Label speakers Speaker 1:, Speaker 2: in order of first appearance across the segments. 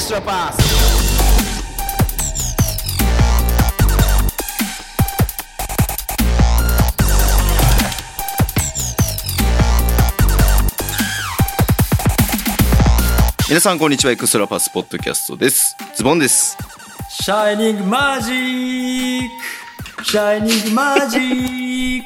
Speaker 1: シュパス
Speaker 2: 皆さんこんにちはエクストラパスポッドキャストですズボンです
Speaker 3: シャイニングマジックシャイニングマジック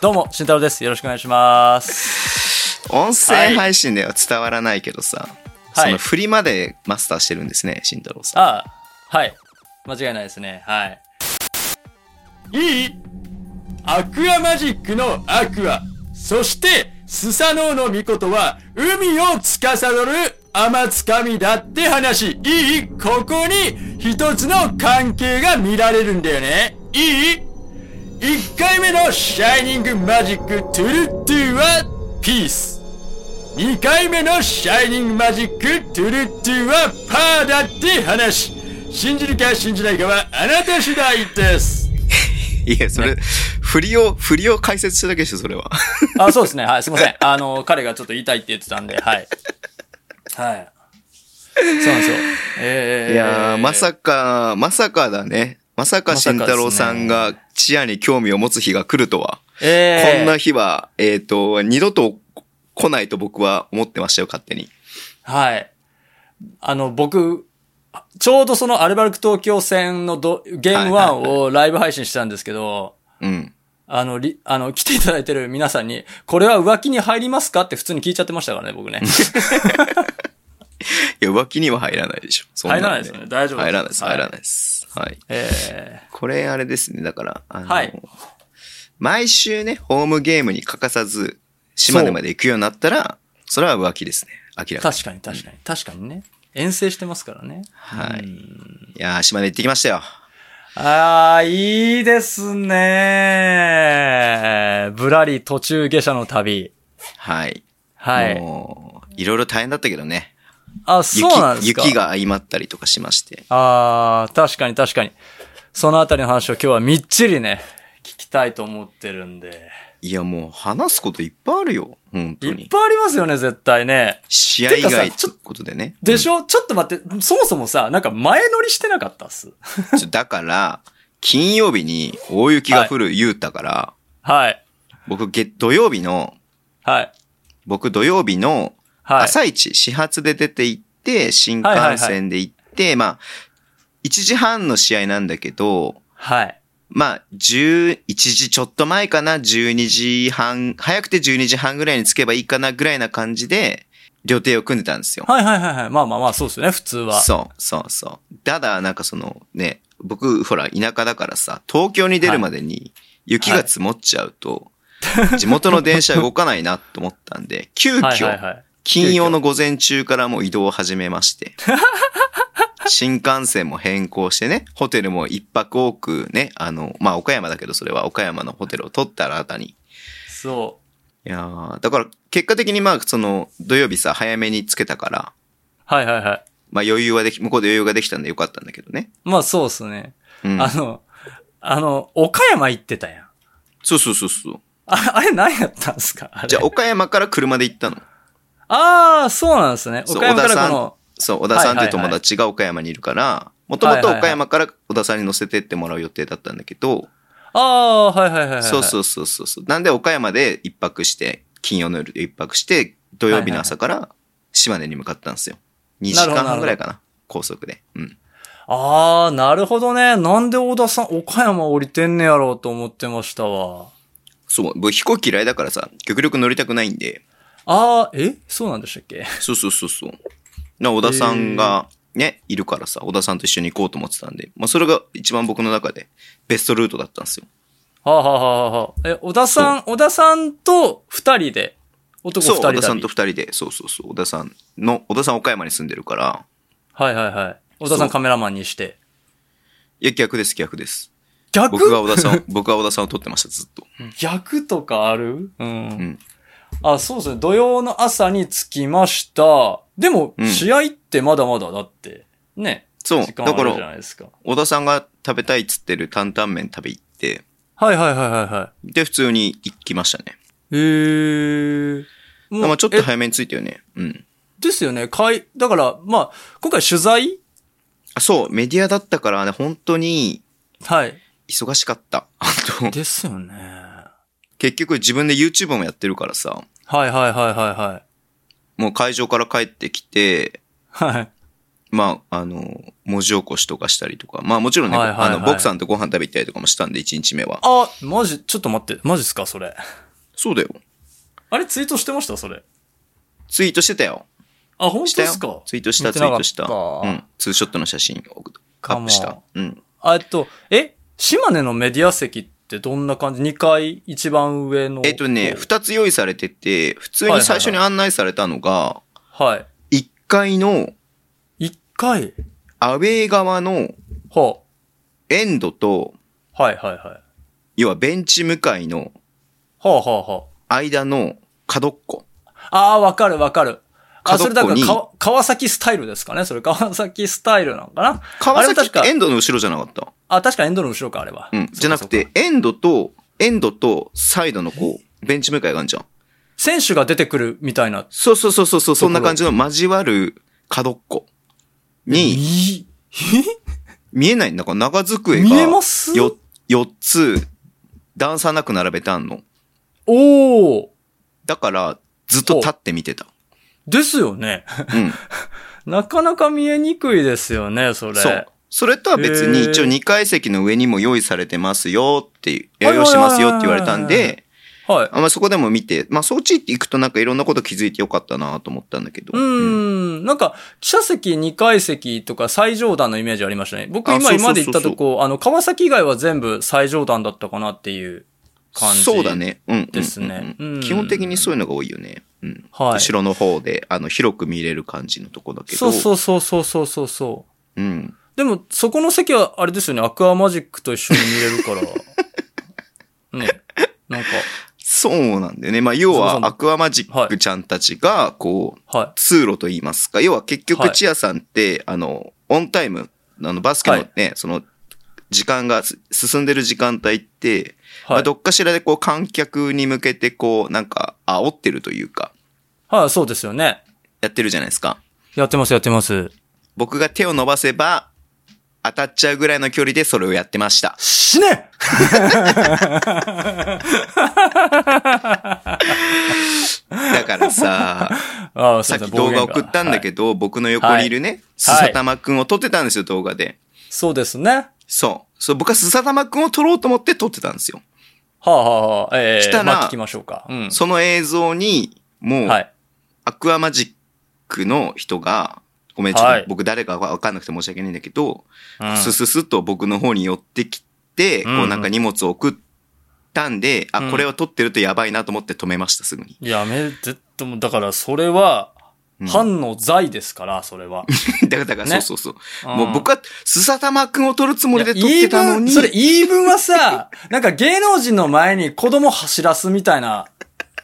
Speaker 3: どうも、慎太郎です。よろしくお願いします。
Speaker 2: 音声
Speaker 3: はい
Speaker 2: 配信では伝わらないけどさ、
Speaker 3: はい
Speaker 2: その振りまでマスターしてるんですね慎太郎さん
Speaker 3: ああ、はい。間違いないですね。はい。いいアクアマジックのアクア。そして、スサノオの巫女とは、海を司る天つかみだって話。いいここに、一つの関係が見られるんだよね。いい1回目のシャイニングマジックトゥルトゥはピース2回目のシャイニングマジックトゥルトゥはパーだって話信じるか信じないかはあなた次第です
Speaker 2: いやそれ、振りを振りを解説しただけでしょそれは
Speaker 3: あそうですねはいすいませんあの彼がちょっと言いたいって言ってたんではいはいそうなんですよえー、
Speaker 2: いやーまさかまさかだねまさか
Speaker 3: まさか
Speaker 2: 慎
Speaker 3: ですね
Speaker 2: 太郎さんがチアに興味を持つ日が来るとは、
Speaker 3: えー
Speaker 2: こんな日はえっ、と二度と来ないと僕は思ってましたよ勝手に
Speaker 3: はい。あの、僕、ちょうどそのアルバルク東京戦のどゲーム
Speaker 2: はい
Speaker 3: 1
Speaker 2: はいはい
Speaker 3: をライブ配信してたんですけど、
Speaker 2: うん
Speaker 3: あの、り、あの、来ていただいてる皆さんに、これは浮気に入りますかって普通に聞いちゃってましたからね、 僕ね。
Speaker 2: いや、浮気には入らないでしょ。そんの
Speaker 3: 入らないですよね大丈夫です
Speaker 2: 入らないです、
Speaker 3: はい
Speaker 2: 入らないです。はい。
Speaker 3: え
Speaker 2: これ、あれですね。だから、あの、
Speaker 3: はい
Speaker 2: 毎週ね、ホームゲームに欠かさず、島根まで行くようになったら、それは浮気ですね。明
Speaker 3: ー
Speaker 2: らかに。
Speaker 3: 確かに確かに、確かにね。遠征してますからね。
Speaker 2: はい。いやー、島根行ってきましたよ。
Speaker 3: あー、いいですねぶらり途中下車の旅。
Speaker 2: はい。
Speaker 3: はい。
Speaker 2: もう、いろいろ大変だったけどね。
Speaker 3: あ、そうなんです
Speaker 2: 雪
Speaker 3: か
Speaker 2: 雪。が相まったりとかしまして。
Speaker 3: あー、確かに確かに。そのあたりの話を今日はみっちりね、聞きたいと思ってるんで。
Speaker 2: いや、もう、話すこといっぱいあるよ。本
Speaker 3: い
Speaker 2: 当
Speaker 3: っ
Speaker 2: に。
Speaker 3: ぱいありますよね、絶対ね。
Speaker 2: 試合以外
Speaker 3: てかさち
Speaker 2: とい
Speaker 3: ょ
Speaker 2: うことでね。
Speaker 3: でしょ、ちょっと待って、そもそもさ、なんか前乗りしてなかったっす。
Speaker 2: ちょだから、金曜日に大雪が降る言うたから、
Speaker 3: はい。
Speaker 2: 僕、げ土曜日の、
Speaker 3: はい。
Speaker 2: 僕、土曜日の
Speaker 3: はい。
Speaker 2: 朝一、始発で出て行って、新幹線で行って、まあ、1時半の試合なんだけど、
Speaker 3: はい。
Speaker 2: まあ、11時ちょっと前かな、12時半、早くて12時半ぐらいに着けばいいかなぐらいな感じで、予定を組んでたんですよ。
Speaker 3: はいはいはいはい。まあまあまあ、そうですよね、普通は。
Speaker 2: そう、そう、そう。ただ、なんかそのね、僕、ほら、田舎だからさ、東京に出るまでに雪が積もっちゃうと、地元の電車動かないなと思ったんで、急遽、
Speaker 3: はいはいはい。
Speaker 2: 金曜の午前中からもう移動を始めまして。新幹線も変更してね、ホテルも一泊多くね、あの、まあ、岡山だけどそれは岡山のホテルを取った新たに。い
Speaker 3: そ
Speaker 2: やーだから結果的にまあ、その、土曜日さ、早めに着けたから、
Speaker 3: う。はいはいはい。
Speaker 2: まあ余裕はでき、向こうで余裕ができたんでよかったんだけどね。
Speaker 3: まあそうですね。
Speaker 2: うん。
Speaker 3: あの、あの、岡山行ってたやん。
Speaker 2: そうそうそうそう。
Speaker 3: ああれ何やったんすかあれ。
Speaker 2: じゃあ岡山から車で行ったの。
Speaker 3: ああ、そうなんですね。
Speaker 2: そう
Speaker 3: 岡山か
Speaker 2: 小田さ
Speaker 3: ら
Speaker 2: ん
Speaker 3: この、
Speaker 2: そう、小田さんっ
Speaker 3: はい
Speaker 2: て
Speaker 3: はいは
Speaker 2: 友
Speaker 3: い
Speaker 2: 達が岡山にいるから、もともと岡山から小田さんに乗せてってもらう予定だったんだけど、
Speaker 3: ああ、はいはいはいはい。。
Speaker 2: そうそううそうそうそう。なんで岡山で一泊して、金曜の夜で一泊して、土曜日の朝から島根に向かったんですよ。2時
Speaker 3: なるほど
Speaker 2: 間半ぐらいかな。高速で。うん。
Speaker 3: ああ、なるほどね。なんで小田さん、岡山降りてんねやろうと思ってましたわ。
Speaker 2: そう、僕飛行機嫌いだからさ、極力乗りたくないんで。
Speaker 3: ああ、えそうなんでしたっけ
Speaker 2: そうそうそうそう。な、小田さんがね、いるからさ、小田さんと一緒に行こうと思ってたんで、まあそれが一番僕の中でベストルートだったんですよ。
Speaker 3: はあ、はあはあはあ、え、小田さん、小田さんと二人で、男二
Speaker 2: そう、
Speaker 3: 人
Speaker 2: 小
Speaker 3: 旅
Speaker 2: 田さんと二人で、そうそうそう、小田さんの、小田さん岡山に住んでるから、
Speaker 3: はいはいはい。小田さ
Speaker 2: そうん
Speaker 3: カメラマンにして。
Speaker 2: いや、逆です、逆です。
Speaker 3: 逆
Speaker 2: 僕が小田さん、僕が小田さんを撮ってました、ずっと。
Speaker 3: 逆とかあるうん。
Speaker 2: ん
Speaker 3: あ、そうですね。土曜の朝に着きました。でも、
Speaker 2: うん
Speaker 3: 試合ってまだまだだって、ね。
Speaker 2: そう、
Speaker 3: 時間
Speaker 2: だか
Speaker 3: ある
Speaker 2: ら
Speaker 3: じゃ、ないですか。
Speaker 2: 小田さんが食べたいっつってる担々麺食べ行って、
Speaker 3: はいはいはいはいは
Speaker 2: で、普通に行きましたね。
Speaker 3: い。へー。もう
Speaker 2: まあちょっと
Speaker 3: え
Speaker 2: 早めに着いたよね。うん。
Speaker 3: ですよね。かい、だから、まあ、今回取材
Speaker 2: あそう、メディアだったからね、本当に
Speaker 3: はい。
Speaker 2: 忙しかった。 あと、
Speaker 3: ですよね。
Speaker 2: 結局自分で YouTube もやってるからさ、
Speaker 3: はいはいはいは
Speaker 2: もう会場から帰ってきて、
Speaker 3: いはい。はい。
Speaker 2: まあ、あの、文字起こしとかしたりとか、まあもちろんね、
Speaker 3: はいはいはい
Speaker 2: あの、僕さんとご飯食べ行ったりとかもしたんで、1日目は。
Speaker 3: あ、マジ、ちょっと待って、マジっすか、それ。
Speaker 2: そうだよ。
Speaker 3: あれ、ツイートしてましたそれ。
Speaker 2: ツイートしてたよ。
Speaker 3: あ、本
Speaker 2: し
Speaker 3: 当
Speaker 2: た
Speaker 3: で
Speaker 2: よ
Speaker 3: すか。
Speaker 2: ツイートした、
Speaker 3: 見て
Speaker 2: ツイ
Speaker 3: なか
Speaker 2: ー
Speaker 3: っ
Speaker 2: トした。うん。ツーショットの写真を
Speaker 3: か
Speaker 2: アッ
Speaker 3: も
Speaker 2: プした。うん。
Speaker 3: あえっと、え、島根のメディア席ってどんな感じ ?2 階、一番上の。
Speaker 2: えっとね、二つ用意されてて、普通に最初に案内されたのが、
Speaker 3: は
Speaker 2: 一階の
Speaker 3: い。1階
Speaker 2: アウェー側の
Speaker 3: は
Speaker 2: エンドと、
Speaker 3: あ、はいはいはい。は
Speaker 2: 要はベンチ向かいの
Speaker 3: あはあは
Speaker 2: 間の角っこ。
Speaker 3: あ。ああ、わかるわかる。あ、
Speaker 2: 角
Speaker 3: そ
Speaker 2: っこ
Speaker 3: れ
Speaker 2: に
Speaker 3: だからか、川崎スタイルですかねそれ川崎スタイルなのかな
Speaker 2: 川
Speaker 3: あれは
Speaker 2: 崎
Speaker 3: 確
Speaker 2: って
Speaker 3: か
Speaker 2: エンドの後ろじゃなかった。
Speaker 3: あ、確かエンドの後ろか、あれは。
Speaker 2: うん。
Speaker 3: そうか
Speaker 2: じゃなく
Speaker 3: そ
Speaker 2: て
Speaker 3: うか、
Speaker 2: エンドと、エンドとサイドのこう、ベンチ向かいがあるじゃん。
Speaker 3: 選手が出てくるみたいな。
Speaker 2: そうそうそうそうそう、そんな感じの交わる角っこに、
Speaker 3: い
Speaker 2: 見えないんだから長机が、
Speaker 3: 見えます
Speaker 2: よ、4つ、段差なく並べてあんの。
Speaker 3: おー
Speaker 2: だから、ずっと立って見てた。
Speaker 3: ですよね。
Speaker 2: うん。
Speaker 3: なかなか見えにくいですよね、それ。
Speaker 2: そう。。それとは別に、
Speaker 3: へー
Speaker 2: 一応2階席の上にも用意されてますよっていう、
Speaker 3: はい
Speaker 2: 用
Speaker 3: はいはい
Speaker 2: 意してますよって言われたんで、
Speaker 3: はい。
Speaker 2: あまあ、そこでも見て、まあ、そっち行くとなんかいろんなこと気づいてよかったなと思ったんだけど。
Speaker 3: う
Speaker 2: うん。
Speaker 3: ん。なんか、記者席、2階席とか最上段のイメージありましたね。僕
Speaker 2: あ
Speaker 3: 今、
Speaker 2: そうそうそうそう
Speaker 3: 今まで行ったとこ、あの、川崎以外は全部最上段だったかなっていう感じ。
Speaker 2: そうだ。ね。うんうんうん。
Speaker 3: ですねうん
Speaker 2: 基本的にそういうのが多いよね。うん。
Speaker 3: はい。
Speaker 2: 後ろの方で、あの、広く見れる感じのとこだけど。
Speaker 3: そうそうそうそうそうそうそう。
Speaker 2: う。うん。
Speaker 3: でも、そこの席は、あれですよね、アクアマジックと一緒に見れ るから。ね。なん
Speaker 2: そうなんだよね。まあ、要
Speaker 3: そう
Speaker 2: は、
Speaker 3: そう
Speaker 2: アクアマジックちゃんたちが、こう、
Speaker 3: か、は
Speaker 2: 通路と言いますか。要は結
Speaker 3: は
Speaker 2: 局、
Speaker 3: い
Speaker 2: チアさんって、あの、オンタイム、あの、バスケのね、その、時間がす、進んでる時間帯って、
Speaker 3: い。
Speaker 2: ま
Speaker 3: は
Speaker 2: あ、
Speaker 3: い。
Speaker 2: どっかしらでこう、観客に向けて、こう、なんか、煽ってるというか、
Speaker 3: はい、そうですよね。
Speaker 2: やってるじゃないですか。
Speaker 3: やってます、やってます。
Speaker 2: 僕が手を伸ばせば、当たっちゃうぐらいの距離でそれをやってました。
Speaker 3: 死ね
Speaker 2: だからさ、
Speaker 3: ああ、
Speaker 2: さ
Speaker 3: そう
Speaker 2: っ
Speaker 3: です
Speaker 2: き
Speaker 3: ね暴
Speaker 2: 動
Speaker 3: 言
Speaker 2: 画
Speaker 3: が
Speaker 2: 送ったんだ
Speaker 3: はい
Speaker 2: けど、僕の横にいるね、すさたまくんを撮ってたんですよ、動画で。
Speaker 3: そうですね。は
Speaker 2: そう。そう、僕はすさたまくんを撮ろうと思って撮ってたんですよ。
Speaker 3: あ、はあはあ、ええ
Speaker 2: したら
Speaker 3: まあ、聞きましょうか。うん。
Speaker 2: その映像に、もう、
Speaker 3: はい。
Speaker 2: アクアマジックの人が、ごめん、ちょっと
Speaker 3: はい
Speaker 2: 僕誰かわかんなくて申し訳ないんだけど、
Speaker 3: うん
Speaker 2: スススッと僕の方に寄ってきて、
Speaker 3: うん
Speaker 2: こうなんか荷物を送ったんで、
Speaker 3: う
Speaker 2: あ、
Speaker 3: ん
Speaker 2: これを撮ってるとやばいなと思って止めました、すぐに。
Speaker 3: いや、め、絶対もう、だから、それは、
Speaker 2: うん
Speaker 3: 犯の罪ですから、それは。
Speaker 2: だから、だから
Speaker 3: ね
Speaker 2: そうそうそう。
Speaker 3: ん
Speaker 2: もう僕は、すさたまくんを撮るつもりで
Speaker 3: い
Speaker 2: 撮っ
Speaker 3: や言い
Speaker 2: てたの
Speaker 3: 分、
Speaker 2: に、
Speaker 3: それ言い分は さ、なんか芸能人の前に子供走らすみたいな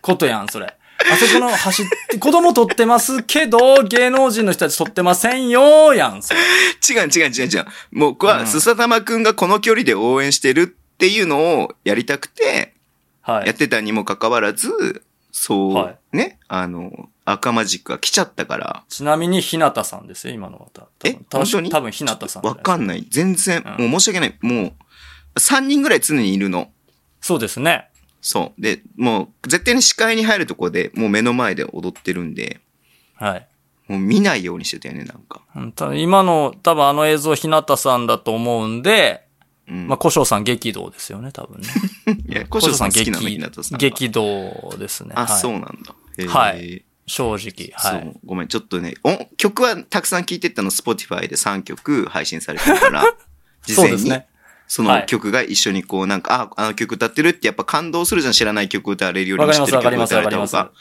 Speaker 3: ことやん、それ。あそこの走って、子供撮ってますけど、芸能人の人たち撮ってませんよ、やん、それ。
Speaker 2: 違う違う違う違う。もう僕
Speaker 3: うん
Speaker 2: は、すさたまくんがこの距離で応援してるっていうのをやりたくて、
Speaker 3: は
Speaker 2: やっ
Speaker 3: い。
Speaker 2: てたにもかかわらず、そう、
Speaker 3: はい
Speaker 2: ね、あの、赤マジックが来ちゃったから、
Speaker 3: ちなみに、ひなたさんですよ、今の方。多分
Speaker 2: え本当に
Speaker 3: 多分、ひなたさんじゃ
Speaker 2: わ
Speaker 3: ない。
Speaker 2: かんない。全然、
Speaker 3: う
Speaker 2: もう申し訳ない。もう、3人ぐらい常にいるの。
Speaker 3: そうですね。
Speaker 2: そう。で、もう、絶対に視界に入るとこで、もう目の前で踊ってるんで、
Speaker 3: はい。
Speaker 2: もう見ないようにしてたよね、なん か。
Speaker 3: うん多分今の、多分あの映像、ひなたさんだと思うんで、
Speaker 2: うん。
Speaker 3: まあ、古生さん激動ですよね、多分ね。
Speaker 2: い や、小翔さん好きなの、
Speaker 3: 古
Speaker 2: ひな
Speaker 3: 生
Speaker 2: たさ
Speaker 3: さ
Speaker 2: んが。
Speaker 3: ん激激動ですね。
Speaker 2: あ、
Speaker 3: はい
Speaker 2: そうなんだ。へー
Speaker 3: はい。正直。
Speaker 2: そ
Speaker 3: はい。
Speaker 2: う。ごめん、ちょっとね、お曲はたくさん聴いてったの、Spotify で3曲配信されてる から、事
Speaker 3: そう
Speaker 2: 前
Speaker 3: です
Speaker 2: に
Speaker 3: ね。
Speaker 2: そ
Speaker 3: は
Speaker 2: の
Speaker 3: い
Speaker 2: 曲が一緒にこうなんか、あ、あの曲歌ってるってやっぱ感動するじゃん。知らない曲歌われるよりも知ってる
Speaker 3: わかり
Speaker 2: 曲
Speaker 3: ま
Speaker 2: 歌
Speaker 3: す
Speaker 2: われた
Speaker 3: わかりま
Speaker 2: 方
Speaker 3: すわか
Speaker 2: が。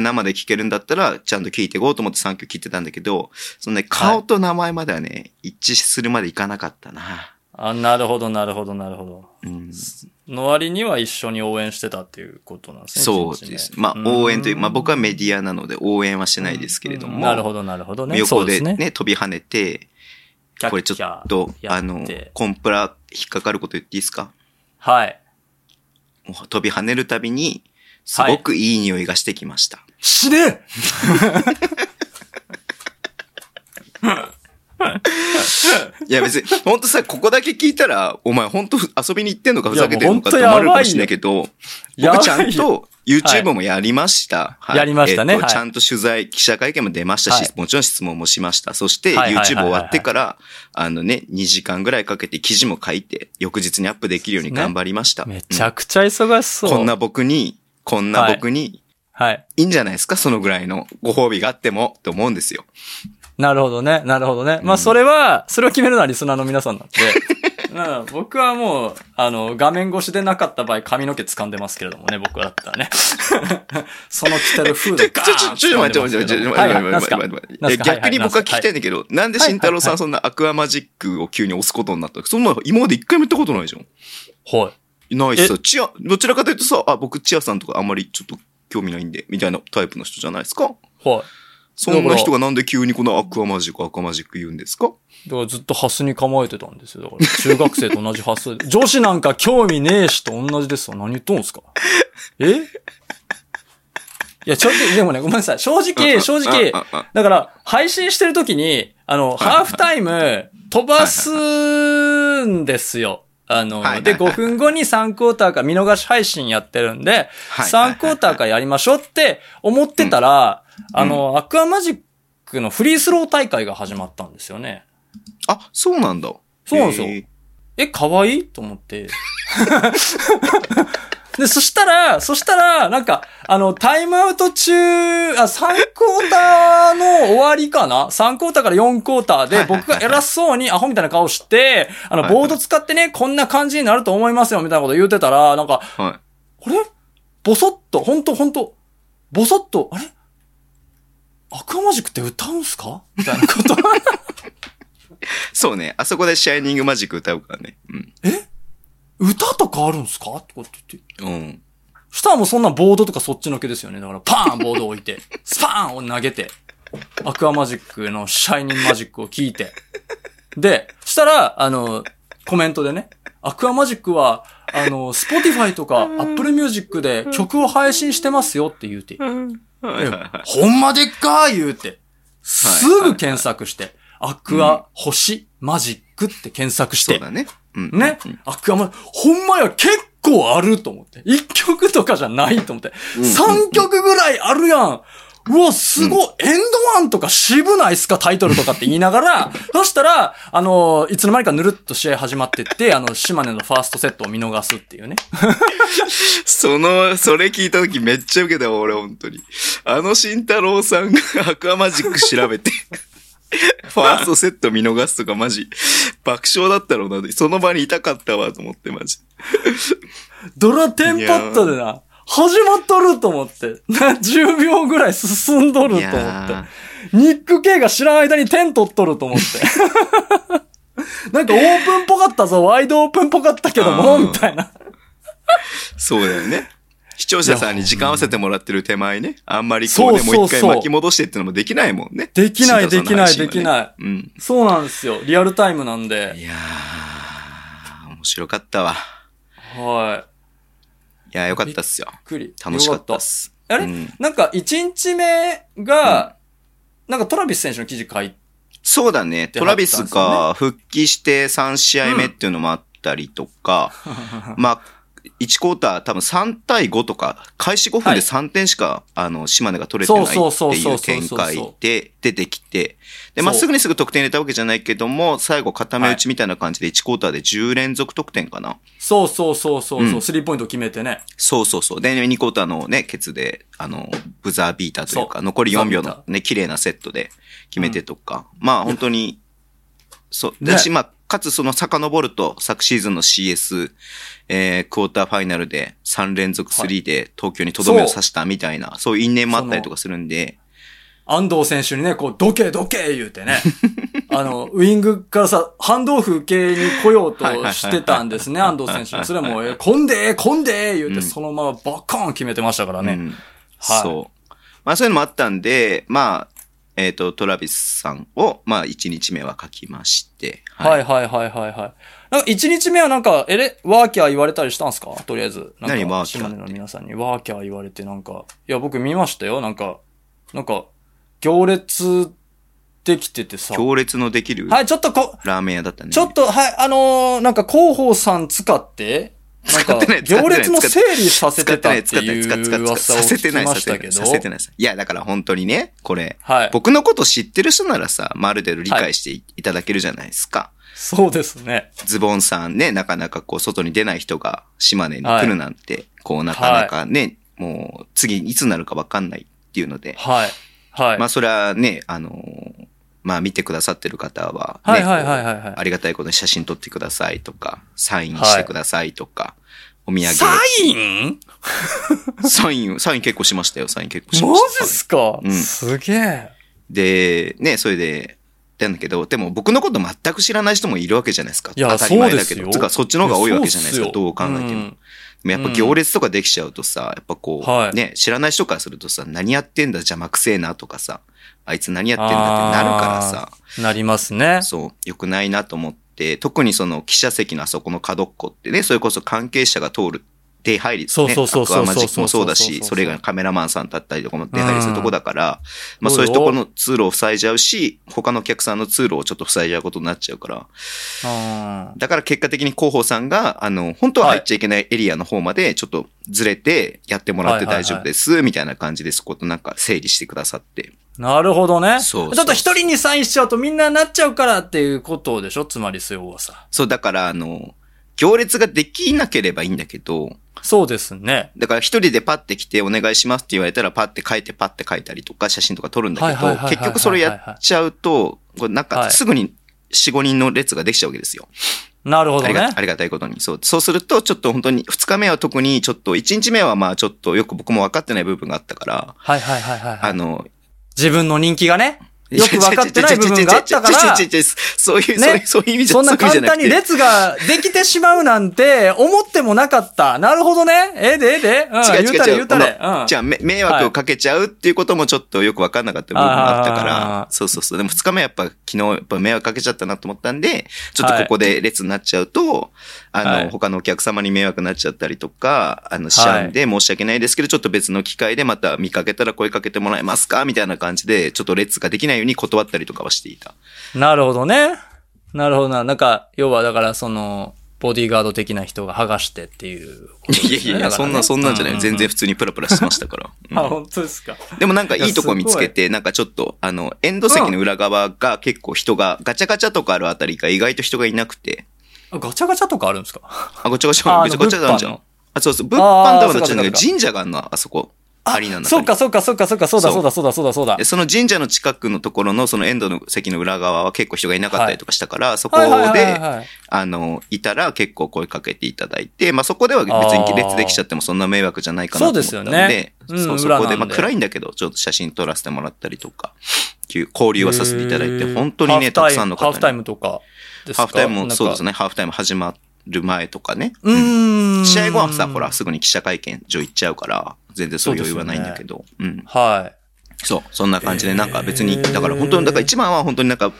Speaker 2: 生で聴けるんだったら、ちゃんと聴いていこうと思って3曲聴いてたんだけど、そのね、顔と名前まではね、一致するまでいかなかったな。
Speaker 3: あ、なるほど、なるほど、なるほど。
Speaker 2: うん、
Speaker 3: の割には一緒に応援してたっていうことなんですね。
Speaker 2: そう
Speaker 3: 一日ね
Speaker 2: です。まあ、応援という、まあ僕はメディアなので応援はしてないですけれども、
Speaker 3: うんなるほど、なるほどね。そ
Speaker 2: 横
Speaker 3: うで
Speaker 2: です
Speaker 3: ね。
Speaker 2: ね、飛び跳ねて、
Speaker 3: キャッキャ
Speaker 2: これちょっと、
Speaker 3: や
Speaker 2: あ
Speaker 3: って
Speaker 2: の、コンプラ引っかかること言っていいですか
Speaker 3: はい。
Speaker 2: もう飛び跳ねるたびに、すごくいい匂いがしてきました。
Speaker 3: 死ね
Speaker 2: いや別に、ほんとさ、ここだけ聞いたら、お前ほんと遊びに行ってんのかふざけてんのかっ
Speaker 3: い
Speaker 2: て
Speaker 3: や
Speaker 2: 思
Speaker 3: も
Speaker 2: われるかも
Speaker 3: う
Speaker 2: しれないけど、
Speaker 3: や
Speaker 2: 僕
Speaker 3: ばいよ
Speaker 2: ちゃんと YouTube もやりました。はい
Speaker 3: やりましたね
Speaker 2: えっと
Speaker 3: はい
Speaker 2: ちゃんと取材、記者会見も出ましたし、
Speaker 3: は
Speaker 2: もちろん質問もしました。そして
Speaker 3: はいはいはいはい
Speaker 2: YouTube 終わってから、あのね、2時間ぐらいかけて記事も書いて、翌日にアップできるように頑張りました。
Speaker 3: めちゃくちゃ忙
Speaker 2: う
Speaker 3: しそ
Speaker 2: ん
Speaker 3: う。
Speaker 2: こんな。僕に、こんな僕に、
Speaker 3: はい。
Speaker 2: いいんじゃないですかそのぐらいのご褒美があっても、と思うんですよ。
Speaker 3: なるほどね。なるほどね。
Speaker 2: う
Speaker 3: まあ、
Speaker 2: ん
Speaker 3: それは、それを決めるのはリスナーの皆さんなん で。うん、僕はもう、あの、画面越しでなかった場合、髪の毛掴んでますけれどもね、僕はだったらね。 その着てるフード
Speaker 2: ちょ、
Speaker 3: ガ
Speaker 2: ち
Speaker 3: ーン
Speaker 2: ょ、ちょ、ちょ、待って、待って、待って、
Speaker 3: はいはいなん
Speaker 2: 待
Speaker 3: す
Speaker 2: っ
Speaker 3: か
Speaker 2: て、
Speaker 3: な
Speaker 2: 待
Speaker 3: ん
Speaker 2: って、待って、
Speaker 3: すか
Speaker 2: 待って。逆に僕は聞きた
Speaker 3: はい
Speaker 2: んだけど、なんで慎太郎さんそんなアクアマジックを急に押すことになったのそんなの今まで一回も言ったことないじゃん。
Speaker 3: いはいはい。
Speaker 2: ないしさ、チア、どちらかというとさ、あ、僕チアさんとかあんまりちょっと興味ないんで、みたいなタイプの人じゃないですか
Speaker 3: はい。はい。
Speaker 2: そんな人がなんで急にこのアクアマジック、アクアマジック言うんですか
Speaker 3: だからずっとハスに構えてたんですよ。だから中学生と同じハス。 女子なんか興味ねえしと同じですよ。何言っとんすかえいや、ちょっと、でもね、ごめんなさい。正直、正直
Speaker 2: うんうん、うん
Speaker 3: だから、配信してる時に、あの、
Speaker 2: いはい
Speaker 3: ハーフタイム飛ばすんですよ。あの、
Speaker 2: はいはいはい
Speaker 3: で、5分後に3クォーターか見逃し配信やってるんで、
Speaker 2: はいはいはい
Speaker 3: 3クォーターかやりましょうって思ってたら、あの、アクアマジックのフリースロー大会が始まったんですよね。
Speaker 2: あ、そうなんだ。
Speaker 3: そうなんですよ
Speaker 2: へー
Speaker 3: え、可愛いと思って。 で、そしたら、そしたら、なんか、あの、タイムアウト中、あ、3クォーターの終わりかな ?3 クォーターから4クォーターで、僕が偉そうにアホみたいな顔して、あの、
Speaker 2: はいはい
Speaker 3: ボード使ってね、こんな感じになると思いますよ、みたいなこと言うてたら、なん
Speaker 2: は
Speaker 3: か、
Speaker 2: い。
Speaker 3: あれボソッと、ほんとほんと、ボソッと、あれアクアマジックって歌うんすかみたいな こと。
Speaker 2: そうね、あそこでシャイニングマジック歌うからね。うん。
Speaker 3: 歌とかあるんすかってこと言って。
Speaker 2: うん。
Speaker 3: したらもうそんなボードとかそっちのけですよね。だからパーンボードを置いて、 スパーンを投げて、アクアマジックのシャイニングマジックを聞いて。で、したら、あの、コメントでね、アクアマジックは、あの、スポティファイとかアップルミュージックで曲を配信してますよって言うて。
Speaker 2: はいはいはい。
Speaker 3: ほんまでっかー言うて。すぐ検索して、アクア、星、マジックって検索し
Speaker 2: そう
Speaker 3: て。
Speaker 2: だね。うん。
Speaker 3: ね、アクアマ、ほんまや、結構あると思って。1曲とかじゃないと思って。
Speaker 2: ん
Speaker 3: 3曲ぐらいあるやん。うわ、すごい、エンドワンとか渋ないっすかタイトルとかって言いながら、 そしたら、あの、いつの間にかぬるっと試合始まってって、あの、島根のファーストセットを見逃すっていうね。
Speaker 2: その、それ聞いた時めっちゃ受けたわ、俺、本当に。あの慎太郎さんが アクアマジック調 べて、ファーストセット見逃すとか、マジ、爆笑だったろうな。その場にいたかったわ、と思って、マジ。
Speaker 3: ドラテンパッドでな、始まっとると思って。 な10秒ぐらい進んどると思
Speaker 2: い
Speaker 3: って
Speaker 2: や。
Speaker 3: ニック・ケイが知らん間に点取っとると思って。 なんかオープンっぽかったぞ、ワイドオープンっぽかったけども、
Speaker 2: うん
Speaker 3: みたいな。
Speaker 2: そうだよね。視聴者さんに時間合わせてもらってる手前ね。あんまりこうね、
Speaker 3: そう
Speaker 2: も
Speaker 3: そう
Speaker 2: う一回
Speaker 3: そう
Speaker 2: 巻き戻してってのもできないもんね。
Speaker 3: できない
Speaker 2: 慎太郎さんの配信はね
Speaker 3: できないで
Speaker 2: うん。
Speaker 3: そうなんですよ。リアルタイムなんで。
Speaker 2: いやー、面白かったわ。
Speaker 3: はい
Speaker 2: やー、よかったっすよ
Speaker 3: い。。くり。
Speaker 2: 楽しかった
Speaker 3: よ
Speaker 2: っす。
Speaker 3: たあれ、
Speaker 2: うん
Speaker 3: なんか1日目が、なんかトラビス選手の記事 書いて、
Speaker 2: そうだね。
Speaker 3: て
Speaker 2: ト
Speaker 3: は
Speaker 2: ラ
Speaker 3: ったんで
Speaker 2: ビ
Speaker 3: すよ
Speaker 2: ス
Speaker 3: ね
Speaker 2: が復帰して3試合目っていうのもあったりとか、まあ、1クォーター多分3対5とか、開始5分
Speaker 3: はい
Speaker 2: で3点しか、あの、島根が取れてないって
Speaker 3: そうそうそ
Speaker 2: いう
Speaker 3: そう
Speaker 2: う
Speaker 3: そう
Speaker 2: 展
Speaker 3: そう
Speaker 2: 開で出てきて、で、
Speaker 3: そう
Speaker 2: まっすぐにすぐ得点入れたわけじゃないけども、最後固め打ちみたいな感じで1クォーターで10連続得点かな。
Speaker 3: そうそうそうそうそうう、
Speaker 2: ん
Speaker 3: スリーポイント決めてね。
Speaker 2: そうそうそう。で、2クォーターのね、ケツで、あの、ブザービーターという
Speaker 3: そ
Speaker 2: か、残り4秒
Speaker 3: ブザービ
Speaker 2: のね、綺麗なセットで決めてとか。まあ、本当に、そう。
Speaker 3: ね
Speaker 2: だし、まあ、かつその遡ると、昨シーズンの CS、えー、クォーターファイナルで3連続3で東京にとどめを刺したみたいな、そういう因縁もあったりとかするんで、
Speaker 3: 安藤選手にね、こう、どけどけ言うてね。 あの、ウィングからさ、ハンドオフ系に来ようとしてたんですね、安藤選手 が。それはもう、え、こんでー、こんでー言うて、
Speaker 2: うん
Speaker 3: そのままバッカーン決めてましたからね。
Speaker 2: うん
Speaker 3: はい
Speaker 2: そう。まあそういうのもあったんで、まあ、えっ、と、トラビスさんを、まあ1日目は書きまして、
Speaker 3: はいはいはいはいはい。なんか一日目はなんか、えれ、ワーキャー言われたりしたんすかとりあえず。なんか
Speaker 2: 何ワーキャー
Speaker 3: 島
Speaker 2: って
Speaker 3: 根の皆さんにワーキャー言われてなんか、いや僕見ましたよ、なんか、なんか、行列ってきててさ。
Speaker 2: 行列のできる
Speaker 3: はい、ちょっとこ、
Speaker 2: ラーメン屋だったね。
Speaker 3: ちょっと、はい、あのーなんか広報さん使って、なん
Speaker 2: 使
Speaker 3: か
Speaker 2: ってない、使っ
Speaker 3: 行
Speaker 2: てない
Speaker 3: 列の整理させてたって
Speaker 2: 使ってない、
Speaker 3: い
Speaker 2: 使ってない、使ってな
Speaker 3: う
Speaker 2: い、
Speaker 3: 噂を
Speaker 2: さ
Speaker 3: 聞
Speaker 2: せて
Speaker 3: き
Speaker 2: ない、
Speaker 3: ま
Speaker 2: さ
Speaker 3: し
Speaker 2: せて
Speaker 3: た
Speaker 2: な
Speaker 3: け
Speaker 2: い、
Speaker 3: ど
Speaker 2: さ。せてない。いや、だから本当にね、これ、
Speaker 3: はい。
Speaker 2: 僕のこと知ってる人ならさ、まるで理解していいただけるじゃないですか。
Speaker 3: そうですね。
Speaker 2: ズボンさんね、なかなかこう、外に出ない人が島根に来るなんて、こう、なかなかね、もう、次いつなるかわかんないっていうので、
Speaker 3: はい。はい。
Speaker 2: まあ、それはね、あのーまあ、見てくださってる方は、ね、
Speaker 3: はいはいはいはいはい
Speaker 2: こうありがたいことに写真撮ってくださいとか、サインしてくださいとか、お土産。
Speaker 3: サイン
Speaker 2: サイン、サイン結構しましたよ、サイン結構し
Speaker 3: マ
Speaker 2: ました。
Speaker 3: ジっすか、
Speaker 2: うん
Speaker 3: すげえ。
Speaker 2: で、ね、それで、なんだけど、でも僕のこと全く知らない人もいるわけじゃないですか。
Speaker 3: いや
Speaker 2: 当たり前だ
Speaker 3: そう
Speaker 2: け
Speaker 3: です
Speaker 2: ど。
Speaker 3: よ
Speaker 2: つうか、そっちの方が多いわけじゃないですか、
Speaker 3: や
Speaker 2: どう考えても。
Speaker 3: そっすよん
Speaker 2: でもやっぱ行列とかできちゃうとさ、やっぱこう、
Speaker 3: はい
Speaker 2: ね、知らない人からするとさ、何やってんだ、邪魔くせえなとかさ、あいつ何やってんだってなるからさ、
Speaker 3: なりますね。
Speaker 2: そう、良くないなと思って、特にその記者席のあそこの角っこってね、それこそ関係者が通る出入り、ね、
Speaker 3: そうそうそうそう
Speaker 2: アクアマジックもそうだ
Speaker 3: そうそうそう
Speaker 2: し、
Speaker 3: そう
Speaker 2: それ以外のカメラマンさんだったりとかも出入りするとこだから、
Speaker 3: うん
Speaker 2: まあ
Speaker 3: そ
Speaker 2: そうう
Speaker 3: よ
Speaker 2: いうとこの通路を塞いじゃうし、他のお客さんの通路をちょっと塞いじゃうことになっちゃうから、
Speaker 3: うん
Speaker 2: だから結果的に広報さんが、あの、本当は入っちゃいけないエリアの方までちょっとずれてやってもらって大丈夫です、みたいな感じでそことなんか整理してくださって。
Speaker 3: なるほどね。
Speaker 2: そうそう
Speaker 3: ちょっと一人にサインしちゃうとみんななっちゃうからっていうことでしょつまりそういう噂。
Speaker 2: そう、だからあの、行列ができなければいいんだけど、
Speaker 3: そうですね。
Speaker 2: だから一人でパッて来てお願いしますって言われたらパッて書いてパッて書いたりとか写真とか撮るんだけ
Speaker 3: はいはい
Speaker 2: ど
Speaker 3: はいはいはいはい、
Speaker 2: 結局それやっちゃうと、これなん
Speaker 3: はい
Speaker 2: かすぐに4、5人の列ができちゃうわけですよ。
Speaker 3: なるほど
Speaker 2: あり
Speaker 3: ね。
Speaker 2: がありがたいことに。そう。そうすると、ちょっと本当に2日目は特にちょっと1日目はまあちょっとよく僕も分かってない部分があったから、
Speaker 3: はいはいはいはいは
Speaker 2: あ
Speaker 3: い。
Speaker 2: の、
Speaker 3: 自分の人気がね、よく分かってない部分があったか
Speaker 2: ち
Speaker 3: ら
Speaker 2: ょ、ちょちょちょちょちょそういう、
Speaker 3: ね
Speaker 2: そういう、そういう意味じゃ
Speaker 3: そんな
Speaker 2: そういう意味じゃ
Speaker 3: 簡単
Speaker 2: く
Speaker 3: に
Speaker 2: て
Speaker 3: 列ができてしまうなんて思ってもなかった。なるほどね。ええでええで。うん、
Speaker 2: 違う違う
Speaker 3: 言うたれ
Speaker 2: 違
Speaker 3: 言
Speaker 2: う。
Speaker 3: うたれ。
Speaker 2: この
Speaker 3: うん。
Speaker 2: じゃあ、め迷惑をかけちゃうっていうこともちょっとよくわかんなかった部分があったか
Speaker 3: あ
Speaker 2: ら、
Speaker 3: ー
Speaker 2: そうそうそう。でも2日目やっぱ昨日やっぱ迷惑かけちゃったなと思ったんで、ちょっとここで列になっちゃうと、あの、
Speaker 3: はい
Speaker 2: 他のお客様に迷惑になっちゃったりとか、あの、しちゃうんで申し訳ないですけど、ちょっと別の機会でまた見かけたら声かけてもらえますかみたいな感じで、ちょっと列ができないように断ったりとかはしていた。
Speaker 3: なるほどね。なるほどな。なんか、要はだからその、ボディーガード的な人が剥がしてっていうことです
Speaker 2: い
Speaker 3: ね、
Speaker 2: やいやいや、
Speaker 3: だか
Speaker 2: そ
Speaker 3: ら
Speaker 2: ん
Speaker 3: ね
Speaker 2: な、そんなんじゃな
Speaker 3: う
Speaker 2: い。全然普通にプラプラしてましたから。うん
Speaker 3: あ、本当ですか。
Speaker 2: でもなんかいいとこ見つけて、なんかちょっと、あの、エンド席の裏側が結構人が、ガチャガチャとかあるあたりが意外と人がいなくて、
Speaker 3: あガチャガチャとかあるんですか
Speaker 2: あ、ごちゃごち
Speaker 3: あ
Speaker 2: ゃ、ご
Speaker 3: あ
Speaker 2: ちゃごちゃなんじゃ
Speaker 3: あの物販
Speaker 2: ん。あ、そうそう、物販とかの
Speaker 3: あー
Speaker 2: 近く
Speaker 3: そう
Speaker 2: に
Speaker 3: か
Speaker 2: 神社があるの、あそこ。アリーナの中
Speaker 3: そっ
Speaker 2: に
Speaker 3: かそっかそっかそっか、そうだそうだそうだそうだそうだ
Speaker 2: で。その神社の近くのところの、そのエンドの席の裏側は結構人がいなかったりとかしたから、そこ
Speaker 3: はいはいはいは
Speaker 2: で、
Speaker 3: いはい。
Speaker 2: あの、いたら結構声かけていただいて、まあそこでは別に列できちゃってもそんな迷惑じゃないかなと思ったんで、
Speaker 3: そうですよ
Speaker 2: そ
Speaker 3: ねうん
Speaker 2: うそ
Speaker 3: 裏なん
Speaker 2: こ
Speaker 3: で
Speaker 2: で、まあ暗いんだけど、ちょっと写真撮らせてもらったりとか、いう交流はさせていただいて、本当に
Speaker 3: へ
Speaker 2: ね、
Speaker 3: ー
Speaker 2: た
Speaker 3: ハー
Speaker 2: く
Speaker 3: フタ
Speaker 2: さ
Speaker 3: イ
Speaker 2: ん
Speaker 3: ム
Speaker 2: の方
Speaker 3: ハーフタイ
Speaker 2: に。
Speaker 3: ムとかですか
Speaker 2: ハーフタイムもそうです
Speaker 3: ね。
Speaker 2: ね、ハーフタイム始まる前とかね。
Speaker 3: う
Speaker 2: うん
Speaker 3: ーん。
Speaker 2: 試合後はさ、ほら、。すぐに記者会見上行っちゃうから、全然そういう余裕はないんだけど、うん。
Speaker 3: はい。
Speaker 2: そう、そんな感じで、なんか別に、
Speaker 3: へー
Speaker 2: だから本当に、だから一番は本当になんか、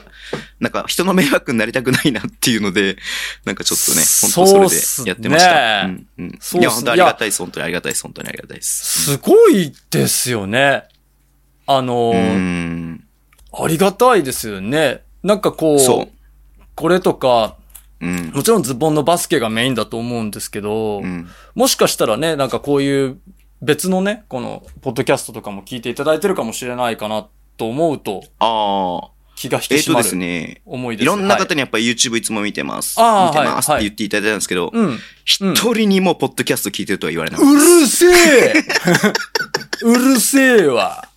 Speaker 2: なんか人の迷惑になりたくないなっていうので、なんかちょっとね、本当それでやってました。
Speaker 3: そううっすね
Speaker 2: んうん
Speaker 3: そうっすね
Speaker 2: いや、本当ありがたいです、本当にありがたいです、本当にありがたいです。
Speaker 3: すごいですよね。あの
Speaker 2: う
Speaker 3: ー、
Speaker 2: ん。
Speaker 3: ありがたいですよね。なんかこ、
Speaker 2: そう
Speaker 3: これとか、
Speaker 2: う。うん。
Speaker 3: もちろんズボンのバスケがメインだと思うんですけど
Speaker 2: う、ん。
Speaker 3: もしかしたらね、なんかこういう別のね、この、ポッドキャストとかも聞いていただいてるかもしれないかなと思うと、
Speaker 2: ああ、
Speaker 3: 気が引き
Speaker 2: えっ、
Speaker 3: 締
Speaker 2: と
Speaker 3: ま
Speaker 2: です
Speaker 3: る
Speaker 2: ね、
Speaker 3: 思いです。
Speaker 2: いろんな
Speaker 3: はい
Speaker 2: 方にやっぱ YouTube いつも見てます。
Speaker 3: あー
Speaker 2: 見てますっ
Speaker 3: はい
Speaker 2: て言っていただいたんですけど、
Speaker 3: うん。
Speaker 2: 一、
Speaker 3: うん
Speaker 2: 人にもポッドキャスト聞いてるとは言われなかっ
Speaker 3: うるせえうるせえわ。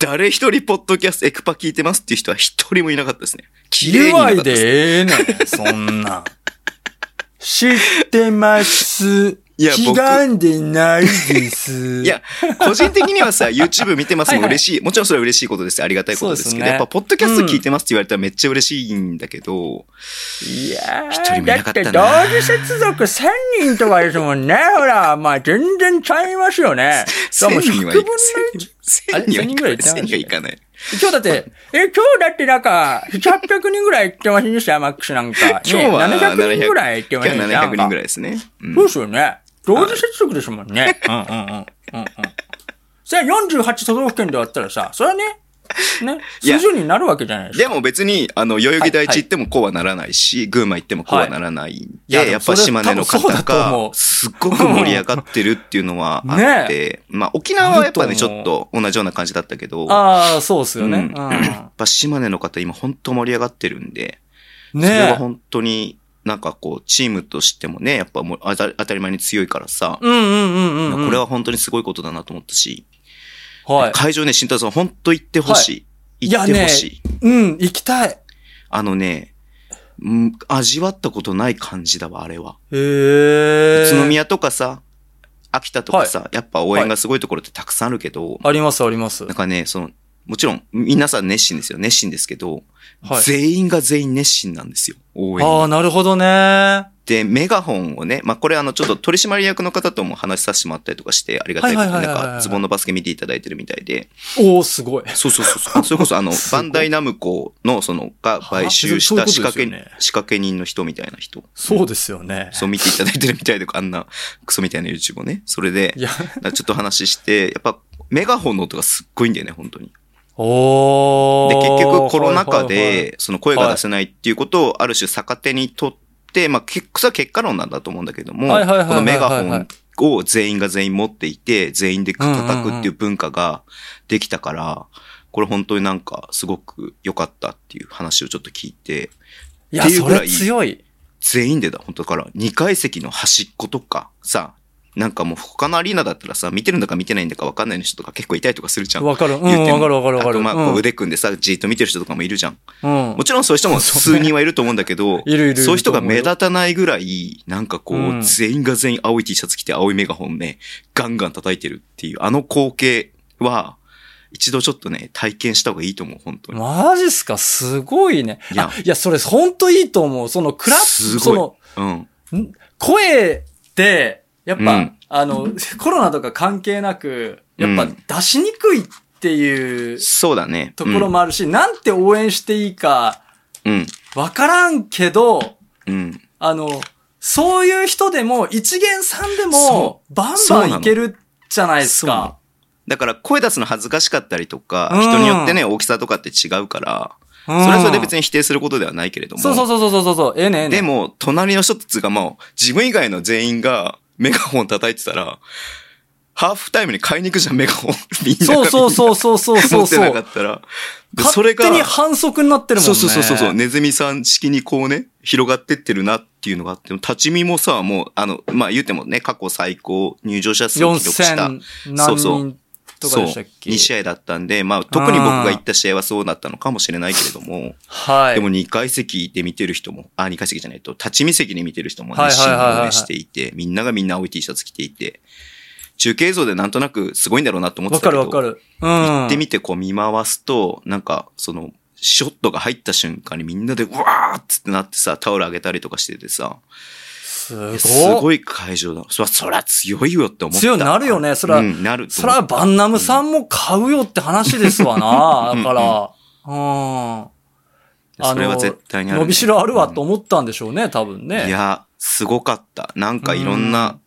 Speaker 2: た。誰一人ポッドキャストエクパ聞いてますっていう人は一人もいなかったですね。綺麗にい
Speaker 3: 言
Speaker 2: なか
Speaker 3: わ
Speaker 2: っ
Speaker 3: い
Speaker 2: た
Speaker 3: で
Speaker 2: です。
Speaker 3: ええねん、そんなん。知ってます。
Speaker 2: いや僕
Speaker 3: 違んでないです。
Speaker 2: いや、個人的には さ、YouTube 見てますも嬉しい。もちろんそれは嬉しいことですよありがたいことですけ
Speaker 3: そ
Speaker 2: ど、
Speaker 3: うですね
Speaker 2: やっぱ、ポッドキャスト聞いてますって言われたらめっちゃ嬉しいんだけど、
Speaker 3: いやー
Speaker 2: 一人もいなかったな
Speaker 3: だって同時接続1000人とかです もんね。ほら、まあ全然ちゃいますよね。
Speaker 2: 1000
Speaker 3: もう
Speaker 2: 人
Speaker 3: 100
Speaker 2: は
Speaker 3: 分
Speaker 2: い
Speaker 3: の
Speaker 2: かない。
Speaker 3: あれ
Speaker 2: 1000人はいかない。
Speaker 3: 1000人
Speaker 2: 1000人は
Speaker 3: ぐら
Speaker 2: い
Speaker 3: い
Speaker 2: いかない。
Speaker 3: 1。今日だって、え、今日だってなんか、800人ぐらい行ってませんでしたマックスなんか。ね
Speaker 2: 今日は
Speaker 3: 700人ぐらい行ってませんでした
Speaker 2: 700人ぐら
Speaker 3: い。
Speaker 2: いですね。うん
Speaker 3: そうですよね。同時接続ですもんね。うんうんうん。うんうん。それは48都道府県であったらさ、それはね、ね。
Speaker 2: いや
Speaker 3: 数十になるわけじゃないですか。
Speaker 2: でも別に、あの、代々木第一行ってもこうはならないし、群馬行ってもこうはならないんで、
Speaker 3: はいいやで
Speaker 2: や
Speaker 3: も
Speaker 2: っ
Speaker 3: そ
Speaker 2: ぱ
Speaker 3: れ
Speaker 2: 島根の
Speaker 3: 多分
Speaker 2: 方
Speaker 3: そうだと思
Speaker 2: が
Speaker 3: う、
Speaker 2: すっごく盛り上がってるっていうのはあって、まあ沖縄はやっぱね、
Speaker 3: ある
Speaker 2: ち
Speaker 3: と
Speaker 2: ょ
Speaker 3: 思
Speaker 2: っ
Speaker 3: う
Speaker 2: と同じような感じだったけど、や
Speaker 3: ああ、そうっすよね。
Speaker 2: う
Speaker 3: うんん。
Speaker 2: っぱ島根の方今本当盛り上がってるんで、 それは
Speaker 3: ねえ。
Speaker 2: 本当になんかこう、チームとしてもね、やっぱもうあた当たり前に強いからさ、
Speaker 3: うんうんうんうんうん。
Speaker 2: これは本当にすごいことだなと思ったし、
Speaker 3: はい。
Speaker 2: 会場ね、慎太郎さん本当行ってほしい。
Speaker 3: い
Speaker 2: 行ってほし
Speaker 3: い
Speaker 2: い。
Speaker 3: うん、行きたい。へ
Speaker 2: あのね、うん味わったことない感じだわ、あれは。
Speaker 3: え。
Speaker 2: 宇都宮とかさ、秋田とかさ、やっぱ応援がすごいところってたくさんあるけど、
Speaker 3: ありますあります
Speaker 2: なん。かね、その、もちろん、皆さん熱心ですよ、熱心ですけど、
Speaker 3: はい。
Speaker 2: 全員が全員熱心なんですよ、応援
Speaker 3: あ
Speaker 2: に。
Speaker 3: あ、なるほどね。
Speaker 2: で、メガホンをね、まあ、これあの、ちょっと取締役の方とも話させてもらったりとかして、ありがたいことに、
Speaker 3: はいは
Speaker 2: な
Speaker 3: いは
Speaker 2: ん
Speaker 3: いはい
Speaker 2: か、ズボンのバスケ見ていただいてるみたいで、
Speaker 3: おおすごい。
Speaker 2: そうそうそうそう、それこそあの、
Speaker 3: すご
Speaker 2: バ
Speaker 3: い
Speaker 2: ンダイナムコの、その、が買収し
Speaker 3: は
Speaker 2: た
Speaker 3: あそ
Speaker 2: 仕
Speaker 3: ういうこ
Speaker 2: 掛
Speaker 3: とです
Speaker 2: け、
Speaker 3: よね
Speaker 2: 仕掛け人の人みたいな人。
Speaker 3: そうですよね。
Speaker 2: そう見ていただいてるみたいで、あんなクソみたいな YouTube をね。それで
Speaker 3: い、 や、
Speaker 2: なんかちょっと話して、やっぱメガホンの音がすっごいんだよね、本当に。
Speaker 3: お
Speaker 2: で、
Speaker 3: ー
Speaker 2: 結局コロナ禍
Speaker 3: はいはいはい
Speaker 2: で、その声が出せないっていうことをある種逆手にとって、まあ、結それは結果論なんだと思うんだけども、
Speaker 3: はいはいはいはい
Speaker 2: このメガ
Speaker 3: はいはいは
Speaker 2: ホンを全員が全員持っていて、全員で叩くっていう文化ができたから、これ本当になんかすごく良かったっていう話をちょっと聞いて、
Speaker 3: いや、
Speaker 2: っていう
Speaker 3: そ
Speaker 2: ぐらい
Speaker 3: れ強い。
Speaker 2: 全員でだ、本当だから、2階席の端っことか、さ、なんかもう他のアリーナだったらさ、見てるんだか見てないんだか分かんない人とか結構いたりとかするじゃん。
Speaker 3: わかる。うん、
Speaker 2: 言っても
Speaker 3: わかるわかるわか
Speaker 2: あと
Speaker 3: る。
Speaker 2: まあ、こう
Speaker 3: う
Speaker 2: ん腕組んでさ、じーっと見てる人とかもいるじゃん。
Speaker 3: うん
Speaker 2: もちろんそういう人 も数人はいると思うんだけど、
Speaker 3: いるいるいる
Speaker 2: そういう人が目立たないぐらい、なんかこう、
Speaker 3: うん
Speaker 2: 全員が全員青い T シャツ着て青いメガホンね、ガンガン叩いてるっていう、あの光景は、一度ちょっとね、体験した方がいいと思う、本当に。
Speaker 3: マジっすかすごいね。
Speaker 2: い
Speaker 3: い
Speaker 2: や
Speaker 3: や、いやそれほんといいと思う。その、クラッ
Speaker 2: すごい
Speaker 3: その、
Speaker 2: うん。
Speaker 3: 声って、やっぱ、
Speaker 2: うん
Speaker 3: あの、コロナとか関係なく、やっ
Speaker 2: う
Speaker 3: ぱ
Speaker 2: ん
Speaker 3: 出しにくいっていう
Speaker 2: そうだね。
Speaker 3: ところもあるし、なんて応援していいか
Speaker 2: うん。
Speaker 3: わからんけど、
Speaker 2: うん。うん。
Speaker 3: あの、そういう人でも、一元さんでも
Speaker 2: そ、
Speaker 3: バン
Speaker 2: そう
Speaker 3: バ
Speaker 2: なの
Speaker 3: ンいけるじゃないです
Speaker 2: そうなの
Speaker 3: か。
Speaker 2: だから声出すの恥ずかしかったりとか、
Speaker 3: うん
Speaker 2: 人によってね、大きさとかって違うから、
Speaker 3: そ
Speaker 2: それはそれで別
Speaker 3: に。
Speaker 2: に否定することではないけれども。
Speaker 3: そうそうそうそうそうそう。ええねええね。
Speaker 2: で、も、隣の人たちがもう、自分以外の全員がメガホン叩いてたら、ハーフタイムに買いに行くじゃん、メガホン。 みんな
Speaker 3: そうそうそうそうそう
Speaker 2: みんな
Speaker 3: そ
Speaker 2: 持
Speaker 3: う
Speaker 2: って
Speaker 3: そ
Speaker 2: なかっ
Speaker 3: う。
Speaker 2: たら。でそれ
Speaker 3: 勝
Speaker 2: が
Speaker 3: 手に反則になってるもん
Speaker 2: そう
Speaker 3: ね。
Speaker 2: そうそうそう、ネズミさん式にこうね、広がってってるなっていうのがあって、立ち見もさ、もう、あの、まあ言ってもね、過去最高入場者数を記録した。
Speaker 3: 4000何人とかでしたっ
Speaker 2: そ
Speaker 3: け
Speaker 2: う。2試合だったんで、まあ、特に僕が行った試合はそうだったのかもしれないけれども、
Speaker 3: はい。
Speaker 2: でも2階席で見てる人も、あ、2階席じゃないと、立ち見席で見てる人も
Speaker 3: はい
Speaker 2: 熱
Speaker 3: はい
Speaker 2: 心
Speaker 3: はいはい
Speaker 2: に応援していて、みんながみんな青い T シャツ着ていて、中継映像でなんとなくすごいんだろうなと思って
Speaker 3: わ
Speaker 2: たけ
Speaker 3: かる
Speaker 2: ど、
Speaker 3: わかる。うん。行
Speaker 2: 行ってみてこう見回すと、なんか、その、ショットが入った瞬間にみんなで、うわーっつってなってさ、タオル上げたりとかしててさ、
Speaker 3: すごい。
Speaker 2: すごい会場だ。そら、そら強いよって思った。
Speaker 3: 強いなるよねそら
Speaker 2: うん、なると
Speaker 3: そ
Speaker 2: 思った。
Speaker 3: ら、バンナムさんも買うよって話ですわな。
Speaker 2: うん
Speaker 3: だから。うん。あの
Speaker 2: それは絶対にあるね、
Speaker 3: 伸びしろあるわと思ったんでしょうね、多分ね。
Speaker 2: いや、すごかった。なんかいろん
Speaker 3: う
Speaker 2: な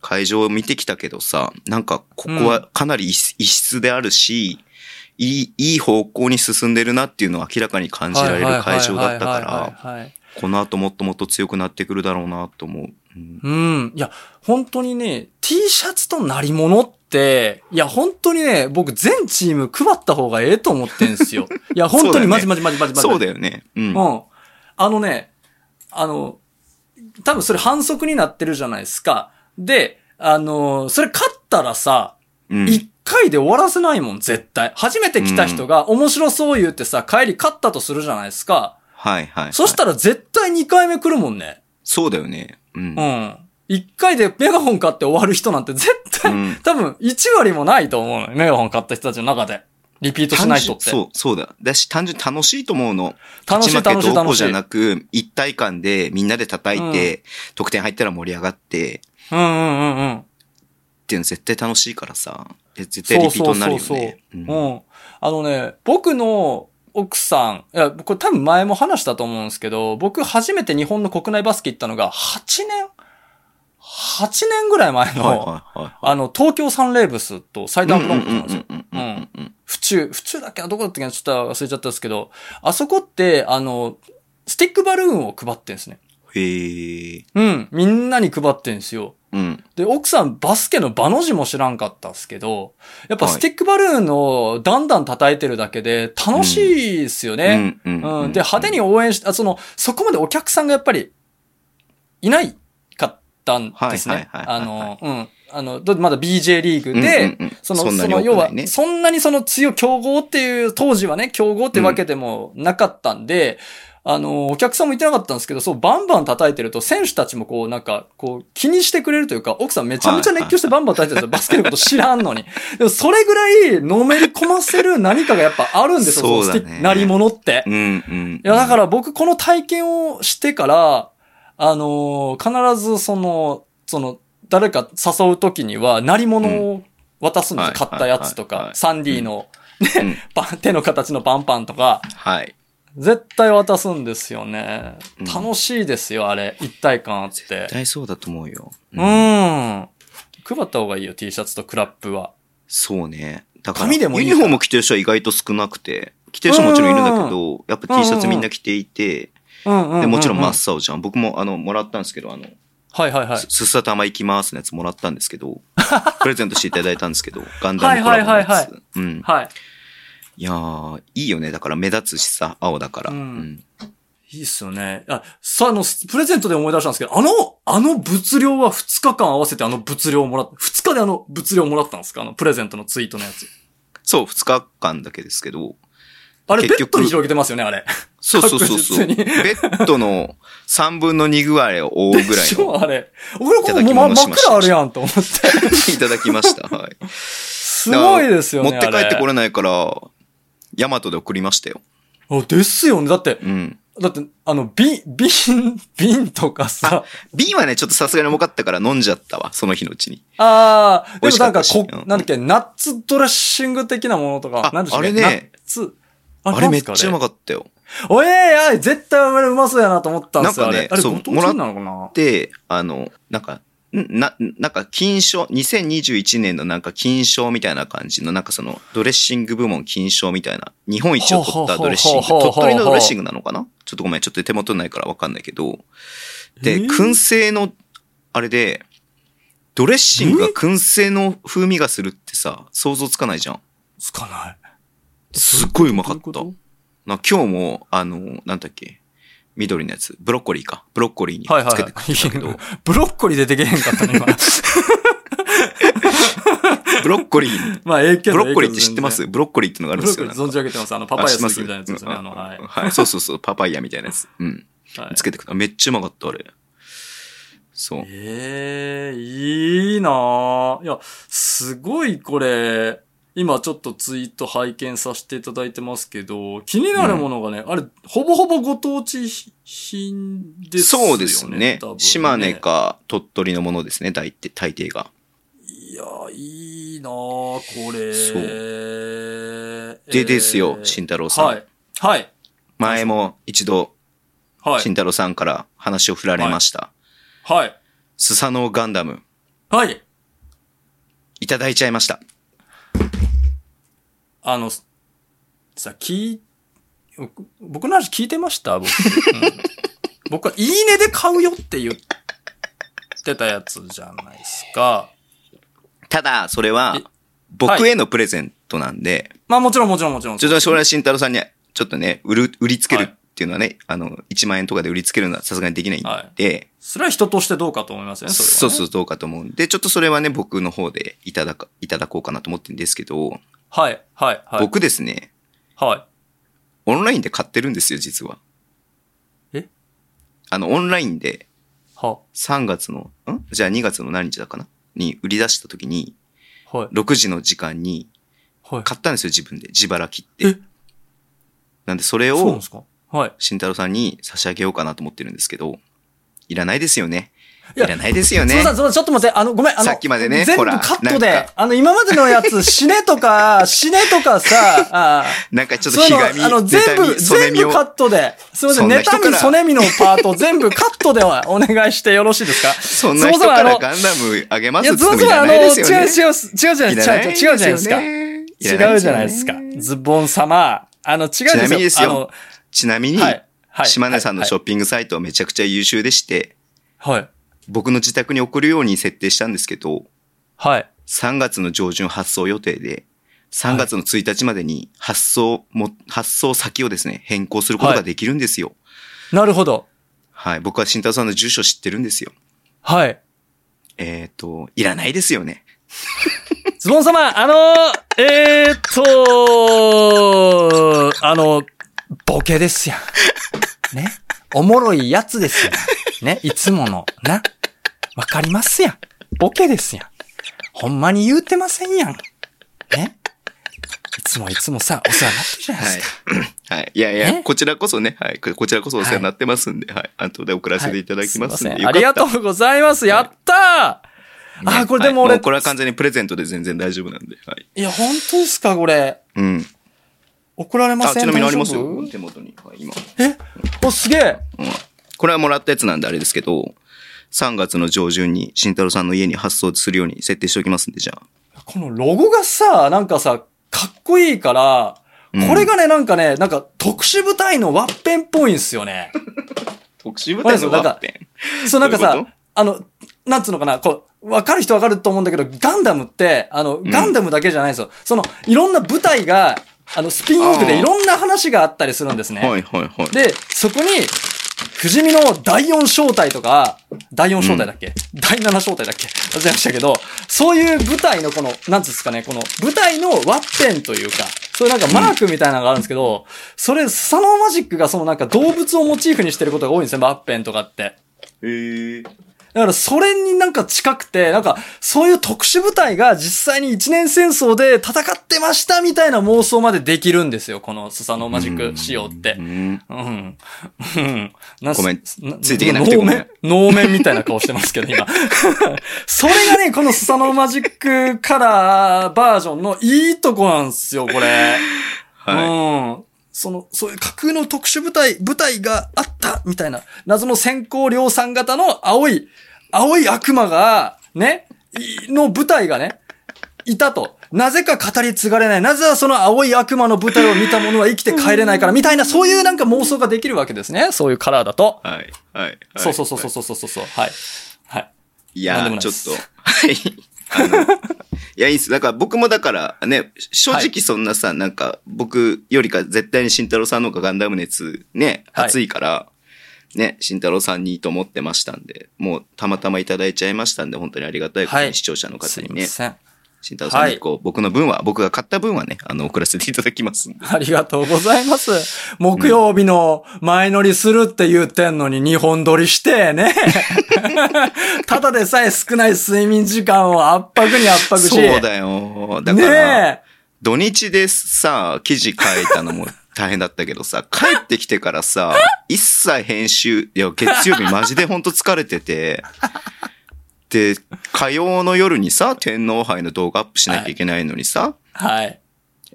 Speaker 2: 会場を見てきたけどさ、なんかここはかなり異質異質であるし、いい、いい方向に進んでるなっていうのを明らかに感じられる会場だった
Speaker 3: はいはいはい
Speaker 2: から、
Speaker 3: はいはいはい。
Speaker 2: この後もっともっと強くなってくるだろうなと思う。うん
Speaker 3: うん。いや、本当にね、T シャツとなり物って、いや、本当にね、僕全チーム配った方がええと思ってん すよ。いや、本当にマジマジマジマジマジ。
Speaker 2: そうだよね。うん。
Speaker 3: うん。あのね、あの、多分それ反則になってるじゃないですか。で、あの、それ勝ったらさ、
Speaker 2: うん
Speaker 3: 一回で終わらせないもん、絶対。初めて来た人が面白そう言ってさ、帰り勝ったとするじゃないですか。
Speaker 2: はいはい。
Speaker 3: そし
Speaker 2: ら、
Speaker 3: たら絶対2回目来るもんね。
Speaker 2: そうだよね。うん
Speaker 3: う。ん。1回でメガホン買って終わる人なんて絶対、
Speaker 2: うん
Speaker 3: 多分1割もないと思うのよ。メガホン買った人たちの中で。リピートしない人って。
Speaker 2: そう、そうだ。だし、単純に楽しいと思うの。
Speaker 3: 楽しい
Speaker 2: 勝ち負
Speaker 3: 楽し
Speaker 2: けどうこ
Speaker 3: い
Speaker 2: う
Speaker 3: 楽しい
Speaker 2: じゃなく、一体感でみんなで叩いて、得点入ったら盛り上がって、
Speaker 3: うんうんうんうん。
Speaker 2: っていうの絶対楽しいからさ。え絶対リピートになるよ
Speaker 3: そうそう
Speaker 2: ね。
Speaker 3: そうそう。うん。あのね、僕の奥さん、いや、これ多分前も話したと思うんですけど、僕初めて日本の国内バスケ行ったのが8年、8年ぐらい前の、
Speaker 2: はいはいはい。
Speaker 3: あの、東京サンレーブスと埼玉ブロンコスなんですよ。
Speaker 2: うんうんうんうんうんうんうん
Speaker 3: 府中、府中だっけなどこだったっけなちょっと忘れちゃったんですけど、あそこって、あの、スティックバルーンを配ってんですね。
Speaker 2: へえ。
Speaker 3: うん。みんなに配ってんですよ。
Speaker 2: うん。
Speaker 3: で、奥さんバスケの場の字も知らんかったっすけど、やっぱ
Speaker 2: はい
Speaker 3: スティックバルーンをだんだん叩いてるだけで楽しいっすよね。
Speaker 2: うん
Speaker 3: う
Speaker 2: うんん。
Speaker 3: で、派手に応援し、あその、そこまでお客さんがやっぱりいないかったんですね。
Speaker 2: はいはいはい
Speaker 3: あ
Speaker 2: はいはい
Speaker 3: の、うん。あの、どまだ BJ リーグで、
Speaker 2: うんうんうん
Speaker 3: その、そ
Speaker 2: んなに
Speaker 3: の、
Speaker 2: 多
Speaker 3: 要
Speaker 2: くな、
Speaker 3: はい
Speaker 2: ね
Speaker 3: そんなにその強い競合っていう、当時はね、競合ってわけでもなかったんで、あの、お客さんもいてなかったんですけど、そう、バンバン叩いてると、選手たちもこう、なんか、こう、気にしてくれるというか、奥さんめちゃめちゃ熱狂してバンバン叩いてるんですよ。バスケのこと知らんのに。でも、それぐらい、のめり込ませる何かがやっぱあるんです
Speaker 2: そ
Speaker 3: よ、
Speaker 2: うだね
Speaker 3: のスティックなりものって。
Speaker 2: うんうん。、
Speaker 3: いや、だからら僕この体験をしてから、あのー必ずその、その、誰か誘うときには、鳴り物を渡すんです
Speaker 2: う
Speaker 3: よ。
Speaker 2: ん
Speaker 3: 買ったやつと
Speaker 2: はいはい
Speaker 3: か
Speaker 2: は、い
Speaker 3: サンディの、
Speaker 2: うん
Speaker 3: パン手 の形のパンパンとか、
Speaker 2: はい。
Speaker 3: 絶対渡すんですよね
Speaker 2: うん。
Speaker 3: 楽しいですよ、あれ。一体感あって
Speaker 2: 絶。対そうだと思うよ。
Speaker 3: うん。配った方がいいよ、T シャツとクラップは。
Speaker 2: そうね。だから、
Speaker 3: 紙でもいい
Speaker 2: ユ
Speaker 3: から
Speaker 2: ニフォーム着てる人は意外と少なくて、着てる人ももちろんいるんだけど、やっぱ T シャツみんな着ていて、
Speaker 3: うんうんうん、うん。
Speaker 2: でもちろん真。っ青じゃん。僕も、あの、もらったんですけど、あの、
Speaker 3: はいはいはい
Speaker 2: す。すさたま行きますのやつもらったんですけ ど、プレゼントしていただいたんですけど、ガンダムコラボの
Speaker 3: はいはいは
Speaker 2: や
Speaker 3: いは
Speaker 2: つ。うん。
Speaker 3: はい。
Speaker 2: いやー、いいよね。だから目立つしさ、青だから。
Speaker 3: う
Speaker 2: うんん。
Speaker 3: いいっすよね。あ、さ、あの、スプレゼントで思い出したんですけど、あの、あの物量は2日間合わせてあの物量をもらった、2日であの物量をもらったんですかあのプレゼントのツイートのやつ。
Speaker 2: そう、二日間だけですけど、
Speaker 3: あれ、ベ
Speaker 2: 結
Speaker 3: ッ
Speaker 2: 局
Speaker 3: ドに広げてますよね、あれ。
Speaker 2: そうそうそうそう。
Speaker 3: 確実に
Speaker 2: ベッドの3分の2具合を覆うぐ らい
Speaker 3: 超
Speaker 2: の。
Speaker 3: あれ。
Speaker 2: い
Speaker 3: 俺、ここ
Speaker 2: ただき
Speaker 3: もう
Speaker 2: 物しました
Speaker 3: 枕あるやんと思って。
Speaker 2: いただきました。はい。
Speaker 3: すごいですよね。
Speaker 2: 持って帰ってこ
Speaker 3: れ。
Speaker 2: れないから、ヤマトで送りましたよ。
Speaker 3: あ、ですよね。だって、
Speaker 2: うん。
Speaker 3: だって、あの、瓶、瓶、瓶とかさ。
Speaker 2: 瓶はね、ちょっとさすがに重かったから飲んじゃったわ、その日のうちに。
Speaker 3: ああ、でもなん
Speaker 2: 美
Speaker 3: か
Speaker 2: 味しかっ
Speaker 3: こ
Speaker 2: たし、うん
Speaker 3: なんだっけ、ナッツドレッシング的なものとか、
Speaker 2: あ
Speaker 3: なんでしょう
Speaker 2: あれね。
Speaker 3: ナッツ。
Speaker 2: あれめっちゃうまかったよ。
Speaker 3: おえー、あれ絶対あれうまそうやなと思ったんですよ、
Speaker 2: なんか
Speaker 3: あ
Speaker 2: ね
Speaker 3: れ。あれ、
Speaker 2: そう
Speaker 3: ご当地なのかな
Speaker 2: で、あの、なんか、んな、なんか、金賞、2021年のなんか金賞みたいな感じの、なんかその、ドレッシング部門金賞みたいな、日本一を取ったドレッシング、
Speaker 3: ほうほうほう
Speaker 2: 鳥取
Speaker 3: ほう
Speaker 2: のドレッシングなのかなちょっとごめん、ちょっと手元にないからわかんないけど、
Speaker 3: え
Speaker 2: で、
Speaker 3: ー
Speaker 2: 燻製の、あれで、ドレッシングが燻製の風味がするってさ、想像つかないじゃん。
Speaker 3: つかない。
Speaker 2: すっごいうまかっ
Speaker 3: ど
Speaker 2: た
Speaker 3: ういうこ。
Speaker 2: な今日も、あの、なんだっけ、緑のやつ、ブロッコリーか。ブロッコリーに
Speaker 3: とはい
Speaker 2: つ
Speaker 3: は
Speaker 2: け
Speaker 3: いは
Speaker 2: て
Speaker 3: い
Speaker 2: くるんだけど、。
Speaker 3: ブロッコリー出てけへんかったね、今。
Speaker 2: ブロッコリーに
Speaker 3: まあ、ええけど。
Speaker 2: ブロッコリーって知ってま
Speaker 3: え
Speaker 2: すブロッコリーってのがあ
Speaker 3: え
Speaker 2: る
Speaker 3: け
Speaker 2: ん
Speaker 3: ど
Speaker 2: で
Speaker 3: 全然
Speaker 2: すよ。
Speaker 3: ブロッコリー存じ上げてます。あの、パパイヤ好きみたいなやつですよね。あ
Speaker 2: あ
Speaker 3: の、
Speaker 2: しま
Speaker 3: はい
Speaker 2: うん。はい。そうそうそう、パパイヤみたいなやつ。うん。
Speaker 3: はい
Speaker 2: つけてくる。めっちゃうまかった、あれ。そう。
Speaker 3: ええいいなぁ。いや、すごいこれ、今ちょっとツイート拝見させていただいてますけど、気になるものがね、あれ、ほぼほぼご当地品ですよね。
Speaker 2: そうですね
Speaker 3: 多分
Speaker 2: 島根か鳥取のものですね、大抵、大抵が。
Speaker 3: いや、いいなあこれ。
Speaker 2: そうで
Speaker 3: で
Speaker 2: ですよ慎太郎さん
Speaker 3: はい。はい。
Speaker 2: 前も一度、
Speaker 3: はい。
Speaker 2: 慎太郎さんから話を振られました。
Speaker 3: はい。
Speaker 2: スサノオガンダム、
Speaker 3: はい。
Speaker 2: いただいちゃいました。
Speaker 3: あの、さ、聞い、僕僕の話聞いてました僕、うん僕は、いいねで買うよって言ってたやつじゃないですか。
Speaker 2: ただ、それは
Speaker 3: え、
Speaker 2: 僕へのプレゼントなんで、
Speaker 3: まあもちろんもちろんもちろん。
Speaker 2: ちょっと将来慎太郎さんに、ちょっとね、売る、売りつけるっていうのはね、あの、1万円とかで売りつけるのはさすがにできないんで、
Speaker 3: はそれは人としてどうかと思いますよね、それは、ね。
Speaker 2: そうそう、どうかと思うんで、ちょっとそれはね、僕の方でいただか、いただこうかなと思ってるんですけど、
Speaker 3: はい、はい、はい。
Speaker 2: 僕ですね、
Speaker 3: はい。
Speaker 2: オンラインで買ってるんですよ、実は。
Speaker 3: え
Speaker 2: あの、オンラインで
Speaker 3: は、
Speaker 2: 3月の、んじゃあ2月の何日だかなに売り出した時に、
Speaker 3: はい、
Speaker 2: 6時の時間に
Speaker 3: はい。
Speaker 2: 買ったんですよ、自分で。自腹切っ
Speaker 3: え
Speaker 2: て。なんで、それ
Speaker 3: そうなん
Speaker 2: を
Speaker 3: で、すかはい。
Speaker 2: 慎太郎さんに差し上げようかなと思ってるんですけど、いらないですよね。
Speaker 3: い
Speaker 2: い
Speaker 3: や
Speaker 2: らないですよね
Speaker 3: すい。ませんすいません、ちょっと待って、あの、ごめん、あの、
Speaker 2: さっきまでね
Speaker 3: 全部
Speaker 2: ほら
Speaker 3: カット
Speaker 2: なん
Speaker 3: で
Speaker 2: か、
Speaker 3: あの、今までのや つ、死ねとか、死ねとかさ、あ
Speaker 2: なんか ちょっと
Speaker 3: そう
Speaker 2: ひ
Speaker 3: いうの
Speaker 2: がみ、
Speaker 3: あの、全
Speaker 2: 妬
Speaker 3: 部、
Speaker 2: み、そね
Speaker 3: 全
Speaker 2: み
Speaker 3: 部
Speaker 2: を
Speaker 3: カ。ットで。すみませ
Speaker 2: そん
Speaker 3: ん、
Speaker 2: な人
Speaker 3: 妬み、
Speaker 2: から
Speaker 3: そねみのパート、全部カットではお願いしてよろし いですか
Speaker 2: そんな人
Speaker 3: そ
Speaker 2: か
Speaker 3: もそもあ
Speaker 2: ら
Speaker 3: の
Speaker 2: ガンダムあげま
Speaker 3: い
Speaker 2: す
Speaker 3: や、
Speaker 2: って
Speaker 3: そ
Speaker 2: 言って
Speaker 3: も
Speaker 2: もい
Speaker 3: そも
Speaker 2: ら
Speaker 3: あの、
Speaker 2: ない
Speaker 3: 違う違う、違
Speaker 2: で
Speaker 3: う
Speaker 2: すよね。
Speaker 3: 違うじゃない、違う違う違うじゃないですか。
Speaker 2: いらないですよねいらな
Speaker 3: 違う
Speaker 2: い
Speaker 3: じゃないですか。ズボン様。あの、違うんですよ。
Speaker 2: ちなみにですよ
Speaker 3: あの
Speaker 2: ちなみに、
Speaker 3: はい。はい。
Speaker 2: 島根さんのショ
Speaker 3: ョ
Speaker 2: ッピングサイトはめちゃくちゃ優秀でして、
Speaker 3: はい。
Speaker 2: 僕の自宅に送るように設定したんですけど、
Speaker 3: はい。
Speaker 2: 3月の上旬発送予定で、3月の1日までに発送も、発送先をですね、変更することができるんですよ。
Speaker 3: なるほど。
Speaker 2: はい。僕は慎太郎さんの住所知ってるんですよ。
Speaker 3: はい。
Speaker 2: えっ、と、いらないですよね。
Speaker 3: ズボン様、あのー、えー、っと、あの、ボケですやん。ね。おもろいやつですやん。ね。いつもの、な。わかりますやん。ボケですやん。ほんまに言うてませんやん。ね。いつもいつもさ、お世話になってるじゃないですか。
Speaker 2: はい。はい。いやいや、
Speaker 3: ね
Speaker 2: こちらこそね、はい。ここちらこそお世話になってますんで、はい。後で送らせていただきますんで。
Speaker 3: はい
Speaker 2: よ
Speaker 3: いせんあ
Speaker 2: かっ
Speaker 3: り
Speaker 2: た
Speaker 3: がとうございます。やったー、あー、これでも
Speaker 2: は
Speaker 3: 俺、
Speaker 2: いこれは完全にプレゼントで全然大丈夫なんで。はい。
Speaker 3: いや、本当ですか、これ。
Speaker 2: うん。
Speaker 3: 怒られま
Speaker 2: あ、
Speaker 3: せん
Speaker 2: ちなみにあります
Speaker 3: 大丈
Speaker 2: よ。
Speaker 3: 夫
Speaker 2: 手元に。はい、今。
Speaker 3: えお、すげえ。
Speaker 2: うんこれはもらったやつなんであれですけど、3月の上旬に慎太郎さんの家に発送するように設定しておきますんで、じゃあ。
Speaker 3: このロゴがさ、なんかさ、かっこいいから、
Speaker 2: うん
Speaker 3: これがね、なんかね、なんか特殊部隊のワッペンっぽいんすよ ね。
Speaker 2: 特殊部
Speaker 3: 隊のワッペそう、なんか
Speaker 2: どういう
Speaker 3: さ
Speaker 2: こ、
Speaker 3: あの、なんつうのかな、こう、わかる人わかると思うんだけど、ガンダムって、あの、ガンダムだけじゃないんですよ。その、いろんな部隊が、あの、スピンオフ
Speaker 2: あ
Speaker 3: で
Speaker 2: ー
Speaker 3: いろんな話があったりするんですね。
Speaker 2: はいはいはい。
Speaker 3: で、そこに、不死身の第4正体とか、第4正体だっけ、第7正体だっけ忘れましたけど、そういう舞台のこの、なんつうんですかね、この舞台のワッペンというか、そういうなんかマークみたいなのがあるんですけど、それ、スサノーマジックがそのなんか動物をモチーフにしてることが多いんですね、ワッペンとかって。
Speaker 2: えー、
Speaker 3: だからそれになんか近くて、なんかそういう特殊部隊が実際に一年戦争で戦ってましたみたいな妄想までできるんですよ、このスサノーマジック仕様って。
Speaker 2: うん。
Speaker 3: うん。うん。な
Speaker 2: ごめん
Speaker 3: すな
Speaker 2: ついていけなくてごめん
Speaker 3: 能面、能面みたいな顔してますけど、今。 それがね、このスサノーマジックカラーバージョンのいいとこなんですよ、これ。
Speaker 2: はい。
Speaker 3: うん。その、そういう架空の特殊部隊、部隊があった、みたいな。謎の先行量産型の青い、青い悪魔が、ね、いの部隊がね、いたと。なぜか語り継がれない。なぜはその青い悪魔の舞台を見た者は生きて帰れないから、みたいな、そういうなんか妄想ができるわけですね。そういうカラーだと。
Speaker 2: はい。はい。
Speaker 3: そうそうそう
Speaker 2: は
Speaker 3: そうそうそうそう。はい。はい。
Speaker 2: い。い
Speaker 3: なん
Speaker 2: や
Speaker 3: で
Speaker 2: ー、
Speaker 3: もない
Speaker 2: ちょ
Speaker 3: で
Speaker 2: っ
Speaker 3: す
Speaker 2: と。はい。あのいや、いいっす。だから僕もだからね、正
Speaker 3: は
Speaker 2: 直そんなさ、なんか僕よりか絶対に慎太郎さんの方がガンダム熱ね、
Speaker 3: はい
Speaker 2: 熱いから、ね、慎太郎さんにいいと思ってましたんで、もうたまたまいただいちゃいましたんで、本当にありがたいことに、
Speaker 3: はい
Speaker 2: 視聴者の
Speaker 3: す
Speaker 2: 方
Speaker 3: い
Speaker 2: に
Speaker 3: ま
Speaker 2: ね、
Speaker 3: せん。
Speaker 2: 慎太郎さん
Speaker 3: は
Speaker 2: に
Speaker 3: い
Speaker 2: こう、僕の分は、僕が買った分はね、あの、送らせていただきますんで。
Speaker 3: ありがとうございます。木曜日の前乗りするって言ってんのに2本撮りして ね。ただでさえ少ない睡眠時間を圧迫に圧迫し。
Speaker 2: そうだよ。だから、
Speaker 3: ね
Speaker 2: 土日でさ、記事書いたのも大変だったけど さ、帰ってきてからさ、一切編集、いや、月曜日マジでほんと疲れてて、で、火曜の夜にさ、天皇杯の動画アップしなきゃいけないのにさ、
Speaker 3: え。はい。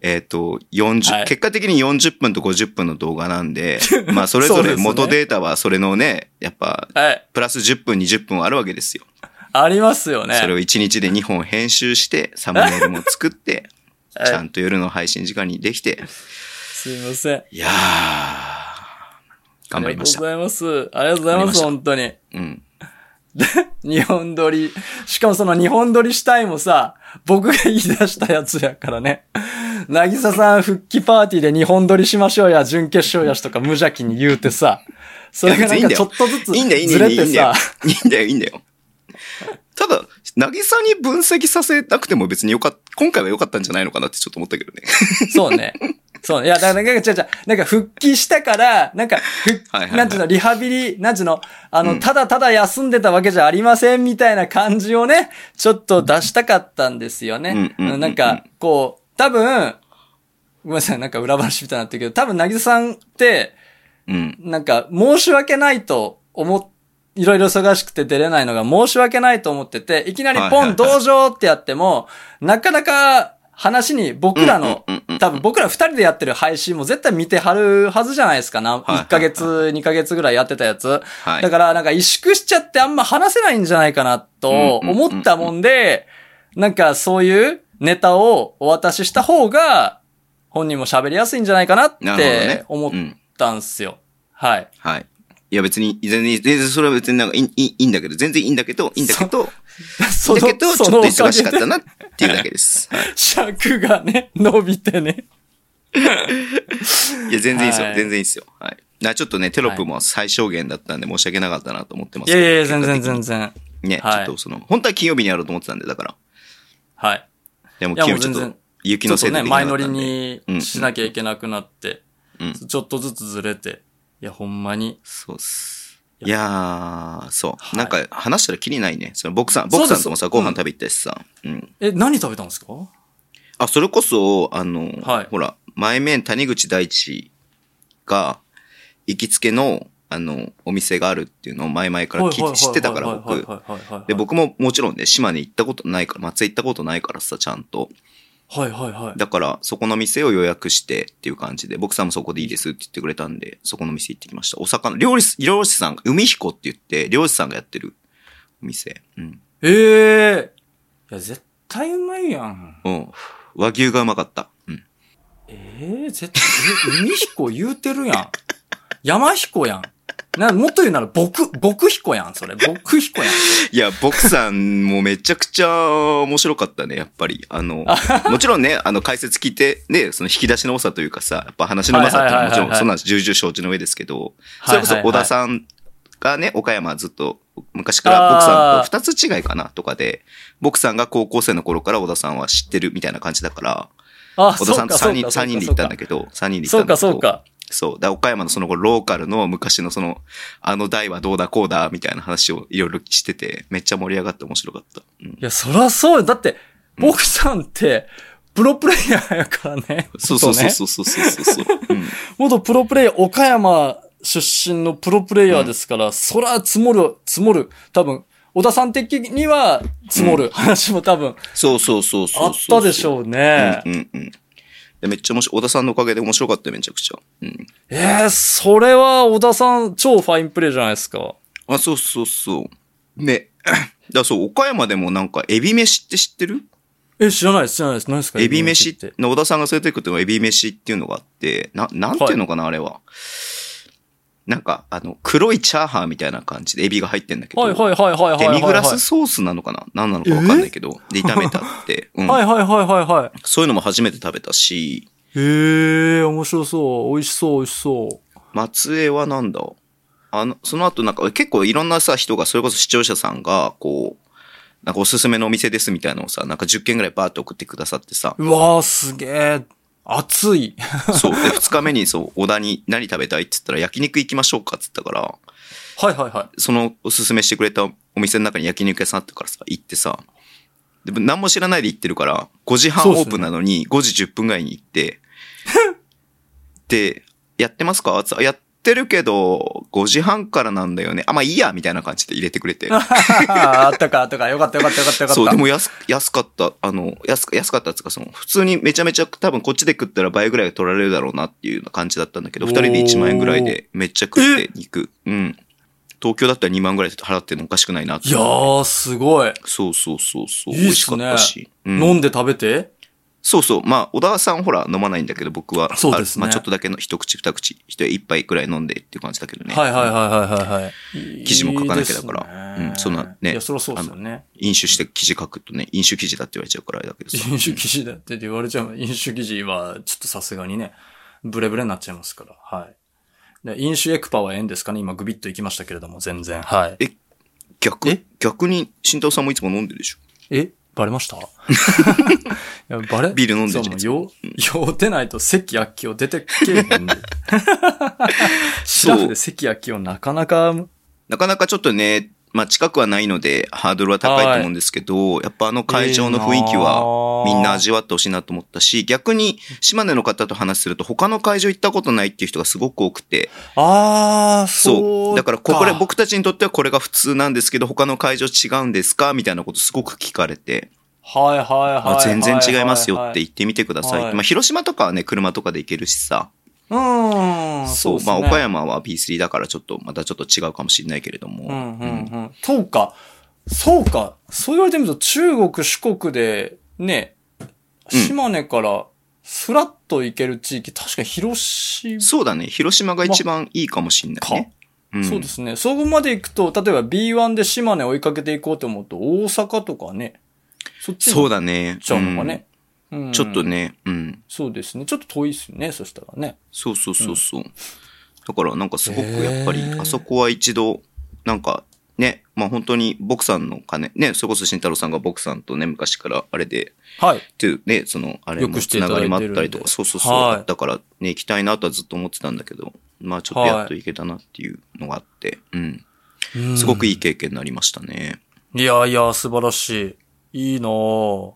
Speaker 2: えっ、と、40、
Speaker 3: はい
Speaker 2: 結果的に40分と50分の動画なん で、まあ、それぞ
Speaker 3: そうで
Speaker 2: れ
Speaker 3: すね
Speaker 2: 元データはそれのね、やっぱ、
Speaker 3: はい。
Speaker 2: プラス10分、20分はあるわけですよ。
Speaker 3: ありますよね。
Speaker 2: それを1日で2本編集して、サムネイルも作って、
Speaker 3: はい
Speaker 2: ちゃんと夜の配信時間にできて、
Speaker 3: すいません。
Speaker 2: いやー、頑張りました。
Speaker 3: ありがとうございます。ありがとうござ
Speaker 2: 頑張
Speaker 3: い
Speaker 2: り
Speaker 3: ま、
Speaker 2: ますした
Speaker 3: 本当に。
Speaker 2: うん。
Speaker 3: 日本撮り。しかもその日本撮りしたいもさ、僕が言い出したやつやからね。なぎささん復帰パーティーで日本撮りしましょうや、準決勝やしとか無邪気に言うてさ。それがなんかちょっとずつ
Speaker 2: いいんだよ、いいん
Speaker 3: ず
Speaker 2: だよ、
Speaker 3: れ
Speaker 2: いい
Speaker 3: て
Speaker 2: んだよ
Speaker 3: さ。。
Speaker 2: いいんだよ、いいんだよ。ただ、渚に分析させなくても別によかっ今回は良かったんじゃないのかなってちょっと思ったけどね。
Speaker 3: そうね。そうね。いや、だからなんか違う違う。なんか復帰したから、なんか、復
Speaker 2: はいはいはい
Speaker 3: なんていうの、リハビリ、なんていうの、あの、ただただ休んでたわけじゃありませんみたいな感じをね、ちょっと出したかったんですよね。
Speaker 2: うんうんうんうん
Speaker 3: なんか、こう、多分、ごめんなさい、なんか裏話みたいになってるけど、多分、なぎささんって、
Speaker 2: うん。
Speaker 3: なんか、申し訳ないと思っいろいろ忙しくて出れないのが申し訳ないと思ってて、いきなり
Speaker 2: はいはい
Speaker 3: ポ
Speaker 2: は
Speaker 3: ン
Speaker 2: い
Speaker 3: 同情ってやっても、なかなか話に僕らの
Speaker 2: うんうんうんうん、
Speaker 3: 多分僕ら二人でやってる配信も絶対見てはるはずじゃないですかな。
Speaker 2: いはいはい
Speaker 3: 1ヶ月、2ヶ月ぐらいやってたやつ。
Speaker 2: はい
Speaker 3: だからなんか萎縮しちゃってあんま話せないんじゃないかなと思ったもんで、なんかそういう、ネタをお渡しした方が、本人も喋りやすいんじゃないかなっ
Speaker 2: なるほどね
Speaker 3: て。思っ
Speaker 2: うん。
Speaker 3: たんすよ。はい。
Speaker 2: はい。いや別に、全然、全然それは別になんかいいいいんだけど、全然いいんだけど、いいんだけど、いい
Speaker 3: そ
Speaker 2: んだけど、ちょっと忙しかった
Speaker 3: な。
Speaker 2: なっていうだけです。はい
Speaker 3: 尺がね、伸びてね。
Speaker 2: いや、全然いいですよ。
Speaker 3: は
Speaker 2: 全
Speaker 3: い
Speaker 2: 然いいですよ。はい。なちょっとね、テロップも最小限だったんで申し訳なかったなと思ってま
Speaker 3: い
Speaker 2: す。
Speaker 3: やいや、全然
Speaker 2: 結果
Speaker 3: 全然。
Speaker 2: 的にね、
Speaker 3: はい
Speaker 2: ちょっとその、本当は金曜日にやろうと思ってたんで、だから。
Speaker 3: はい。
Speaker 2: でも
Speaker 3: いや
Speaker 2: 金
Speaker 3: も
Speaker 2: 曜日
Speaker 3: う
Speaker 2: ちょっ
Speaker 3: 全
Speaker 2: と
Speaker 3: 然、
Speaker 2: 雪
Speaker 3: ちょ
Speaker 2: の
Speaker 3: っと
Speaker 2: せいで
Speaker 3: ね、
Speaker 2: できな
Speaker 3: 前
Speaker 2: か
Speaker 3: 乗
Speaker 2: っ
Speaker 3: り
Speaker 2: たんで。
Speaker 3: に
Speaker 2: うん
Speaker 3: しなきゃいけなくなって、
Speaker 2: うん
Speaker 3: ちょっとずつずれて、いや、ほんまに。
Speaker 2: そうっす。いやー、そう、
Speaker 3: はい
Speaker 2: なんか話したらきりないね。その、ボクさん、ボクさんとも
Speaker 3: そ
Speaker 2: さ、
Speaker 3: うです
Speaker 2: ご飯食べ行ったしさ。うん。
Speaker 3: え、何食べたんですか
Speaker 2: あ、それこそ、あの、
Speaker 3: はい
Speaker 2: ほら、前面谷口大地が、行きつけの、あの、お店があるっていうのを前々から聞いて知ってたから、僕。
Speaker 3: 僕
Speaker 2: で、、僕ももちろんね、島根行ったことないから、松江行ったことないからさ、ちゃんと。
Speaker 3: はいはいはい。
Speaker 2: だから、そこの店を予約してっていう感じで、僕さんもそこでいいですって言ってくれたんで、そこの店行ってきました。お魚、漁師、漁師さんが、海彦って言って、漁師さんがやってるお店。うん。
Speaker 3: ええいや、絶対うまいやん。
Speaker 2: うん。和牛がうまかった。うん。
Speaker 3: ええ絶対、え海彦言うてる やん。山彦やん。な、もっと言うなら、僕、僕彦やん、それ。僕彦やん。
Speaker 2: いや、僕さんもめちゃくちゃ面白かったね、やっぱり。あ の、もちろんね、あの、解説聞いて、ね、その引き出しの多さというかさ、やっぱ話のうまさっていうのはもちろん、そんな重々承知の上ですけど、それこそ小田
Speaker 3: ん。
Speaker 2: さんがね、岡山ずっと昔から僕さんと二つ違いかなとかで、僕さんが高校生の頃から小田さんは知ってるみたいな感じだから、
Speaker 3: あ、
Speaker 2: 小田さんと
Speaker 3: そう
Speaker 2: 三
Speaker 3: か
Speaker 2: 人三人で行ったんだけど、三人で行っ
Speaker 3: そう
Speaker 2: たんだ
Speaker 3: か
Speaker 2: けど。
Speaker 3: そうか。
Speaker 2: そう。だから岡山のその後ローカルの昔のその、あの代はどうだこうだみたいな話をいろいろしてて、めっちゃ盛り上がって面白かった。うん
Speaker 3: いや、そらそうよだって、僕さんって、プロプレイヤーやからね。
Speaker 2: そうそうそう
Speaker 3: 元ね
Speaker 2: そうそうそうそう。うん
Speaker 3: 元プロプレイヤー、岡山出身のプロプレイヤーですから、そら積もる、積もる。多分、小田さん的には積もる話も多 分
Speaker 2: そうそうそうそう。
Speaker 3: あったでしょうね。
Speaker 2: うんうんうん。いやめっちゃ面白い。小田さんのおかげで面白かったよめちゃくちゃ。うん。
Speaker 3: ええそれは小田さん超ファインプレーじゃないですか。
Speaker 2: あ、そうそうそう。ね。 だそう、岡山でもなんか、エビ飯って知ってる
Speaker 3: え、知らないです、知らないです。何ですか
Speaker 2: エビ飯っ
Speaker 3: って
Speaker 2: て、。小田さんが連れてくとエビ飯っていうのがあって、な、なんていうのかな、あれは。なんか、あの、黒いチャーハンみたいな感じでエビが入ってんだけど、
Speaker 3: はいはいはいはいはいはい
Speaker 2: デ
Speaker 3: はい。
Speaker 2: ミグラスソースなのかな何なのかわかんないけど、で、炒めたっ て、うん
Speaker 3: はいはいはいはいはい。
Speaker 2: そういうのも初めて食べたし、
Speaker 3: へえ、面白そう。美味しそう、美味しそう。
Speaker 2: 松江はなんだあの、その後なんか結構いろんなさ、人が、それこそ視聴者さんが、こう、なんかおすすめのお店ですみたいなのをさ、なんか10件ぐらいバーって送ってくださってさ、
Speaker 3: うわー、すげえ。熱い。
Speaker 2: そう。で、2日目にそう、小田に何食べたいって言ったら焼肉行きましょうかって言ったから、
Speaker 3: はいはいは
Speaker 2: そのおすすめしてくれたお店の中に焼肉屋さんあったからさ、行ってさ、で何も知らないで行ってるから、5時半
Speaker 3: そう
Speaker 2: オ
Speaker 3: っすね
Speaker 2: ープンなのに5時10分ぐらいに行 って、で、やってますかつあやってるけど、5時半からなんだよね。あ、まあいいや、みたいな感じで入れてくれて。
Speaker 3: い。 あったか、あったか。よかったよかったよかったよかった。
Speaker 2: そう、でも安、安かった、あの、安か、安かったっていうか、その、普通にめちゃめちゃ多分こっちで食ったら倍ぐらい取られるだろうなっていうような感じだったんだけど、
Speaker 3: お
Speaker 2: 二
Speaker 3: ー
Speaker 2: 人で1万円ぐらいでめっちゃ食って肉。うん。東京だったら2万ぐらい払ってるのおかしくないなって
Speaker 3: いやー、すごい。
Speaker 2: そうそうそうそう。
Speaker 3: い
Speaker 2: 美
Speaker 3: いっ
Speaker 2: 味しか
Speaker 3: すね
Speaker 2: ったし。うん
Speaker 3: 飲んで食べて
Speaker 2: そうそう。まあ、小田さんほら飲まないんだけど、僕は。
Speaker 3: そうですね
Speaker 2: あまあ、ちょっとだけの一口二口、一一杯くらい飲んでっていう感じだけどね。
Speaker 3: はいはいはいはいはいはい。
Speaker 2: 記事も書かなきゃだから
Speaker 3: いいです
Speaker 2: うんそんなね
Speaker 3: いや、そりゃそうですよね。
Speaker 2: 飲酒して記事書くとね、飲酒記事だって言われちゃうからあれだけどさ。
Speaker 3: 飲酒記事だって言われちゃう。飲酒記事は、ちょっとさすがにね、ブレブレになっちゃいますから。はい。で飲酒エクパはええんですかね今グビッといきましたけれども、全然。はい。
Speaker 2: 逆
Speaker 3: え
Speaker 2: 逆に、慎太郎さんもいつも飲んでるでしょ。
Speaker 3: えバレまし たいやバレ
Speaker 2: ビール飲んでんじゃん
Speaker 3: そうもうよ、酔うてないと関明夫出てけえへん で。調べで関明夫なかなか、
Speaker 2: なかなかちょっとね、まあ、近くはないので、ハードルは高いと思うんですけど、やっぱあの会場の雰囲気は、みんな味わってほしいなと思ったし、逆に、島根の方と話すると、他の会場行ったことないっていう人がすごく多くて、
Speaker 3: あー、そう
Speaker 2: そう。だから、ここで、僕たちにとってはこれが普通なんですけど、他の会場違うんですかみたいなことすごく聞かれて、
Speaker 3: はいはいはいはい
Speaker 2: あ全然違いますよって言
Speaker 3: 言
Speaker 2: ってみてくださいって。
Speaker 3: はい
Speaker 2: まあ、広島とかはね、車とかで行けるしさ。
Speaker 3: うん。
Speaker 2: そう。
Speaker 3: です
Speaker 2: ま
Speaker 3: ね
Speaker 2: あ、岡。山は B3 だからちょっと、またちょっと違うかもしれないけれども。
Speaker 3: うんうんうん。そうか。そうか。そう言われてみると、中国、四国で、ね、
Speaker 2: うん
Speaker 3: 島根からスラッと行ける地域、確かに広島
Speaker 2: そうだね。広島が一番いいかもしんない
Speaker 3: か、
Speaker 2: ね。うん、
Speaker 3: そうですね。そこまで行くと、例えば B1 で島根追いかけていこうと思うと、大阪とかね、そっちに
Speaker 2: そう
Speaker 3: 行っ
Speaker 2: だね。
Speaker 3: ちゃうのかね。う
Speaker 2: うんんちょっと。ね、うん。
Speaker 3: そうですね。ちょっと遠いですね、そしたらね。
Speaker 2: そうそうそうそう。だからなんかすごく
Speaker 3: へー
Speaker 2: やっぱり、あそこは一度、なんかね、まあ本当にボクさんの金、ね、それこそ慎太郎さんがボクさんとね、昔からあれで、
Speaker 3: はい。
Speaker 2: っていうね、その、あれ
Speaker 3: よ
Speaker 2: も
Speaker 3: くし
Speaker 2: つ
Speaker 3: てい
Speaker 2: な
Speaker 3: た
Speaker 2: が
Speaker 3: だいて
Speaker 2: りも
Speaker 3: るんで
Speaker 2: あったりとか、そうそうそう。
Speaker 3: はい
Speaker 2: だからね、行きたいなとはずっと思ってたんだけど、まあちょっとやっと行けたなっていうのがあって、うん。すごく
Speaker 3: い
Speaker 2: いい経験になりました ね。
Speaker 3: い。いやいや、素晴らしい。いいなぁ。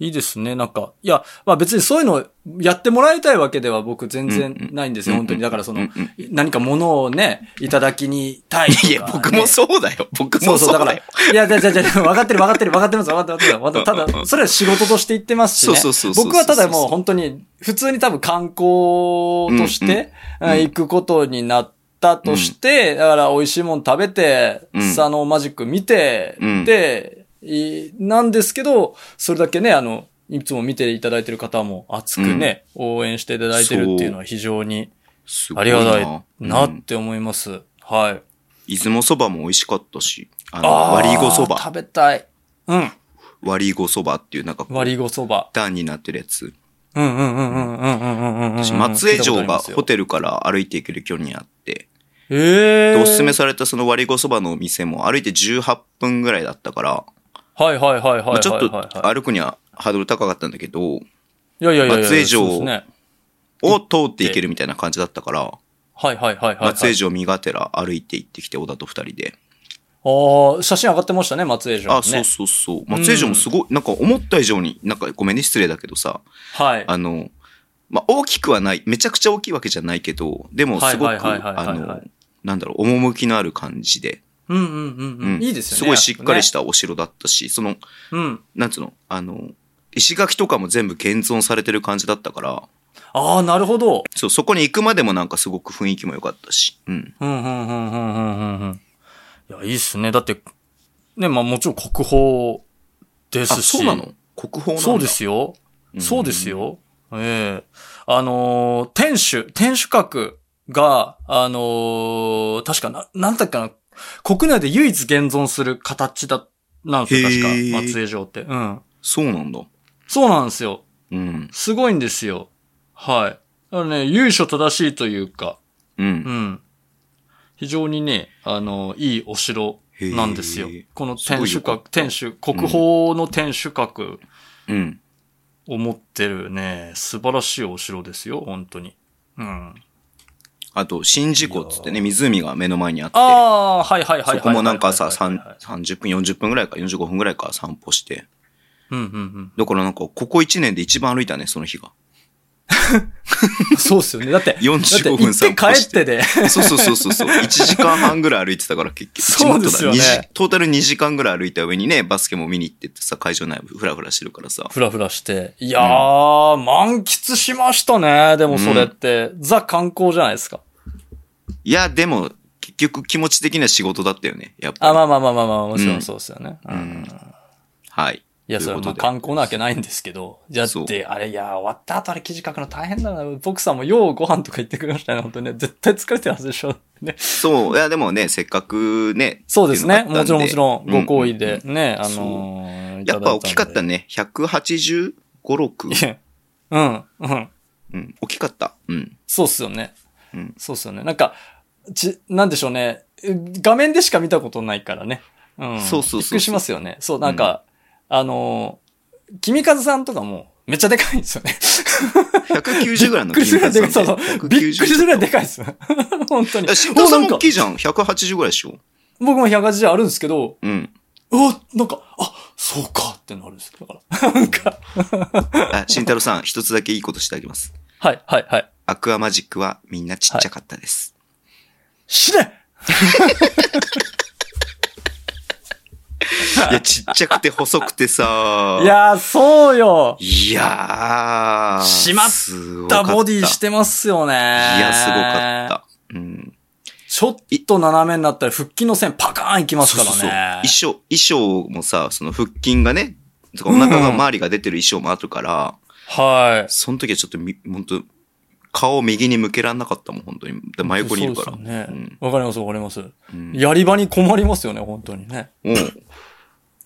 Speaker 3: いいですね、なんか。いや、まあ別にそういうのやってもらいたいわけでは僕全然ないんですよ、
Speaker 2: うんうん
Speaker 3: 本当に。だからその、
Speaker 2: うんうん
Speaker 3: 何か物をね、いただきにたいとか、
Speaker 2: いや、僕も
Speaker 3: ね
Speaker 2: そうだよ。僕
Speaker 3: そ
Speaker 2: も
Speaker 3: う
Speaker 2: そう
Speaker 3: そう、だか
Speaker 2: だ
Speaker 3: ら。
Speaker 2: よ。
Speaker 3: いや、じゃじゃじゃ分かってる分かってる分かってます分かってます分かってます。ただ、それは仕事として言ってますしね。
Speaker 2: そうそうそうそう
Speaker 3: 僕はただもう本当に、普通に多分観光として、
Speaker 2: んうん
Speaker 3: うん行くことになったとして、だから美味しいもん食べて、
Speaker 2: うん
Speaker 3: スサノーマジック見て、
Speaker 2: うん
Speaker 3: で、いなんですけど、それだけね、あの、いつも見ていただいてる方も熱くね、応援していただいてるっていうのは非常に
Speaker 2: す
Speaker 3: あ
Speaker 2: ごい
Speaker 3: り
Speaker 2: な
Speaker 3: がたいな
Speaker 2: う
Speaker 3: っ
Speaker 2: ん
Speaker 3: て思います。はい。
Speaker 2: 出雲そばも美味しかったし、あの、
Speaker 3: あー
Speaker 2: 割りごそば
Speaker 3: 食。べたい。うん。
Speaker 2: 割りごそばっていうなんかこう、
Speaker 3: 割りごそば。
Speaker 2: 段になってるやつ。
Speaker 3: うんうんうんうんうんうんうんうんうんうん。
Speaker 2: 私松江城がホ
Speaker 3: テ
Speaker 2: テルから歩いて行ける距離にあって、
Speaker 3: ル。え
Speaker 2: で
Speaker 3: えー。
Speaker 2: おすすめされたその割りごそばのお店も歩いて18分ぐらいだったから、
Speaker 3: はいはいはいはいはいはい、
Speaker 2: ま
Speaker 3: は
Speaker 2: あ
Speaker 3: い。
Speaker 2: ちょっと歩くにはハードル高かったんだけど、
Speaker 3: いやいやいやいや
Speaker 2: 松江城
Speaker 3: そうですね
Speaker 2: を通っていけるみたいな感じだったから、
Speaker 3: はいはいはいはい、はい。
Speaker 2: 松江城身がてら歩いて行ってきて、小田と二人で。
Speaker 3: ああ、写真上がってましたね、松江城、ね。
Speaker 2: あ、そうそうそう。松江城もすごい、なんか思った以上に、なんかごめんね、失礼だけどさ、
Speaker 3: はい。
Speaker 2: あの、まあ、大きくはない、めちゃくちゃ大きいわけじゃないけど、でもすごく、
Speaker 3: はいはいはいはい
Speaker 2: あ
Speaker 3: はいはい
Speaker 2: の、なんだろう、趣のある感じで、
Speaker 3: うんうんうんうん。
Speaker 2: うん
Speaker 3: いいですよね。。
Speaker 2: すごいしっかりしたたお城だったし、その、
Speaker 3: うん。
Speaker 2: なんつうの、あの、石垣とかも全部現存されてる感じだったから、
Speaker 3: ああ、なるほど。
Speaker 2: そう、そこに行くまでもなんかすごく雰囲気も良かったし、うん。
Speaker 3: うんうんうんうんうんうんうん。いや、いいっすね。だって、ね、まあもちろん国宝で
Speaker 2: あ、
Speaker 3: すし。
Speaker 2: そうなの国宝なんだ
Speaker 3: そうですよ。そうですよ。ええあのー天守、天守閣が、あのー確かな、なんだっけな、国内で唯一現存する形だ、なんですよ、確か
Speaker 2: へえ。
Speaker 3: 松江城って。うん。
Speaker 2: そうなんだ。
Speaker 3: そうなんですよ。
Speaker 2: うん。
Speaker 3: すごいんですよ。はい。あのね、由緒正しいというか、
Speaker 2: う。
Speaker 3: うんん。非常にね、あの、いいお城なんですよ
Speaker 2: へえ。
Speaker 3: この天守
Speaker 2: すごいよ
Speaker 3: 閣
Speaker 2: か、
Speaker 3: 天守、国宝の天守閣。
Speaker 2: うん。
Speaker 3: 思ってるね、素晴らしいお城ですよ、本当に。うん。
Speaker 2: あと、宍道湖っつってね、湖が目の前にあって、
Speaker 3: ああー、はいはいはいはいはいはいはい。
Speaker 2: そこもなんかさ、さん
Speaker 3: はい
Speaker 2: 30分、40分ぐらいか、45分ぐらいか散歩して。
Speaker 3: うんうん
Speaker 2: だからなんか、ここ1年で一番歩いたね、その日が。
Speaker 3: うん。そうっすよね。だって、
Speaker 2: 45分
Speaker 3: だって
Speaker 2: 散
Speaker 3: 行
Speaker 2: 歩
Speaker 3: って帰
Speaker 2: し。
Speaker 3: っててで、
Speaker 2: そうそうそうそうそう。1時 間半ぐらい歩いてたから結局。
Speaker 3: そうですよね
Speaker 2: 一万とだ二時トータル2時間ぐらい歩いた上にね、バスケも見に行ってってさ、会場内フラフラしてるからさ。
Speaker 3: ふらふらして。いやー、満喫しましたね。でもそれって、ザ観光じゃないですか。
Speaker 2: いや、でも、結局気持ち的には仕事だったよね。やっぱり。
Speaker 3: あ、まあまあまあまあまあ、もちろんそうっすよね。うん。
Speaker 2: んはい。
Speaker 3: いや、それは
Speaker 2: とい
Speaker 3: まあ
Speaker 2: うことで
Speaker 3: 観光なわけないんですけど。じゃ
Speaker 2: そ
Speaker 3: っ
Speaker 2: う
Speaker 3: て、あれ、いや、終わった後あれ記事書くの大変だな。僕さんもようご飯とか行ってくれましたね、本当にね。絶対疲れてるはずでしょ。ね。
Speaker 2: そう。いや、でもね、せっかくね。
Speaker 3: そうです
Speaker 2: って
Speaker 3: ね。
Speaker 2: いうのがあっ
Speaker 3: もち
Speaker 2: た
Speaker 3: ろんもちろん、ご
Speaker 2: 好
Speaker 3: 好
Speaker 2: 意
Speaker 3: 意で。。ね、あ
Speaker 2: そう
Speaker 3: のー
Speaker 2: やっぱ大きかった
Speaker 3: ね。
Speaker 2: ね。185、
Speaker 3: い
Speaker 2: 6。
Speaker 3: やうん、うん。
Speaker 2: うん。大きかった。うん。
Speaker 3: そうっすよね。
Speaker 2: うん
Speaker 3: そうっすよね。なんか、ち、なんでしょうね。え画面でしか見たことないからね。うん。
Speaker 2: そうそうそうそう
Speaker 3: びっくりしますよね。そう、なんか、あのー、君和さんとかも、めっちゃでかいんですよね。
Speaker 2: 190ぐらいの
Speaker 3: びっくりするぐらいで
Speaker 2: 金
Speaker 3: かい。そ
Speaker 2: 額
Speaker 3: うそ
Speaker 2: だ
Speaker 3: う
Speaker 2: ね。
Speaker 3: びっくりするぐらいで
Speaker 2: 190
Speaker 3: かいですよ。 本当に。
Speaker 2: あ慎太郎さん
Speaker 3: おな
Speaker 2: も大
Speaker 3: んか
Speaker 2: きいじゃん。180ぐらいでしょ。
Speaker 3: 僕も180あるんですけど、
Speaker 2: うん。
Speaker 3: うわ、なんか、あ、そうかってなるんですよ。だから。なんか、
Speaker 2: あ、慎太郎さん、一つだけいいことしてあげます。
Speaker 3: はい、はい、はい。
Speaker 2: アクアマジックはみんなちっちゃかったです。
Speaker 3: 死ね
Speaker 2: い、や、ちっちゃくて細くてさ。
Speaker 3: い。やー、そうよ。
Speaker 2: いやー。
Speaker 3: しまった
Speaker 2: すごか
Speaker 3: ダ
Speaker 2: った
Speaker 3: ボディしてますよね。い
Speaker 2: いや、すごかっ。た。うん。
Speaker 3: ちょっと斜めになったら腹筋の線パカーンいきますからね。
Speaker 2: そうそうそう衣装、衣装もさ、その腹筋がね、とかお腹が周りが出てる衣装もあるから、
Speaker 3: は
Speaker 2: その時はちょっとみ、本当顔を右に向けられなかったもん、本当に。で真
Speaker 3: い。
Speaker 2: 横にいるから。
Speaker 3: そうですよね
Speaker 2: うん。
Speaker 3: わ、かります、わかります。
Speaker 2: うん
Speaker 3: やり場に困りますよね、本当にね。
Speaker 2: もう、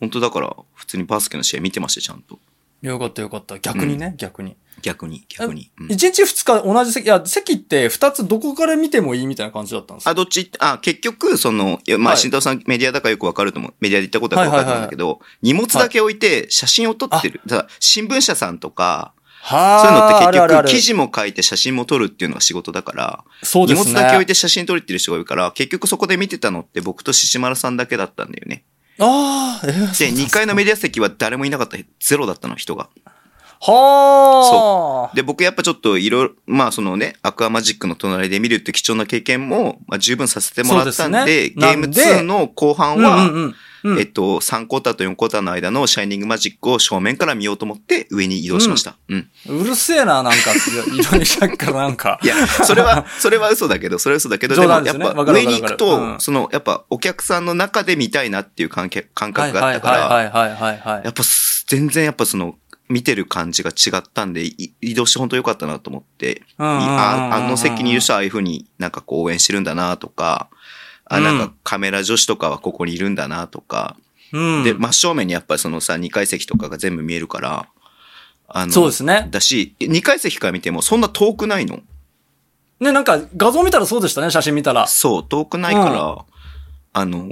Speaker 2: 本当だから、普通にバスケの試合見てましたよ、ちゃんと。
Speaker 3: よかった、よかった。逆にね、逆に。
Speaker 2: 逆に、逆に。うん
Speaker 3: 一日二日同じ席、いや、席って二つどこから見てもいいみたいな感じだったんですか
Speaker 2: あ、どっち行ってあ、結局、その、いやま
Speaker 3: は
Speaker 2: あ、
Speaker 3: い
Speaker 2: 慎太郎さんメディアだからよくわかると思う。メディアで行ったことはわかると思うんだけど、荷物だけ置いて写真を撮ってる。ただ、新聞社さんとか、
Speaker 3: は
Speaker 2: そういうのって
Speaker 3: あるあ
Speaker 2: 結
Speaker 3: るあ
Speaker 2: 局、
Speaker 3: る
Speaker 2: 記事も書いて写真も撮るっていうのが仕事だから、
Speaker 3: そう
Speaker 2: 荷
Speaker 3: ですね。
Speaker 2: 物だけ置いて写真撮るってる人が多いから、結局そこで見てたのって僕と獅丸さんだけだったんだよね。
Speaker 3: ああ、えー、
Speaker 2: で、2階のメディア席は誰もいなかった、ゼロだったの、人が。
Speaker 3: はあ。
Speaker 2: で、僕やっぱちょっといろいろ、まあそのね、アクアマジックの隣で見るって貴重な経験も、まあ十分させてもらったんで、
Speaker 3: そうですね
Speaker 2: ゲーム
Speaker 3: なんで
Speaker 2: 2の後半は、
Speaker 3: うんうんうんうん。
Speaker 2: えっと、3クォーターと4クォーターの間のシャイニングマジックを正面から見ようと思って上に移動しました。うん。
Speaker 3: うるせえな、なんか。いろいろさっきからなんか
Speaker 2: い。や、それは、 それは嘘だけど、それは嘘だけど、で
Speaker 3: 冗
Speaker 2: もや
Speaker 3: 談
Speaker 2: っ
Speaker 3: ですね
Speaker 2: ぱ
Speaker 3: わかる
Speaker 2: 上
Speaker 3: わかる
Speaker 2: に行く
Speaker 3: わかるう
Speaker 2: と、
Speaker 3: ん
Speaker 2: その、やっぱお客さんの中で見たいなっていう感覚感覚があったか
Speaker 3: は
Speaker 2: ら、
Speaker 3: いはいはいはい、は
Speaker 2: や
Speaker 3: い。
Speaker 2: っぱす全然やっぱその、見てる感じが違ったんで、い移動して本当良かったなと思って、
Speaker 3: うんうんうんうんうん
Speaker 2: ああの席にいる人はああいう風になんかこう応援してるんだなとか、あ、
Speaker 3: うん
Speaker 2: なんかカメラ女子とかはここにいるんだなとか、
Speaker 3: うん。
Speaker 2: で、真正面にやっぱりそのさ、2階席とかが全部見えるから、あの、
Speaker 3: そうですね。
Speaker 2: だし、2階席から見てもそんな遠くないの。
Speaker 3: ね、なんか画像見たらそうでしたね、写真見たら。
Speaker 2: そう、遠くないから、あの、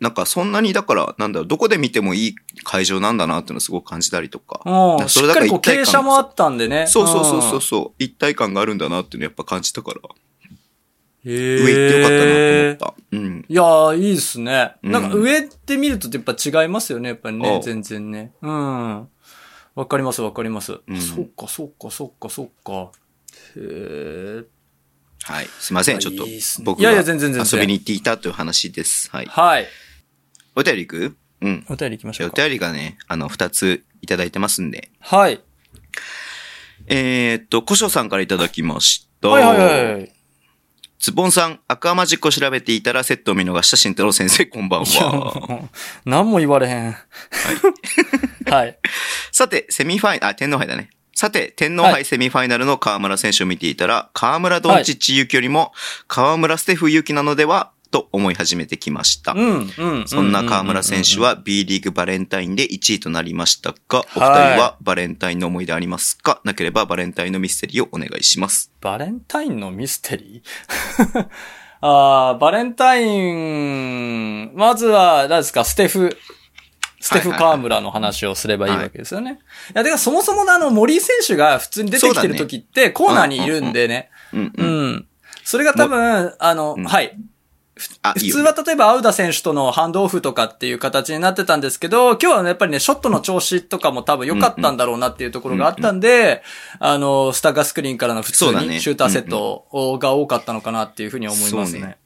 Speaker 2: なんかそんなにだから、なんだろう、どこで見てもいい会場なんだなっていうのをすごく感じたりとか。
Speaker 3: うん。
Speaker 2: そ
Speaker 3: し
Speaker 2: れ
Speaker 3: っ
Speaker 2: だ
Speaker 3: か
Speaker 2: から
Speaker 3: りこう
Speaker 2: 一体
Speaker 3: 傾
Speaker 2: 感
Speaker 3: 斜もあったんでね。。
Speaker 2: そうそうそうそうんそう、一体感があるんだなっていうのやっぱ感じたから、
Speaker 3: 上
Speaker 2: 上行ってよかったなと思った。うん。
Speaker 3: いやー、いいですね。
Speaker 2: うん
Speaker 3: なんか上って見るとやっぱ違いますよね、やっぱり
Speaker 2: お
Speaker 3: ね
Speaker 2: う、
Speaker 3: 全然ね。うん。わかります、わかります。
Speaker 2: ん
Speaker 3: そっか、そっか、そっか、そっか。へー。
Speaker 2: はい。すいません、ちょっと
Speaker 3: いいっすね
Speaker 2: 僕
Speaker 3: い
Speaker 2: が
Speaker 3: や
Speaker 2: 遊
Speaker 3: いや全然全然
Speaker 2: びに行っていたという話です。はい。
Speaker 3: はい。
Speaker 2: お便り行くうん。
Speaker 3: お便り行きまし
Speaker 2: じゃ
Speaker 3: ょ
Speaker 2: あ
Speaker 3: う
Speaker 2: お
Speaker 3: か。
Speaker 2: 便りがね、あの、二ついただいてますんで。
Speaker 3: はい。
Speaker 2: えー、っと、古書さんからいただきました。
Speaker 3: はいはいはい。
Speaker 2: ズボンさん、アクアマジックを調べていたらセットを見逃した慎太郎先生、こんばん
Speaker 3: いや、
Speaker 2: は。
Speaker 3: もう、何も言われへん。はい。
Speaker 2: さて、セミファイナル、あ、天皇杯だね。さて、天皇
Speaker 3: は
Speaker 2: 杯セミファイナルの河村選手を見ていたら、河村ドンチッチ勇気よりも、河村ステフ勇気なのでは、と思い始めてきました
Speaker 3: う。ん、うん。
Speaker 2: そんな河村選手は B リーグバレンタインで1位となりましたが、お二人はバレンタインの思い出ありますかなければバレンタインのミステリーをお願いします。
Speaker 3: バレンタインのミステリー あーバレンタイン、まずは、何ですか、ステフ、ステフ
Speaker 2: はいはいはい
Speaker 3: 川村の話をすればいいわけですよね。いや、てかそもそものあの森井選手が普通に出てきてる時ってコーナーにいるんでね。
Speaker 2: うん
Speaker 3: う
Speaker 2: うんん。
Speaker 3: それが多分、あの、
Speaker 2: うん
Speaker 3: はい。
Speaker 2: あ、
Speaker 3: 普
Speaker 2: いい
Speaker 3: 通
Speaker 2: よ。
Speaker 3: は例えば、アウダ選手とのハンドオフとかっていう形になってたんですけど、今日はねやっぱりね、ショットの調子とかも多分良かったんだろうなっていうところがあったんで、あの、スタッガスクリーンからの普通
Speaker 2: そうだ
Speaker 3: に
Speaker 2: ね
Speaker 3: シューターセットが多かったのかなっていうふうに思います
Speaker 2: そう
Speaker 3: ね
Speaker 2: ね。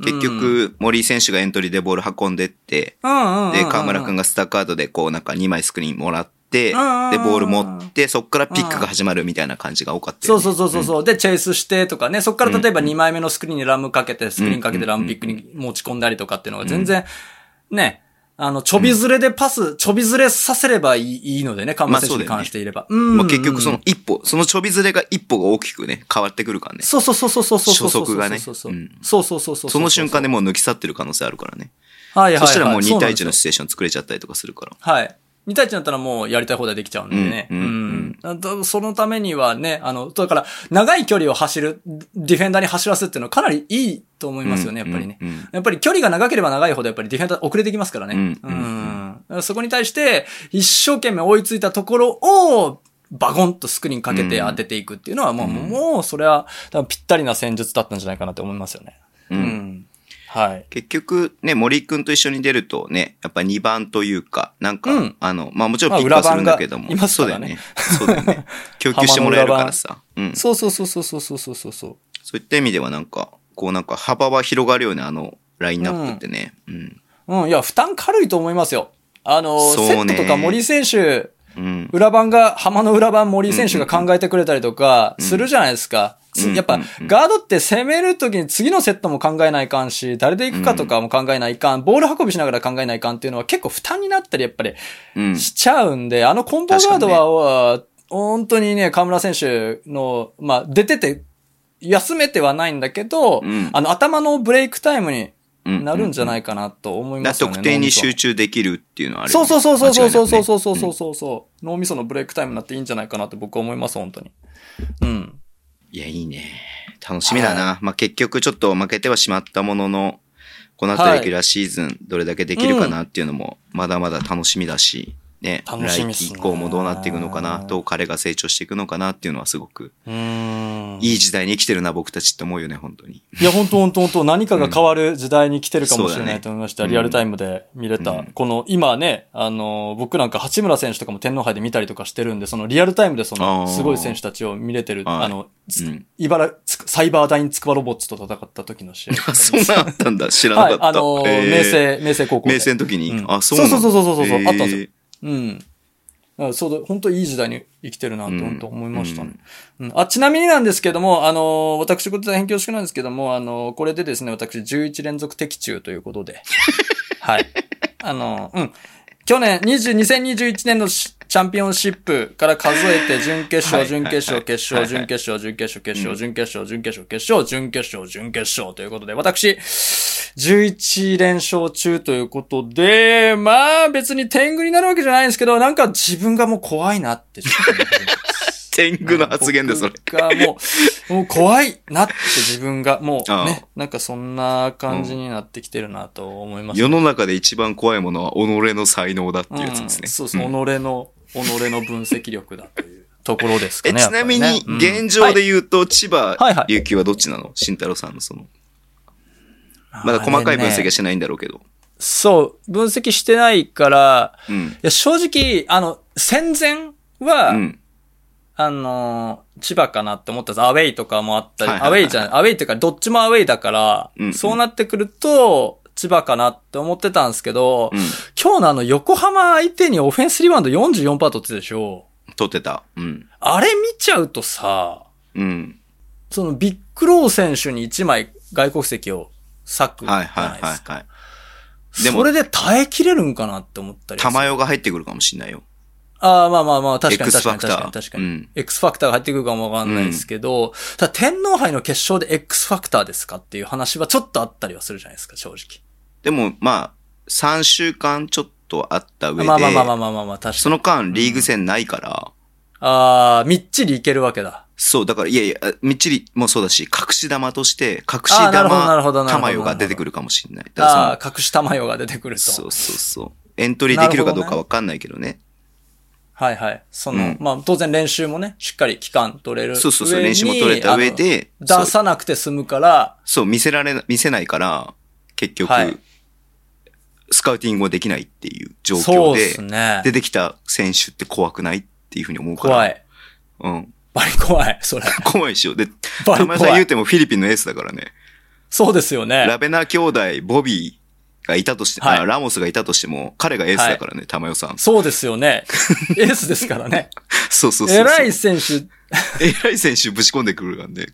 Speaker 2: 結局、森井選手がエントリーでボール運んでって、
Speaker 3: うんうんうんうん。
Speaker 2: で、河村くん
Speaker 3: が。
Speaker 2: がスターカードでこうなんか2枚スクリーンもらって、で、ボ
Speaker 3: うん
Speaker 2: ール持って、そっからピックが始まるみたいな感じが多かったよ
Speaker 3: そう
Speaker 2: ね
Speaker 3: そうそうそうそう。で、チェイスしてとかね、そこから例えば2枚目のスクリーンにラムかけて、スクリーンかけてラムピックに持ち込んだりとかっていうのが全然、ね、あの、ちょびずれでパス、ちょびずれさせればいいいいのでね、河村選手に関していれば。うんうん
Speaker 2: ま
Speaker 3: う
Speaker 2: あ
Speaker 3: ん
Speaker 2: 結局その一歩、そのちょびずれが一歩が大きくね、変わってくるからね。
Speaker 3: そうそうそうそうそうそうそうそう
Speaker 2: 初
Speaker 3: そう。
Speaker 2: 速がね
Speaker 3: そうそう
Speaker 2: うん
Speaker 3: そうそうそうそう。
Speaker 2: その瞬間でもう抜き去ってる可能性あるからね。
Speaker 3: はいはいは
Speaker 2: そ
Speaker 3: い、
Speaker 2: したらもう2対1
Speaker 3: そうなん
Speaker 2: の
Speaker 3: です
Speaker 2: シチュエーション作れちゃったりとかするから。
Speaker 3: よ。はい。2対1だったらもうやりたい放題できちゃうんでね。う
Speaker 2: うんん。
Speaker 3: あとそのためにはね、あの、だから、長い距離を走る、ディフェンダーに走らすっていうのはかなりいいと思いますよね、
Speaker 2: うん
Speaker 3: やっぱりね。
Speaker 2: うんうん
Speaker 3: やっぱり距離が長ければ長いほど、やっぱりディフェンダー遅れてきますからね。
Speaker 2: うんうん
Speaker 3: うんそこに対して、一生懸命追いついたところを、バゴンとスクリーンかけて当てていくっていうのは、もう、もう、それは、多分ぴったりな戦術だったんじゃないかなと思いますよね。
Speaker 2: うん
Speaker 3: うん。はい。
Speaker 2: 結局ね、森井くんと一緒に出るとね、やっぱ2番というか、なんか、
Speaker 3: うん
Speaker 2: あの、まあもちろ
Speaker 3: まあ
Speaker 2: んピックはするんだけども。
Speaker 3: 裏番がいます
Speaker 2: そう
Speaker 3: か
Speaker 2: だ
Speaker 3: ら
Speaker 2: よ
Speaker 3: ね
Speaker 2: ね。そうだよね。供給してもらえるからさ。うん。
Speaker 3: そうそうそうそうそうそうそうそう。
Speaker 2: そういった意味ではなんか、こうなんか幅は広がるよね、あのラインナップってね。うん。
Speaker 3: うん、いや、負担軽いと思いますよ。あの、セ
Speaker 2: そう
Speaker 3: ッ
Speaker 2: ね
Speaker 3: トとか森井選手、
Speaker 2: うん。
Speaker 3: 裏番が、浜の裏番森井選手が考えてくれたりとか、するじゃないですか。つ
Speaker 2: うん
Speaker 3: やっぱ
Speaker 2: うん、
Speaker 3: ガードって攻めるときに次のセットも考えないかんし、誰で行くかとかも考えないかん、ボール運びしながら考えないかんっていうのは結構負担になったり、やっぱり
Speaker 2: うん。
Speaker 3: しちゃうんで、あのコンボガード
Speaker 2: 確か
Speaker 3: は、本当にね、河村選手の、まあ、出てて、休めてはないんだけど、
Speaker 2: うん
Speaker 3: あの、頭のブレイクタイムに
Speaker 2: うん
Speaker 3: なるんじゃ
Speaker 2: い
Speaker 3: ないかなと思いま
Speaker 2: だ
Speaker 3: すよね。
Speaker 2: 得点に集
Speaker 3: 中。
Speaker 2: 中できるっていうのはあるよ
Speaker 3: そ
Speaker 2: ね、
Speaker 3: うそうそうそうそうそうそうそう
Speaker 2: 間違いなくね
Speaker 3: そうそうそう、脳みそのブレイクタイムになっていいんじゃないかなって僕は思います、本当に。うん。
Speaker 2: いや、いいね。楽しみだな。まあ、結局ちょっと負けてはしまったものの、この後
Speaker 3: はい
Speaker 2: レギュラーシーズンどれだけできるかなっていうのも、まだまだ楽しみだし、ね、
Speaker 3: 楽しみっ
Speaker 2: 来
Speaker 3: す
Speaker 2: 季
Speaker 3: ね
Speaker 2: 以降もどうなっていくのかな、どう彼が成長していくのかなっていうのはすごく、
Speaker 3: うーん。
Speaker 2: いい時代に生きてるな、僕たちって思うよね、本当に。
Speaker 3: いや、本当本当本当何かが変わる時代に来てるかもしれないと思いました。
Speaker 2: うんそうだね
Speaker 3: リアルタイムで見れた。
Speaker 2: うん
Speaker 3: この、今ね、あの、僕なんか八村選手とかも天皇杯で見たりとかしてるんで、そのリアルタイムでそ
Speaker 2: あ
Speaker 3: の、
Speaker 2: ー
Speaker 3: すごい選手たちを見れてる、
Speaker 2: はい
Speaker 3: あの、つ
Speaker 2: うん
Speaker 3: 茨つくサイバーダインつくばロボッツと戦った時の 試合と
Speaker 2: あ
Speaker 3: かね。
Speaker 2: そんなんあったんだ。知ら
Speaker 3: は、
Speaker 2: ないか
Speaker 3: あ
Speaker 2: った。
Speaker 3: の、
Speaker 2: へ
Speaker 3: 明
Speaker 2: ー。
Speaker 3: 星、明星高校で。
Speaker 2: 明星の時に、
Speaker 3: うん
Speaker 2: あ、そうなんだ
Speaker 3: そうそうそうそうそう
Speaker 2: へ
Speaker 3: あったんです
Speaker 2: ー
Speaker 3: ようん。だからそうだ、本当いい時代に生きてるなって本当思いましたね。うんあ、ちなみになんですけども、あのー私事大変恐縮なんですけども、あのーこれでですね、私11連続的中ということ で。はい。あのーうん。去年、20、2021年のしチャンピオンシップから数えて、準決
Speaker 2: は
Speaker 3: 勝、
Speaker 2: いはい
Speaker 3: 準
Speaker 2: はい
Speaker 3: 決勝、決勝、
Speaker 2: はいは
Speaker 3: 準
Speaker 2: い
Speaker 3: 決勝、準決勝、決勝、準決勝、準決勝、決勝、準決勝、準決勝ということで、私、11連勝中ということで、まあ別に天狗になるわけじゃないんですけど、なんか自分がもう怖いなってちょっと思ってます。
Speaker 2: 天狗の発言でそれ。
Speaker 3: 僕がもう、もう怖いなって自分が、もう
Speaker 2: ああ
Speaker 3: ね、なんかそんな感じになってきてるなと思いました。
Speaker 2: 世の中で一番怖いものは己の才能だっていうやつですね。
Speaker 3: うんそうそう、
Speaker 2: ん
Speaker 3: 己の、己の分析力だというところです か
Speaker 2: え、
Speaker 3: ね。
Speaker 2: ちなみ
Speaker 3: やっ
Speaker 2: に
Speaker 3: ぱり、ね
Speaker 2: 現状、
Speaker 3: うんはい
Speaker 2: で言うと、千葉、
Speaker 3: はいはい
Speaker 2: 琉球はどっちなの慎太郎さんのその。まだ細かい分析はしてないんだろうけど。
Speaker 3: そう、分析してないから、
Speaker 2: うん。
Speaker 3: いや、正直、あの、戦前は、
Speaker 2: うん。
Speaker 3: あのー千葉かなって思ったんです。アウェイとかもあったり、
Speaker 2: はいはいはい
Speaker 3: アウェイじゃない、アウェイっていうか、どっちもアウェイだから、
Speaker 2: うんうん
Speaker 3: そうなってくると、千葉かなって思ってたんですけど、
Speaker 2: うん。
Speaker 3: 今日のあの、横浜相手にオフェンスリバウンド44%取ってたでしょ
Speaker 2: 取ってた。うん。
Speaker 3: あれ見ちゃうとさ、
Speaker 2: うん。
Speaker 3: そのビッグロー選手に1枚外国籍を割くじゃ
Speaker 2: はい
Speaker 3: な
Speaker 2: はいい
Speaker 3: で
Speaker 2: は
Speaker 3: すか。
Speaker 2: いはい。でも
Speaker 3: それで耐えきれるんかなって思ったりする。
Speaker 2: 玉代が入ってくるかもしんないよ。
Speaker 3: ああ、まあまあまあ、確かに
Speaker 2: X
Speaker 3: 確
Speaker 2: フ
Speaker 3: か
Speaker 2: ァ
Speaker 3: に
Speaker 2: クタ
Speaker 3: 確
Speaker 2: ー
Speaker 3: かに確かに。
Speaker 2: うん
Speaker 3: X ファクターが入ってくるかもわかんないですけど、ただ天皇杯の決勝で X ファクターですかっていう話はちょっとあったりはするじゃないですか、正直。
Speaker 2: でも、まあ、3週間ちょっとあった上で、
Speaker 3: まあまあまあまあまあまあまあ、確か
Speaker 2: そ
Speaker 3: に。
Speaker 2: の間、リーグ戦ないから、
Speaker 3: ああ、みっちりいけるわけだ。
Speaker 2: そう、だから、いやいや、みっちりもそうだし、隠し玉として、隠し
Speaker 3: あーなるほどなるほど
Speaker 2: 玉、
Speaker 3: なるほど
Speaker 2: 玉代が出てくるかもしんない。だからその
Speaker 3: ああ、隠し玉よが出てくると。
Speaker 2: そうそうそう。エントリーできるかどうかわかんないけどね。
Speaker 3: はいはい。その、
Speaker 2: うん
Speaker 3: まあ当然練習もね、しっかり期間取れる上に。
Speaker 2: そうそうそう、練習も取れた上で、
Speaker 3: あ
Speaker 2: そ
Speaker 3: の。
Speaker 2: う
Speaker 3: 出さなくて済むから、
Speaker 2: そう、見せられな、見せないから、結局、
Speaker 3: はい
Speaker 2: スカウティングをできないっていう状
Speaker 3: そ
Speaker 2: 況
Speaker 3: うで
Speaker 2: で、
Speaker 3: すね。
Speaker 2: 出てきた選手って怖くないっていうふうに思うから。
Speaker 3: 怖。い。
Speaker 2: うん。
Speaker 3: バリ怖い、それ。
Speaker 2: 怖いっしょ。で、
Speaker 3: バ
Speaker 2: 田
Speaker 3: リ
Speaker 2: 前さん
Speaker 3: 怖
Speaker 2: 言う
Speaker 3: い。
Speaker 2: てもフィリピンのエースだからね。
Speaker 3: そうですよね
Speaker 2: ラ。ベナ兄弟、ボビーがいたとして、
Speaker 3: はい
Speaker 2: あラモスがいたとしても、彼がエースだからね、玉代さん。
Speaker 3: そうですよね。エースですからね。
Speaker 2: そうそうそうそう。
Speaker 3: 偉い選手。
Speaker 2: 偉い選手ぶち込んでくるからね。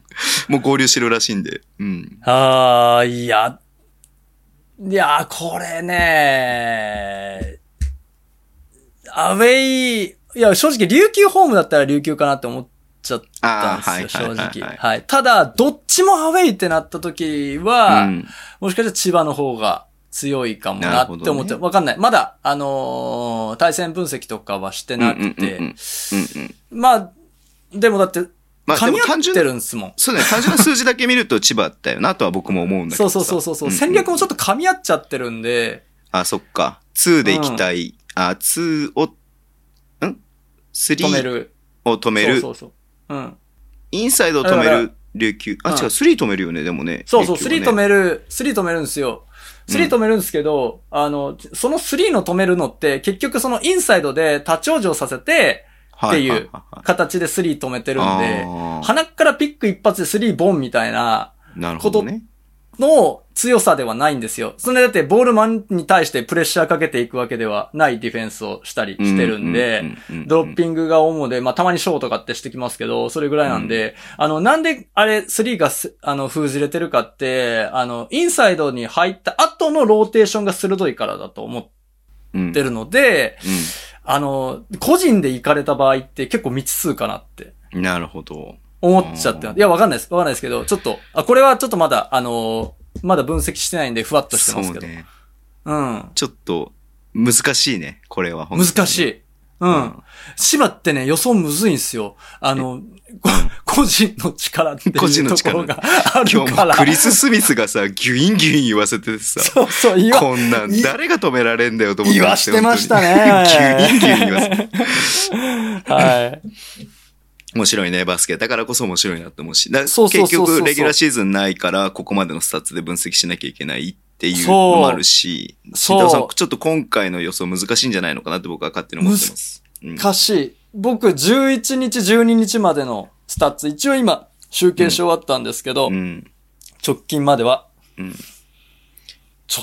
Speaker 2: もう合流してるらしいんで。うん。
Speaker 3: あー、いや。いや、これね。アウェイ、いや、正直、琉球ホームだったら琉球かなって思っちゃったんです
Speaker 2: あーは
Speaker 3: よ、
Speaker 2: い
Speaker 3: 正直。
Speaker 2: はいはいはい
Speaker 3: はい。ただ、どっちもアウェイってなった時は、
Speaker 2: うん
Speaker 3: もしかしたら千葉の方が強いかもなって
Speaker 2: なる
Speaker 3: 思
Speaker 2: ほ
Speaker 3: って、
Speaker 2: どね
Speaker 3: わ、かんない。まだ、あのー対戦分析とかはしてなくて、
Speaker 2: うんうんうんうんうん。
Speaker 3: まあ、でもだって、
Speaker 2: まあで
Speaker 3: 噛
Speaker 2: も
Speaker 3: み合っ
Speaker 2: 単純
Speaker 3: てるんですもん。
Speaker 2: そうね、単純な数字だけ見ると千葉だよなとは僕も思うんだけ
Speaker 3: そ
Speaker 2: ど
Speaker 3: う
Speaker 2: さ。
Speaker 3: そうそうそうそう、
Speaker 2: んん
Speaker 3: 戦略もちょっと噛み合っちゃってるんで、
Speaker 2: あ、そっか。2で行きたい。あ、2を、ん
Speaker 3: 止め
Speaker 2: ?3
Speaker 3: る。
Speaker 2: を止める。
Speaker 3: そうそうそう。うん。
Speaker 2: インサイドを止め
Speaker 3: だから
Speaker 2: る琉球。あ、
Speaker 3: うん
Speaker 2: 違う、3止めるよね、でもね。
Speaker 3: そうそう、
Speaker 2: 琉球は
Speaker 3: 3
Speaker 2: ね
Speaker 3: 止。める、3止めるんですよ。3止めるんですけど、あの、その3の止めるのって、結局そのインサイドで立ち往生させて、って
Speaker 2: はは
Speaker 3: いう
Speaker 2: はは
Speaker 3: 形で3止めてるんで、
Speaker 2: あー
Speaker 3: 鼻からピック一発で3ボンみたいな
Speaker 2: なるほどね。
Speaker 3: の強さではないんですよ。それだってボールマンに対してプレッシャーかけていくわけではないディフェンスをしたりしてるんで、ドロッ
Speaker 2: ピ
Speaker 3: ピングが主で、まあ、たまにショーとかってしてきますけど、それぐらいなんで、あの、なんで、あれ、3がす、あの、封じれてるかって、あの、インサイドに入った後のローテーションが鋭いからだと思っ
Speaker 2: ン
Speaker 3: て
Speaker 2: る。
Speaker 3: るので、
Speaker 2: うん
Speaker 3: あの、個人で行かれた場合って結構未知数かなって
Speaker 2: なるほど。
Speaker 3: 思っちゃってます。いや、わかんないです。わかんないですけど、ちょっと、あ、これはちょっとまだ、あの、まだ分析してないんで、ふわっとしてますけど。う
Speaker 2: ね。
Speaker 3: ん。
Speaker 2: ちょっと、難しいね、これは本当に。
Speaker 3: 難しい。うん。芝ってね、予想むずいんすよ。あの、こ個人の力っていう
Speaker 2: 個人の
Speaker 3: とこ
Speaker 2: 力
Speaker 3: ろがあ
Speaker 2: 今
Speaker 3: る
Speaker 2: 日
Speaker 3: か
Speaker 2: も
Speaker 3: ら。
Speaker 2: クリス・スミスがさ、ギュインギュイン言わせてさ、
Speaker 3: そうそう、言わ、
Speaker 2: こんなん誰が止められんだよと思って。
Speaker 3: 言わしてましたね
Speaker 2: ギュインギュイン言わせて。
Speaker 3: はい。
Speaker 2: 面白いね、バスケ。だからこそ面白いなって思うし。だ
Speaker 3: そうそうそうそう
Speaker 2: 結局、レギュラーシーズンないから、ここまでのスタッツで分析しなきゃいけないっていうのもあるし、
Speaker 3: そう
Speaker 2: 慎太郎さん、ちょっと今回の予想難しいんじゃないのかなって僕は勝手に思ってます。うん
Speaker 3: 歌詞、僕11日、12日までのスタッツ、一応今、集計し終わったんですけど、
Speaker 2: うん。
Speaker 3: 直近までは。
Speaker 2: うん
Speaker 3: ちょっと、ね、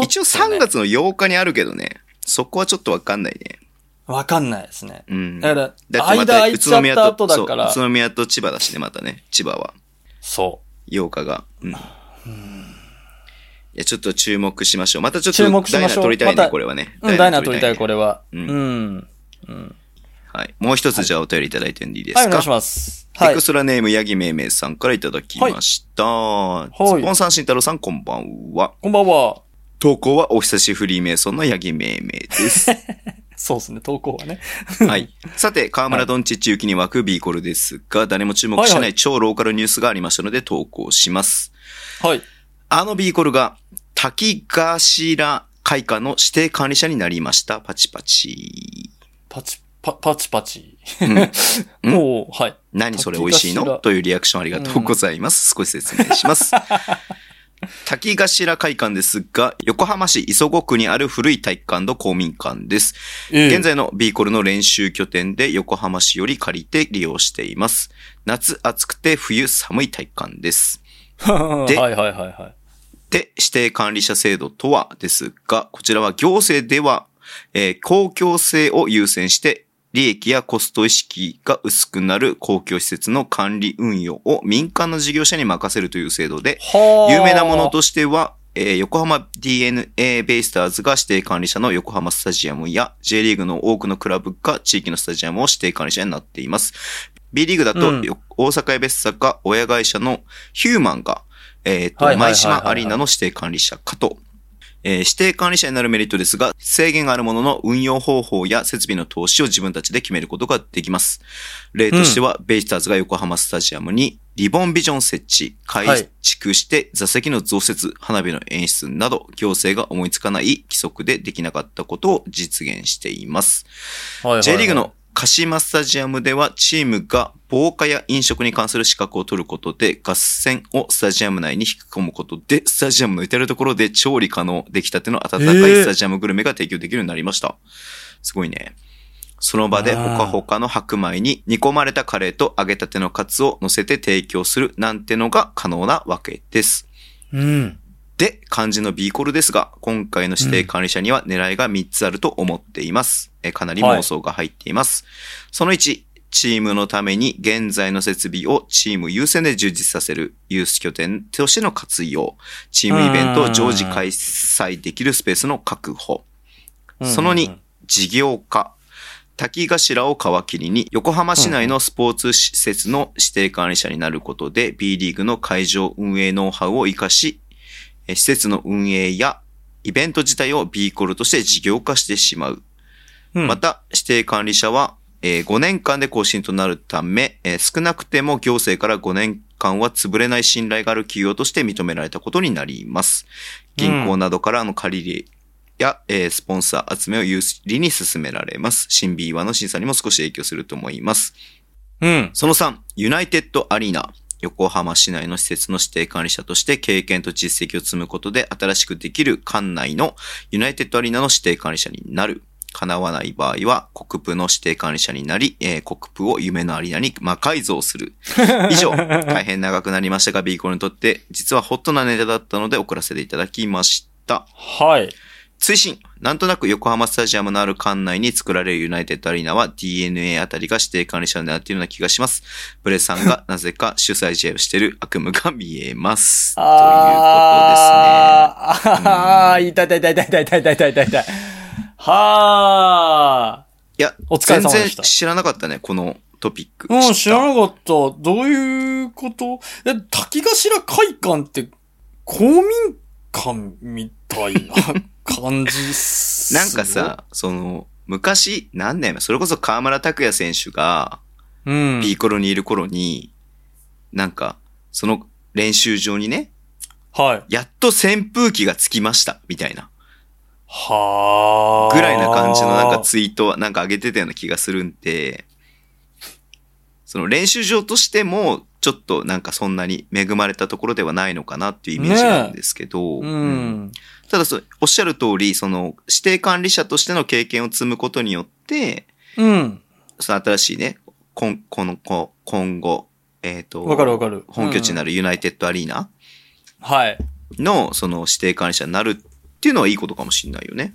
Speaker 2: 一応3月の8日にあるけどね、そこはちょっとわかんないね。
Speaker 3: わかんないですね。
Speaker 2: うん。
Speaker 3: だか
Speaker 2: だ
Speaker 3: ら、
Speaker 2: ってま
Speaker 3: 間
Speaker 2: た
Speaker 3: 空いちゃった後だか
Speaker 2: そう
Speaker 3: ら
Speaker 2: 宇。都宮と千葉だしね、またね、千葉は。
Speaker 3: そ
Speaker 2: 8日が。うん。いや、ちょっと注目しましょう。またちょっと、
Speaker 3: 注目し
Speaker 2: ダイナ
Speaker 3: ましょう
Speaker 2: 取りたい
Speaker 3: ま
Speaker 2: ね、
Speaker 3: た
Speaker 2: これはね。
Speaker 3: う。うん、ダイナー取りたい、こ
Speaker 2: れ。
Speaker 3: れは。
Speaker 2: う
Speaker 3: うんん。うん。
Speaker 2: はい。もう一つじゃあお便りいただいてるんでいいですか、
Speaker 3: はい、お願いします。は
Speaker 2: エ
Speaker 3: い
Speaker 2: ク。ストラネーム、ヤギめいめいさんからいただきました。
Speaker 3: い
Speaker 2: スポンさん、慎太郎さん、こんばんは。
Speaker 3: こんばんは。
Speaker 2: 投稿はお久しぶりメイソンのヤギめいめいです。
Speaker 3: そうですね、投稿はね。
Speaker 2: はい。さて、河村ドンチッチ行きに湧くビーコルですが、誰も注目して
Speaker 3: は
Speaker 2: な
Speaker 3: いはい
Speaker 2: 超ローカルニュースがありましたので投稿します。
Speaker 3: はい。
Speaker 2: あのビーコルが、滝頭会館の指定管理者になりました。パチパチ。
Speaker 3: パチ、パ、パチパチ。
Speaker 2: ん
Speaker 3: もう、はい。
Speaker 2: 何それ美味しい
Speaker 3: 滝
Speaker 2: の
Speaker 3: 頭
Speaker 2: というリアクションありがとうございます。少し説明し ます。滝頭会館ですが、横浜市磯子区にある古い体育館と公民館です。現
Speaker 3: 現、
Speaker 2: 在のビーコルの練習拠点で横浜市より借りて利用しています。夏暑くて冬寒い体育館です。
Speaker 3: はい
Speaker 2: で
Speaker 3: はいはいはい。
Speaker 2: で、指定管理者制度とはですが、こちらは行政では、えー公共性を優先して、利益やコスト意識が薄くなる公共施設の管理運用を民間の事業者に任せるという制度で、
Speaker 3: はあ。
Speaker 2: 有名なもの、としては、えー横浜 DNA ベイスターズが指定管理者の横浜スタジアムや J リーグの多くのクラブが地域のスタジアムを指定管理者になっています。B リーグだと、
Speaker 3: うん
Speaker 2: よ大阪エベッサか親会社のヒューマンが、えっ、と、
Speaker 3: はいはいはいはい
Speaker 2: 舞島アリーナの指定管理者かと。えー指定管理者になるメリットですが、制限があるものの運用方法や設備の投資を自分たちで決めることができます。例としては、ベイスターズが横浜スタジアムにリボンビジョン設置、改築して座席の増設、花火の演出など、行政が思いつかない規則でできなかったことを実現しています。
Speaker 3: はいはいはい
Speaker 2: J リーグの鹿島スタジアムではチームが防火や飲食に関する資格を取ることで合戦をスタジアム内に引き込むことでスタジアムの至るところで調理可能できたての温かい
Speaker 3: えー
Speaker 2: スタジアムグルメが提供できるようになりました。 すごいね。その場でほかほかの白米に煮込まれたカレーと揚げたてのカツを乗せて提供するなんてのが可能なわけです。
Speaker 3: うん。
Speaker 2: で、漢字の B コルですが、今回の指定管理者には狙いが3つあると思っています。えかなり妄想が入っています。その1、チームのために現在の設備をチーム優先で充実させる、ユース拠点としての活用、チームイベントを常時開催できるスペースの確保、その
Speaker 3: う
Speaker 2: 2
Speaker 3: ん、
Speaker 2: 事業化。滝頭を皮切りに、横浜市内のスポーツ施設の指定管理者になることで、B リーグの会場運営ノウハウを活かし、え施設の運営やイベント自体を B コルとして事業化してしまう。
Speaker 3: うん
Speaker 2: また、指定管理者は、え5年間で更新となるため、えー少なくても行政から5年間は潰れない信頼がある企業として認められたことになります。銀行などからの借り入れや、えースポンサー集めを有利に進められます。新 B1 の審査にも少し影響すると思います。
Speaker 3: うん。
Speaker 2: その3、ユナイテッドアリーナ。横浜市内の施設の指定管理者として経験と実績を積むことで新しくできる館内のユナイテッドアリーナの指定管理者になる。叶わない場合は国府の指定管理者になり、えー国府を夢のアリーナに魔改造する。以上、大変長くなりましたが、ビーコルにとって実はホットなネタだったので送らせていただきました。
Speaker 3: はい。
Speaker 2: 推進なんとなく横浜スタジアムのある館内に作られるユナイテッドアリーナは DNA あたりが指定管理者になっているような気がします。ブレさん がなぜか主催試合をしている悪夢が見えます。というこ
Speaker 3: あーあー、痛い痛い痛い痛い痛い痛い痛い痛い痛い。はあ。
Speaker 2: いや、
Speaker 3: お疲れ様でした
Speaker 2: 全然知らなかったね、このトピック。
Speaker 3: うん、
Speaker 2: 知
Speaker 3: 知
Speaker 2: った
Speaker 3: らなかった。どういうことえ、滝頭会館って公民館みたいな感じっすよ
Speaker 2: なんか、さ、その、昔、何年前それこそ河村拓也選手が、
Speaker 3: うん。
Speaker 2: ピーコロにいる頃に、なんか、その練習場にね、
Speaker 3: はい。
Speaker 2: やっと扇風機がつきました、みたいな、
Speaker 3: はー
Speaker 2: ぐらいな感じのなんかツイートはなんか上げてたような気がするんで、その練習場としても、ちょっとなんかそんなに恵まれたところではないのかなっていうイメージなんですけど、
Speaker 3: う
Speaker 2: うん
Speaker 3: ん。
Speaker 2: ただそう、おっしゃる通り、その指定管理者としての経験を積むことによって、
Speaker 3: うん。
Speaker 2: その新しいね、こんこのこ今後、えっ、と、
Speaker 3: わかるわかる。
Speaker 2: 本拠地にな
Speaker 3: る。
Speaker 2: るユナイテッドアリーナ
Speaker 3: はい。
Speaker 2: のその指定管理者になるっていうのはいいことかもしれないよね。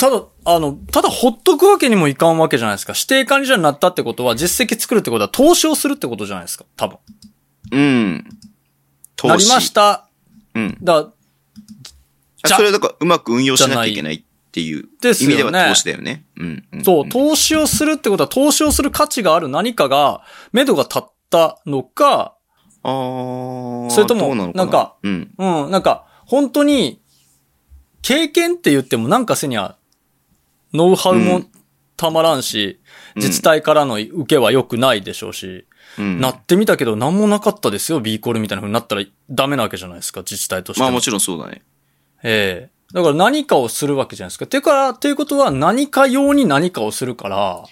Speaker 3: ただ、あの、ただほっとくわけにもいかんわけじゃないですか。指定管理者になったってことは、実績作るってことは投資をするってことじゃないですか。多分。
Speaker 2: うん。投資。
Speaker 3: なりました。
Speaker 2: うん。
Speaker 3: だ、
Speaker 2: あ
Speaker 3: じゃ
Speaker 2: それだからうまく運用しなきゃいけないっていう意
Speaker 3: ですよ
Speaker 2: 味
Speaker 3: ね
Speaker 2: では投資だよね。うん、うん。
Speaker 3: そう、投資をするってことは、投資をする価値がある何かが、目処が立ったのか、
Speaker 2: あー
Speaker 3: それとも
Speaker 2: どうなのかな
Speaker 3: なんか、
Speaker 2: うん。
Speaker 3: うん、なんか、本当に、経験って言ってもなんかせにゃ、ノウハウ
Speaker 2: う
Speaker 3: も
Speaker 2: ん
Speaker 3: たまらんし、
Speaker 2: うん
Speaker 3: 自治体からの受けは良くないでしょうし、
Speaker 2: うん、
Speaker 3: なってみたけど何もなかったですよ、B コールみたいな風になったらダメなわけじゃないですか、自治体として
Speaker 2: ま
Speaker 3: も。
Speaker 2: あもちろんそうだね。
Speaker 3: ええだから何かをするわけじゃないですか。てから、ということは何か用に何かをするから、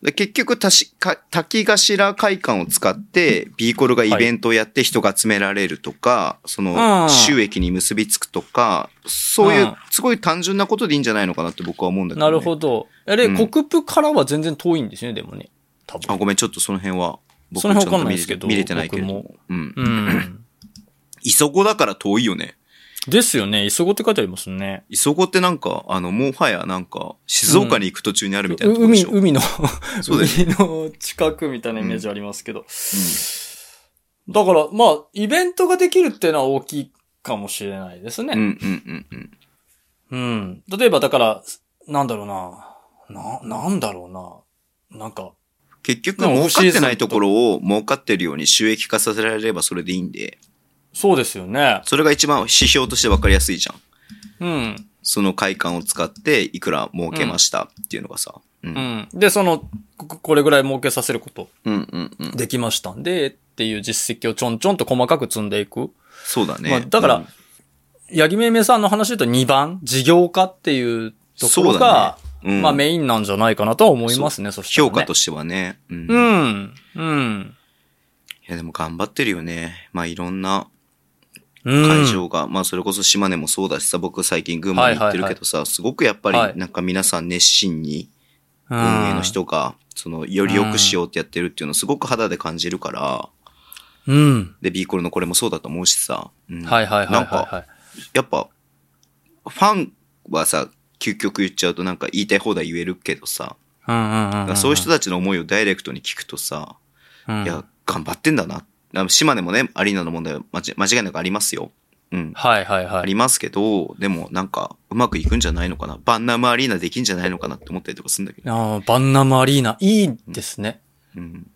Speaker 2: で結局たしか、滝頭会館を使って、ビーコルがイベントをやって人が集められるとか、その
Speaker 3: うん、
Speaker 2: 収益に結びつくとか、そういううんすごい単純なことでいいんじゃないのかなって僕は思うんだけど、
Speaker 3: な
Speaker 2: ね。
Speaker 3: るほど。あれ、
Speaker 2: うん
Speaker 3: 国府からは全然遠いんですよね、でもね。多
Speaker 2: あ、
Speaker 3: 分。
Speaker 2: ごめん、ちょっとその辺は、僕
Speaker 3: その辺
Speaker 2: ちゃ
Speaker 3: わ
Speaker 2: ん
Speaker 3: かん
Speaker 2: と
Speaker 3: ない
Speaker 2: 見
Speaker 3: で
Speaker 2: れ
Speaker 3: すけ
Speaker 2: て
Speaker 3: ど
Speaker 2: 見れてないけれども。うん。
Speaker 3: うん。
Speaker 2: 磯子だから遠いよね。
Speaker 3: ですよね。磯子って書いてありますね。
Speaker 2: 磯子ってなんか、あの、もはやなんか、静岡に行く途中にあるみたいなとこで
Speaker 3: 海、
Speaker 2: しょ。
Speaker 3: 海の、
Speaker 2: そうだよね
Speaker 3: 海の近くみたいなイメージありますけど。だから、まあ、イベントができるっていうのは大きいかもしれないです
Speaker 2: うん
Speaker 3: ね。
Speaker 2: うんうんうん
Speaker 3: うん。例えば、だから、なんだろうな。な、なんだろうな。なんか、
Speaker 2: 結局、
Speaker 3: でも
Speaker 2: 儲
Speaker 3: オフ
Speaker 2: か
Speaker 3: シー
Speaker 2: って
Speaker 3: ズン
Speaker 2: ないところを儲かってるように収益化させられればそれでいいんで。
Speaker 3: そうですよね。
Speaker 2: それが一番指標として分かりやすいじゃん。
Speaker 3: うん。
Speaker 2: その会館を使っていくら儲けましたっていうのがさ。うん。う
Speaker 3: うんん。で、その、ここれぐらい儲けさせること
Speaker 2: うんうん。
Speaker 3: できましたんで、っていう実績をちょんちょんと細かく積んでいく。
Speaker 2: そうだね。
Speaker 3: まあ、だから、八木めいめいさんの話で言うと2番、事業化っていうところ
Speaker 2: そうだ
Speaker 3: が、
Speaker 2: うん、うん
Speaker 3: まあメインなんじゃないかなとは思いますね、そしたら、ね。
Speaker 2: 評価としてはね。うん。
Speaker 3: う
Speaker 2: い
Speaker 3: ん、うん。
Speaker 2: や、でも頑張ってるよね。まあ、いろんな
Speaker 3: うん。
Speaker 2: 会場が、まあ、それこそ島根もそうだしさ、僕最近群馬に行ってるけどさ、すごくやっぱ
Speaker 3: は
Speaker 2: り、
Speaker 3: い
Speaker 2: なんか皆さん熱心に、
Speaker 3: 運
Speaker 2: 運営の。人が、その、より良くしようってやってるっていうのをすごく肌で感じるから、
Speaker 3: うん。
Speaker 2: で、ビーコルのこれもそうだと思うしさ。うん
Speaker 3: はいはいはい
Speaker 2: な
Speaker 3: は
Speaker 2: ん
Speaker 3: い、
Speaker 2: か、
Speaker 3: はい。
Speaker 2: やっぱ、ファンはさ、究極言っちゃうとなんか言いたい放題言えるけどさ、
Speaker 3: うんうんうんうん、
Speaker 2: そういう人たちの思いをダイレクトに聞くとさ、
Speaker 3: うん
Speaker 2: いや、頑張ってんだな。あの島根もね、アリーナの問題は間違間違いなくありますよ。うん。
Speaker 3: はいはいは
Speaker 2: あ
Speaker 3: い。
Speaker 2: りますけど、でもなんか、うまくいくんじゃないのかな。バンナムアリーナできんじゃないのかなって思ったりとかするんだけど。
Speaker 3: ああ、バンナムアリーナ、いいですね。
Speaker 2: うん。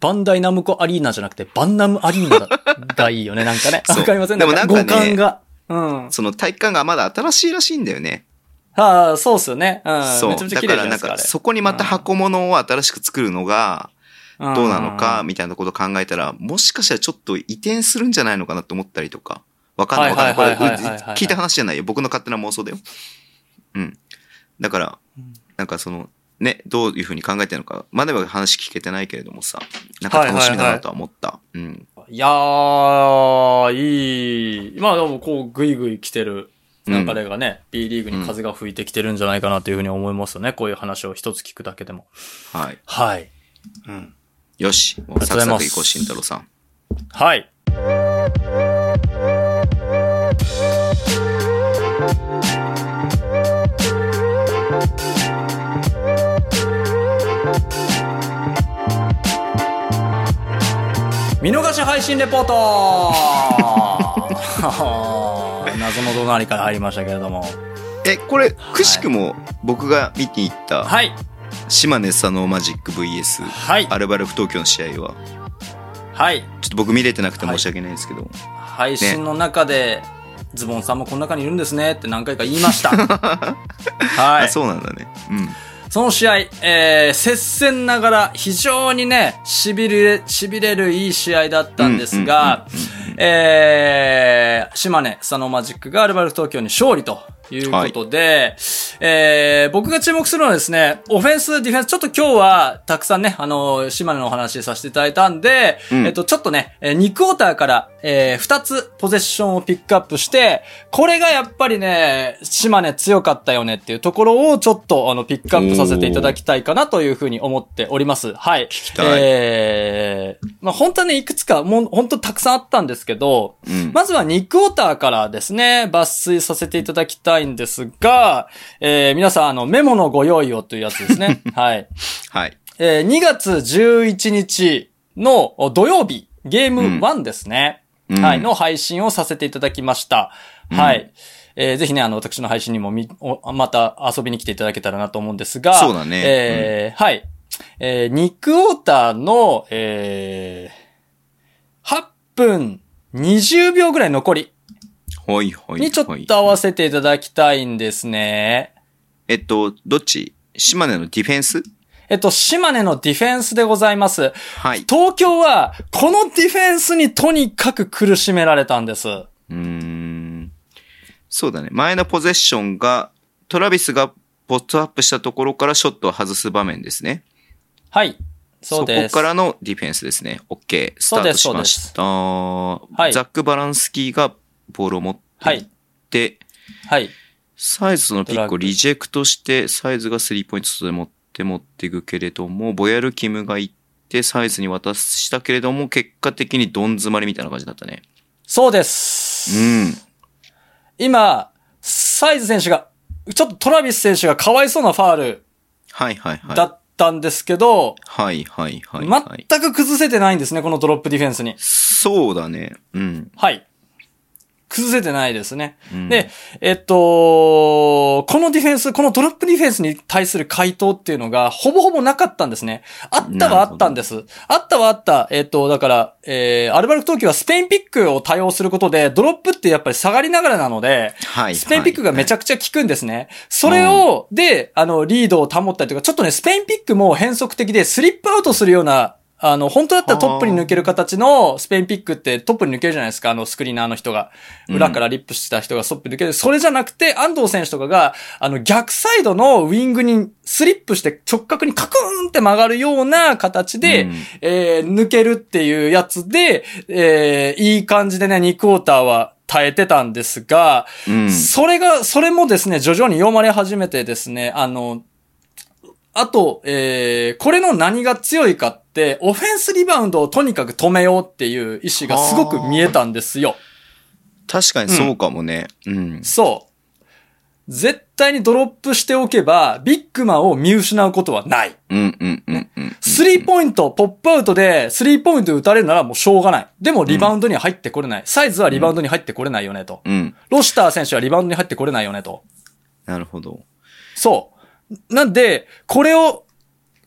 Speaker 3: バンダイナムコアリーナじゃなくて、バンナムアリーナだがいいよ ね、なんかね。
Speaker 2: そ
Speaker 3: わ
Speaker 2: う
Speaker 3: かりません
Speaker 2: でもなんかね
Speaker 3: 五感が。うん。
Speaker 2: その体育館がまだ新しいらしいんだよね。
Speaker 3: ああ、そうっすよね。うん。
Speaker 2: そ
Speaker 3: めちゃ
Speaker 2: う。
Speaker 3: めちゃ
Speaker 2: だ
Speaker 3: 綺
Speaker 2: か
Speaker 3: 麗じゃ
Speaker 2: ら
Speaker 3: ない
Speaker 2: な
Speaker 3: で
Speaker 2: ん
Speaker 3: すか、あ
Speaker 2: か、
Speaker 3: れ。
Speaker 2: そこにまた箱物を新しく作るのが、どうなのか、みたいなことを考えたら、もしかしたらちょっと移転するんじゃないのかなって思ったりとか。わかんないわかんない。こ
Speaker 3: は
Speaker 2: れ、う
Speaker 3: いはいはいはいはいはい
Speaker 2: 聞いた話じゃないよ。僕の勝手な妄想だよ。うん。だから
Speaker 3: うん、
Speaker 2: なんかその、ね、どういうふうに考えてるのか、まだは話聞けてないけれどもさ、なんか楽しみだなとは思った。うん。
Speaker 3: いやー、いい。まあでもこう、ぐいぐい来てる流れがね、B リーグに風が吹いてきてるんじゃないかなというふうに思いますよね。こういう話を一つ聞くだけでも。
Speaker 2: はい。
Speaker 3: はい。うん。
Speaker 2: よし。もうサクサク行こう、慎太郎さん。
Speaker 3: はい。見逃し配信レポート 謎の隣から入りましたけれども。
Speaker 2: え、これ、くしくも僕が見に行った
Speaker 3: はい。
Speaker 2: 島根佐野マジック VS
Speaker 3: はい
Speaker 2: アルバルフ東京の試合は
Speaker 3: はい
Speaker 2: ちょっと僕見れてなくて申し訳ないですけど、
Speaker 3: 配信の中で、ズボンさんもこの中にいるんですねって何回か言いま した。は
Speaker 2: あ
Speaker 3: い。そ
Speaker 2: そうなんだねうん
Speaker 3: の試合、えー、接戦ながら非常にね、痺れ、痺れるいい試合だったんですが、えー、島根、佐野マジックがアルバルク東京に勝利ということで、えー、僕が注目するのはですね、オフェンス、ディフェンス、ちょっと今日はたくさんね、あの、島根のお話しさせていただいたんで、
Speaker 2: うん
Speaker 3: えっと、ちょっとね、えー2クォーターから、えー、2つポゼッションをピックアップして、これがやっぱりね、島根強かったよねっていうところをちょっと、あの、ピックアップさせていただきたいかなというふうに思っております。はい。聞き
Speaker 2: たい
Speaker 3: えー、まあ、本当はね、いくつか、もう、本当たくさんあったんですけど、
Speaker 2: うん
Speaker 3: まずは2クォーターからですね、抜粋させていただきたいんですが、えー、皆さん、あの、メモのご用意をというやつですね。はい。
Speaker 2: はい
Speaker 3: えー2月11日のお土曜日、ゲーム
Speaker 2: うん
Speaker 3: 1ですね。
Speaker 2: うん
Speaker 3: はい、の配信をさせていただきました。はい。えーぜひね、あの、私の配信にもみ、おまた遊びに来ていただけたらなと思うんですが。
Speaker 2: そうだね
Speaker 3: えーはい。えー、2クォーターの、えー、8分20秒ぐらい残り
Speaker 2: ほいほいほい
Speaker 3: にちょっと合わせていただきたいんですね。
Speaker 2: えっとどっち島根のディフェンス
Speaker 3: えっと、島根のディフェンスでございます。
Speaker 2: はい
Speaker 3: 東京は、このディフェンスにとにかく苦しめられたんです。
Speaker 2: うーんそうだね。前のポゼッションが、トラビスがポットアップしたところからショットを外す場面ですね。
Speaker 3: はい。そうです。
Speaker 2: こからのディフェンスですね。OK。スタ
Speaker 3: そう
Speaker 2: ー
Speaker 3: で
Speaker 2: ト
Speaker 3: す
Speaker 2: しました。
Speaker 3: い
Speaker 2: ザック・バランスキーがボールを持って
Speaker 3: はい
Speaker 2: っ
Speaker 3: い。
Speaker 2: て、
Speaker 3: はい。
Speaker 2: サイズのピック
Speaker 3: ド
Speaker 2: を
Speaker 3: ラッグ
Speaker 2: リジェクトして、サイズがスリーポイント外で持って持っていくけれども、ボヤルキムが行って、サイズに渡したけれども、結果的にどん詰まりみたいな感じだったね。
Speaker 3: そうです。
Speaker 2: うん。
Speaker 3: 今、サイズ選手が、ちょっとトラビス選手がかわいそうなファール
Speaker 2: はいはいはい。
Speaker 3: だったんですけど、
Speaker 2: はいはいはい、はい。
Speaker 3: 全く崩せてないんですね、このドロップディフェンスに。
Speaker 2: そうだね。うん。
Speaker 3: はい。崩せてないですね。
Speaker 2: うん
Speaker 3: で、えっと、このディフェンス、このドロップディフェンスに対する回答っていうのが、ほぼほぼなかったんですね。あったはあったんです。あったはあった。えっと、だから、えー、アルバルク東京はスペインピックを対応することで、ドロップってやっぱり下がりながらなので、
Speaker 2: はい。
Speaker 3: スペインピックがめち
Speaker 2: ゃ、
Speaker 3: ゃくちゃ効くんですね。それを、で、あの、リードを保ったりとか、ちょっとね、スペインピックも変則的で、スリップアウトするような、あの、本当だったらトップに抜ける形のスペインピックってトップに抜けるじゃないですか、あのスクリーナーの人が。裏からリップした人がストップ抜ける。それじゃなくて、安藤選手とかが、あの、逆サイドのウィングにスリップして直角にカクーンって曲がるような形で、
Speaker 2: うん
Speaker 3: えー抜けるっていうやつで、えーいい感じでね、2クォーターは耐えてたんですが、
Speaker 2: うん。
Speaker 3: それが、それもですね、徐々に読まれ始めてですね、あの、あと、えー、これの何が強いかって、オフェンスリバウンドをとにかく止めようっていう意思がすごく見えたんですよ。
Speaker 2: 確かにそうかもね。うん。
Speaker 3: そう。絶対にドロップしておけば、ビッグマンを見失うことはない。
Speaker 2: うんうんうんうん。
Speaker 3: スリーポイント、ポップアウトで、スリーポイント打たれるならもうしょうがない。でもリバウンドには入ってこれない。サイズはリバウンドに入ってこれないよねと。
Speaker 2: うん。
Speaker 3: ロシター選手はリバウンドに入ってこれないよねと。
Speaker 2: なるほど。
Speaker 3: そう。なんで、これを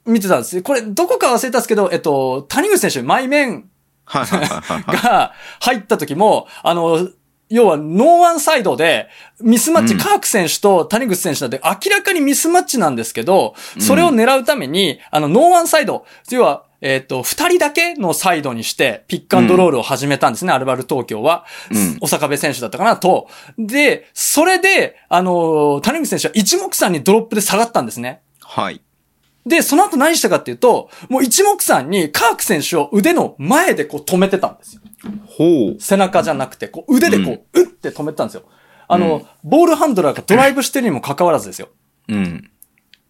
Speaker 3: 見てたんです。これ、どこか忘れたんですけど、えっと、谷口選手、マイメン
Speaker 2: はいはいはいはい。
Speaker 3: が入った時も、あの、要はノーワンサイドで、ミスマッチ、
Speaker 2: うん
Speaker 3: カーク選手と谷口選手なんで明らかにミスマッチなんですけど、それを狙うために、あの、ノーワンサイド、要は、えっ、と、二人だけのサイドにして、ピックアンドロールを始めたんですね、アルバル東京は。
Speaker 2: うん
Speaker 3: お坂部選手だったかな、と。で、それで、あの谷口選手は一目散にドロップで下がったんですね。
Speaker 2: はい。
Speaker 3: で、その後何したかっていうと、もう一目散にカーク選手を腕の前でこう止めてたんですよ。
Speaker 2: ほう。
Speaker 3: 背中じゃなくて、こう腕でこう、うって止めてたんですよ。あの、ボールハンドラーがドライブしてるにもかかわらずですよ。
Speaker 2: うん。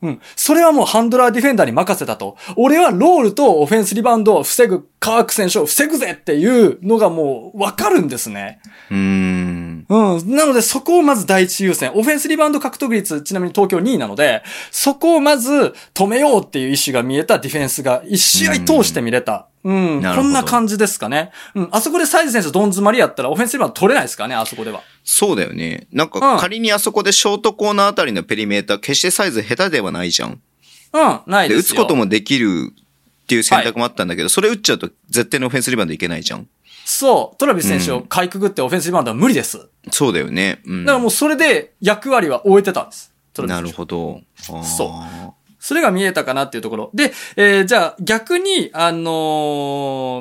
Speaker 3: うん。それはもうハンドラーディフェンダーに任せたと。俺はロールとオフェンスリバウンドを防ぐ、カーク選手を防ぐぜっていうのがもうわかるんですね。
Speaker 2: うーん。
Speaker 3: うん。なので、そこをまず第一優先。オフェンスリバウンド獲得率、ちなみに東京2位なので、そこをまず止めようっていう意思が見えたディフェンスが、一試合通して見れた。うん。
Speaker 2: なるほど
Speaker 3: こんな感じですかね。うん。あそこでサイズ選手どん詰まりやったら、オフェンスリバウンド取れないですからね、あそこでは。
Speaker 2: そうだよね。なん
Speaker 3: う
Speaker 2: か
Speaker 3: ん
Speaker 2: 仮にあそこでショートコーナーあたりのペリメーター、決してサイズ下手ではないじゃん。
Speaker 3: うん、ない
Speaker 2: で、
Speaker 3: で
Speaker 2: 打
Speaker 3: す
Speaker 2: つ
Speaker 3: よ。
Speaker 2: こともできるっていう選択もあったんだけど、それ打っちゃうと絶対にオフェンスリバウンドいけないじゃん。
Speaker 3: そう、トラビス選手をかいくぐってオフェンスリバウンドは無理です。だ
Speaker 2: そうだよね。うん。
Speaker 3: からもうそれで役割は終えてたんです。トラビス
Speaker 2: な
Speaker 3: 選手
Speaker 2: るほど。
Speaker 3: そ
Speaker 2: そ
Speaker 3: それが見えたかなっていうところ。で、えーじゃあ逆に、あの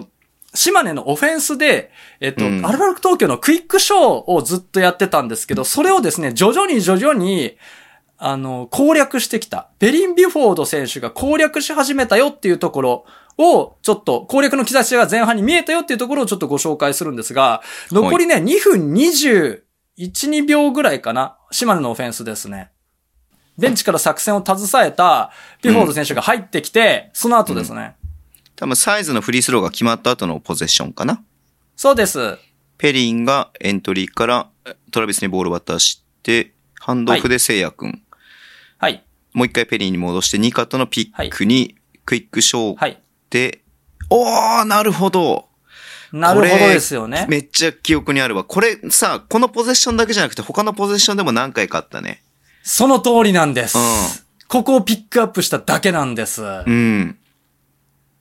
Speaker 3: ー島根のオフェンスで、えっ、と、
Speaker 2: うん
Speaker 3: アルバルク東京のクイックショーをずっとやってたんですけど、それをですね、徐々に徐々に、あのー攻略してきた。ベリン・ビュフォード選手が攻略し始めたよっていうところを、ちょっと攻略の兆しが前半に見えたよっていうところをちょっとご紹介するんですが、残りね、2分21、2秒ぐらいかな。島根のオフェンスですね。ベンチから作戦を携えた、ビュフォード選手が入ってきて、その後ですね。
Speaker 2: 多分サイズのフリースローが決まった後のポゼッションかな。
Speaker 3: そうです。
Speaker 2: ペリンがエントリーからえトラビスにボールを渡して、ハンドオフで聖也くん。
Speaker 3: はい。
Speaker 2: もう一回ペリーに戻して、ニカとのピックに、クイックショ
Speaker 3: は
Speaker 2: ー
Speaker 3: い。
Speaker 2: で、おー、なるほど。
Speaker 3: なるほどですよね
Speaker 2: これ。めっちゃ記憶にあるわ。これさ、このポゼッションだけじゃなくて、他のポゼッションでも何回かあったね。
Speaker 3: その通りなんです、
Speaker 2: うん
Speaker 3: ここをピックアップしただけなんです。
Speaker 2: うん。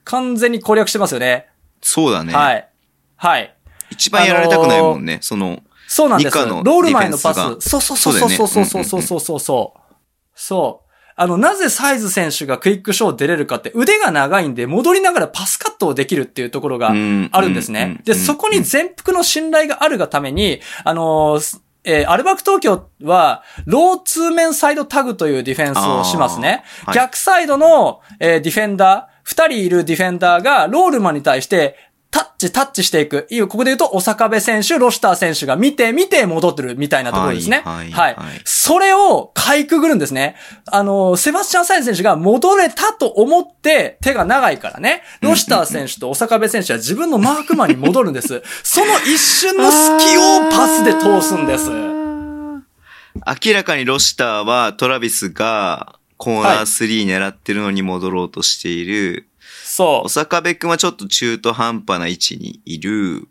Speaker 3: 完全に攻略してますよね。
Speaker 2: そうだね。
Speaker 3: はい。はい。
Speaker 2: 一番やられたくないもんね。その、
Speaker 3: そうなんです。
Speaker 2: ニ
Speaker 3: ロ
Speaker 2: カの
Speaker 3: ール前のパ
Speaker 2: ディフェンス
Speaker 3: ス。そうそうそうそうそうそうそ
Speaker 2: そだよね
Speaker 3: うそううそうそうそう。あの、なぜサイズ選手がクイックショー出れるかって腕が長いんで戻りながらパスカットをできるっていうところが
Speaker 2: うん
Speaker 3: あるんです
Speaker 2: うん
Speaker 3: ね。
Speaker 2: う
Speaker 3: で、
Speaker 2: ん
Speaker 3: そこに全幅の信頼があるがために、あのーすえーアルバク東京は、ロー通面サイドタグというディフェンスをしますね。
Speaker 2: あーはい
Speaker 3: 逆サイドの、えーディフェンダー、二人いるディフェンダーが、ロールマンに対して、タッチ、タッチしていく。いいよここで言うと、お坂部選手、ロシター選手が見て、見て戻ってるみたいなところですね。
Speaker 2: はい
Speaker 3: は
Speaker 2: はいい。
Speaker 3: はいそれをかいくぐるんですね。あの、セバスチャン・サイズ選手が戻れたと思って、手が長いからね、ロシター選手とお坂部選手は自分のマークマンに戻るんです。その一瞬の隙をパスで通すんです。
Speaker 2: 明らかにロシターはトラビスがコーナー3狙ってるのに戻ろうとしている。
Speaker 3: そ
Speaker 2: お
Speaker 3: う。
Speaker 2: さかべくんはちょっと中途半端な位置にいる。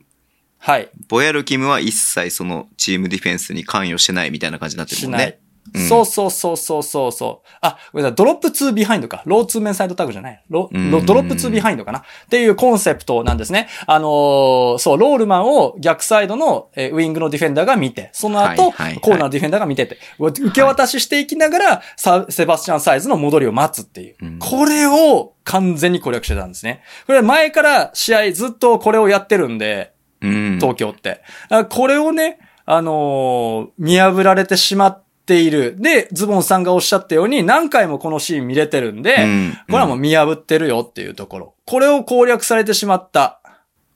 Speaker 3: はい。
Speaker 2: ボヤルキムは一切そのチームディフェンスに関与してないみたいな感じになってる
Speaker 3: し
Speaker 2: もん
Speaker 3: ない
Speaker 2: ね。。うん
Speaker 3: そうそうそうそうそうそう。あ、ごめんなさい。ドロップ2ビハインドか。ロー2面サイドタグじゃない。ロ
Speaker 2: うん
Speaker 3: ロドロップ2ビハインドかな。っていうコンセプトなんですね。あのーそう、ロールマンを逆サイドの、えーウィングのディフェンダーが見て、その後、
Speaker 2: はいはいはい
Speaker 3: コーナーのディフェンダーが見てて、う受け渡ししていきながら、サセバスチャンサイズの戻りを待つっていう。
Speaker 2: うん
Speaker 3: これを完全に攻略してたんですね。これ前から試合ずっとこれをやってるんで、
Speaker 2: うん。
Speaker 3: 東京って。あこれをね、あのー見破られてしまっている。で、ズボンさんがおっしゃったように、何回もこのシーン見れてるんで、
Speaker 2: うん
Speaker 3: これはもう見破ってるよっていうところ。これを攻略されてしまった。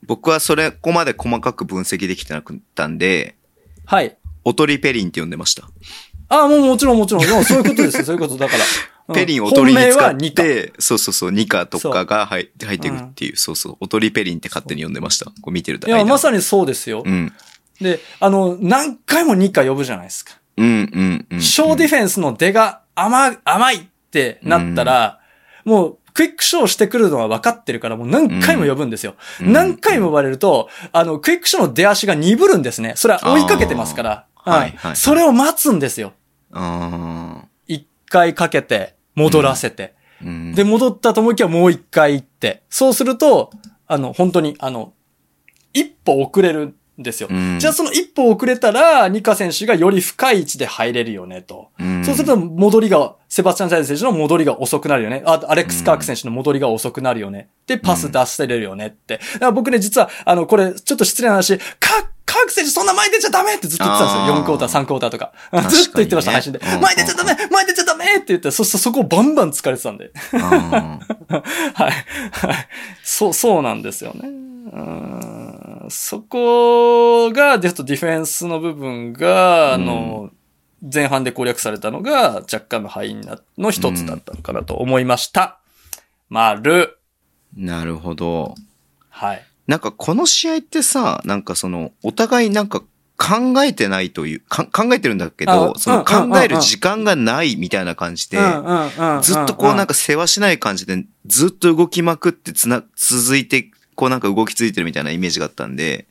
Speaker 2: 僕はそれ、ここまで細かく分析できてなかったんで、
Speaker 3: はい。
Speaker 2: おとりペリンって呼んでました。
Speaker 3: あもうもちろんもちろん。でもそういうこと ですよ。そういうことだから。うん
Speaker 2: ペリンおとりに使っ
Speaker 3: 本命は2
Speaker 2: て、そうそうそう、ニカとかが入入っていくっていう、そうそう、おとりペリンって勝手に呼んでました。こう見てる
Speaker 3: か。
Speaker 2: だ
Speaker 3: い
Speaker 2: け
Speaker 3: や、まさにそうですよ。
Speaker 2: うん。
Speaker 3: で、あの、何回も2回呼ぶじゃないですか。
Speaker 2: うんうんうん。
Speaker 3: 小ディフェンスの出が甘、甘いってなったら、もう、クイックショーしてくるのは分かってるから、もう何回も呼ぶんですよ。
Speaker 2: うん
Speaker 3: 何回も呼ばれると、あの、クイックショーの出足が鈍るんですね。それは追いかけてますから。
Speaker 2: あー
Speaker 3: うん
Speaker 2: はいはい
Speaker 3: それを待つんですよ。
Speaker 2: あ
Speaker 3: 一回かけて、戻らせて。
Speaker 2: ーうん。
Speaker 3: で、戻ったと思いきやもう一回行って。そうすると、あの、本当に、あの、一歩遅れるんですよ。
Speaker 2: うん
Speaker 3: じゃあその一歩遅れたら、ニカ選手がより深い位置で入れるよね、と。
Speaker 2: ん
Speaker 3: そうすると、戻りが、セバスチャン・サイズ選手の戻りが遅くなるよね。あアレックス・カーク選手の戻りが遅くなるよね。で、パス出せれるよねって。だから僕ね、実は、あの、これ、ちょっと失礼な話、カーカーク選手そんな前出ちゃダメってずっと言ってたんですよ。
Speaker 2: あー
Speaker 3: 4クォーター、3クォーターとか。
Speaker 2: かにね
Speaker 3: ずっと言ってました、配信で
Speaker 2: うんう。ん
Speaker 3: 前出ちゃダメ前出ちゃダメって言って、そしてそこをバンバン疲れてたんで。
Speaker 2: あー
Speaker 3: はい。はい。そう、そうなんですよね。うーんそこが、ちょっとディフェンスの部分が、あの、前半で攻略されたのが、若干の敗因なの一つだったのかなと思いました。丸。
Speaker 2: なるほど。
Speaker 3: はい。
Speaker 2: なんかこの試合ってさ、なんかその、お互いなんか考えてないという、か考えてるんだけど、
Speaker 3: あ
Speaker 2: その
Speaker 3: うんうん
Speaker 2: 考える時間がないみたいな感じで、ずっとこうなん
Speaker 3: か、
Speaker 2: か世話しない感じで、ずっと動きまくってつな、続いて、こうなんか動きついてるみたいなイメージがあったんで、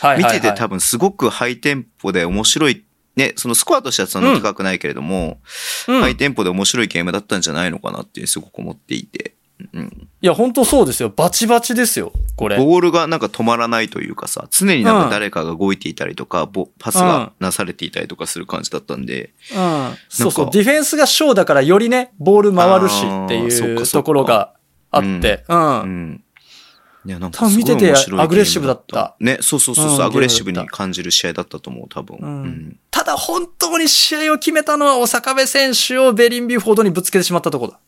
Speaker 3: はい
Speaker 2: 見
Speaker 3: はいは
Speaker 2: て
Speaker 3: い
Speaker 2: て多分すごくハイテンポで面白いね、そのスコアとしてはそんな高くないけれども、
Speaker 3: うん
Speaker 2: ハイテンポで面白いゲームだったんじゃないのかなってすごく思っていて。うん、
Speaker 3: いや、本当そうですよ。バチバチですよ。これ。
Speaker 2: ボールがなんか止まらないというかさ、常になんか誰かが動いていたりとか、ボパスがなされていたりとかする感じだったんで、
Speaker 3: うん。そうそ
Speaker 2: な
Speaker 3: う。
Speaker 2: んか
Speaker 3: ディフェンスが小だからよりね、ボール回るしって
Speaker 2: あーそっ
Speaker 3: い
Speaker 2: かそっか
Speaker 3: うところがあって。うん。
Speaker 2: うん。いや、なん
Speaker 3: 多
Speaker 2: か
Speaker 3: 分
Speaker 2: すご
Speaker 3: 見
Speaker 2: い面白い
Speaker 3: てて
Speaker 2: ゲーム
Speaker 3: アグレッシブだった。
Speaker 2: ね、そうそうそうそう、
Speaker 3: うん
Speaker 2: アグレッシブ
Speaker 3: ゲーム
Speaker 2: に
Speaker 3: だっ
Speaker 2: 感じる試合だったと思う、多分。
Speaker 3: う
Speaker 2: うんん。
Speaker 3: ただ本当に試合を決めたのは、お坂部選手をベリンビューフォードにぶつけてしまったところだ。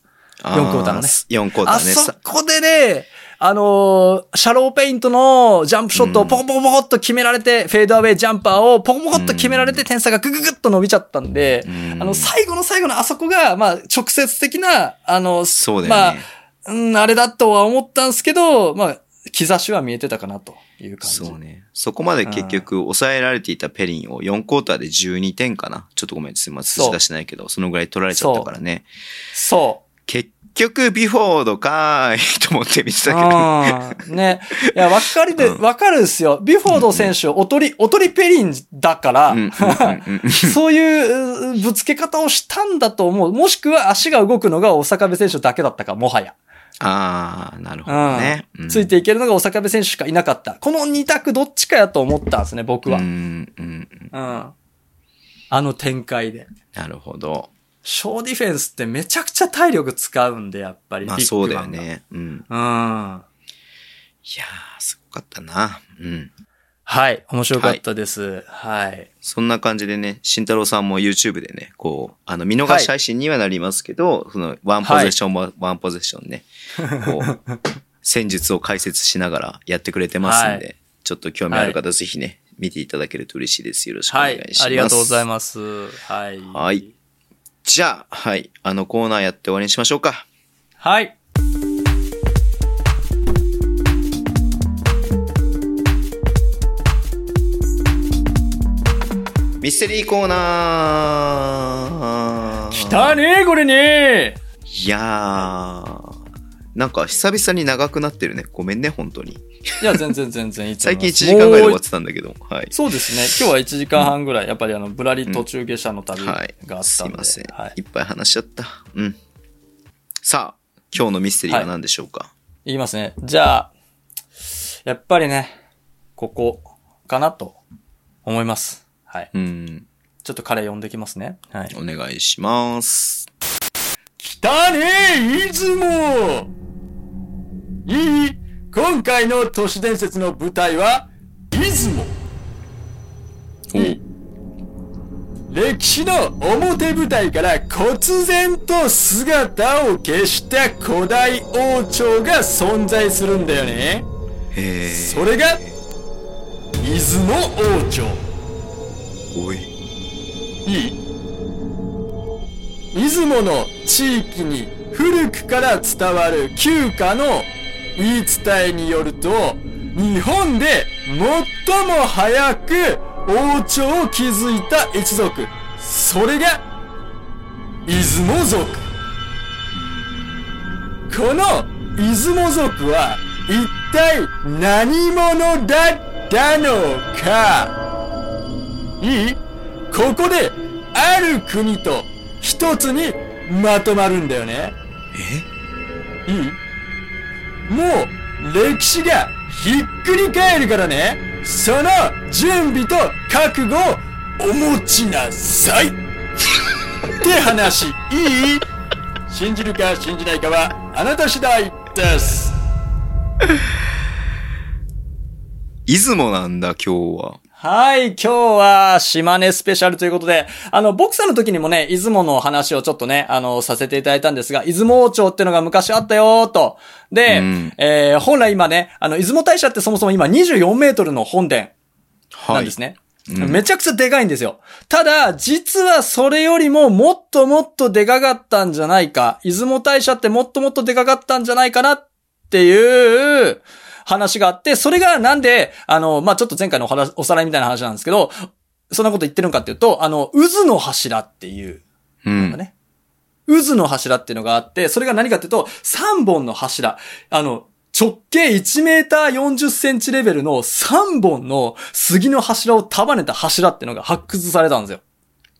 Speaker 3: 四クォーターのね
Speaker 2: 4クォータ
Speaker 3: あ
Speaker 2: ーね。
Speaker 3: そこでね、あのーシャローペイントのジャンプショットをポコポコポコっと決められて、フェードアウェイジャンパーをポコポコっと決められて、点差がグググッと伸びちゃったんで、
Speaker 2: うん
Speaker 3: あの、最後の最後のあそこが、まあ、直接的な、あの、
Speaker 2: そうだよね。
Speaker 3: まあ、うん、あれだとは思ったんですけど、まあ、兆しは見えてたかなという感じ。
Speaker 2: そうね。そこまで結局抑えられていたペリンを4クォーターで12点かな。ちょっとごめん、すみません。
Speaker 3: そう
Speaker 2: 数字出してないけど、そのぐらい取られちゃったからね。
Speaker 3: そう。
Speaker 2: 結局、ビフォードかーいと思って見てたけど。
Speaker 3: ああ、ね。いや、わかるで、
Speaker 2: うん
Speaker 3: わかるですよ。ビフォード選手、おとり、おとりペリンだから、
Speaker 2: うんうんうん うん
Speaker 3: そういううぶつけ方をしたんだと思う。もしくは足が動くのが大坂部選手だけだったか、もはや。
Speaker 2: あー、なるほ
Speaker 3: う
Speaker 2: ど
Speaker 3: ん。
Speaker 2: ね。うん
Speaker 3: ついていけるのが大坂部選手しかいなかった。この二択どっちかやと思ったんですね、僕は。
Speaker 2: う
Speaker 3: うん。
Speaker 2: んうん。
Speaker 3: あの展開で。
Speaker 2: なるほど。
Speaker 3: 小ディフェンスってめちゃくちゃ体力使うんで、やっぱり。
Speaker 2: まあ
Speaker 3: ビッ
Speaker 2: そ
Speaker 3: グ
Speaker 2: うだ
Speaker 3: マ
Speaker 2: よ
Speaker 3: ンが。
Speaker 2: ね。うん。
Speaker 3: うん。
Speaker 2: いやー、すごかったな。うん。
Speaker 3: はい。面白かったです。はい。
Speaker 2: そんな感じでね、慎太郎さんも YouTube でね、こう、あの、見逃し配信にはなりますけど、その、ワンポゼッションも、ワンポゼッションね、こう、 戦術を解説しながらやってくれてますんで、
Speaker 3: は
Speaker 2: ちょっと興味ある方、ぜひね、見ていただけると嬉しいです。よろしくお
Speaker 3: は
Speaker 2: 願いし
Speaker 3: い
Speaker 2: ま。す。
Speaker 3: ありがとうござい
Speaker 2: ま
Speaker 3: ます。はい。
Speaker 2: はい。じゃあ、はい、あのコーナーやって終わりにしましょうか。
Speaker 3: はい。
Speaker 2: ミステリーコーナー
Speaker 3: 来たねこれね
Speaker 2: いやー、なんか久々に長くなってるね。ごめんね、本当に。
Speaker 3: いや、全然全然いいと
Speaker 2: 最
Speaker 3: 思いま
Speaker 2: 近1
Speaker 3: す。
Speaker 2: 時間ぐらいで終
Speaker 3: も
Speaker 2: わ
Speaker 3: う
Speaker 2: ってたんだけど、はい。
Speaker 3: そうですね。今日は1時間半ぐらい、やっぱりあの、ぶらり途中下車の旅があ
Speaker 2: は
Speaker 3: っ
Speaker 2: い。
Speaker 3: たんで。
Speaker 2: すいません、
Speaker 3: はいい。。
Speaker 2: っぱい話しちゃった。うん。さあ、今日のミステリーは何でしょうか、
Speaker 3: 言いますね。じゃあ、やっぱりね、ここかなと思います。はい。
Speaker 2: うん。
Speaker 3: ちょっと彼呼んできますね。はい。
Speaker 2: お願いします。
Speaker 3: 来たね出雲いい今回の都市伝説の舞台は、出雲歴史の表舞台から忽然と姿を消した古代王朝が存在するんだよね
Speaker 2: へえ。
Speaker 3: それが出雲王朝
Speaker 2: おい。
Speaker 3: いい出雲の地域に古くから伝わる旧家の言い伝えによると日本で最も早く王朝を築いた一族それが出雲族この出雲族は一体何者だったのかいいここである国と一つにまとまるんだよねいいもう歴史がひっくり返るからねその準備と覚悟をお持ちなさいって話いい信じるか信じないかはあなた次第です
Speaker 2: え出雲なんだ、今日は。
Speaker 3: はい、今日は島根スペシャルということで、あの、ボクサーの時にもね、出雲の話をちょっとね、あの、させていただいたんですが、出雲王朝ってのが昔あったよーと。で、
Speaker 2: うん
Speaker 3: えー本来今ね、あの、出雲大社ってそもそも今24メートルの本殿
Speaker 2: はい。
Speaker 3: なんですね。
Speaker 2: うん
Speaker 3: めちゃくちゃでかいんですよ。ただ、実はそれよりももっともっとでかかったんじゃないか。出雲大社ってもっともっとでかかったんじゃないかなっていう話があって、それがなんで、あの、まあ、ちょっと前回のお話おさらいみたいな話なんですけど、そんなこと言ってるのかっていうと、あの、渦の柱っていう
Speaker 2: うん。
Speaker 3: ね、渦の柱っていうのがあって、それが何かっていうと、3本の柱。あの、直径1メーター40センチレベルの3本の杉の柱を束ねた柱っていうのが発掘されたんですよ。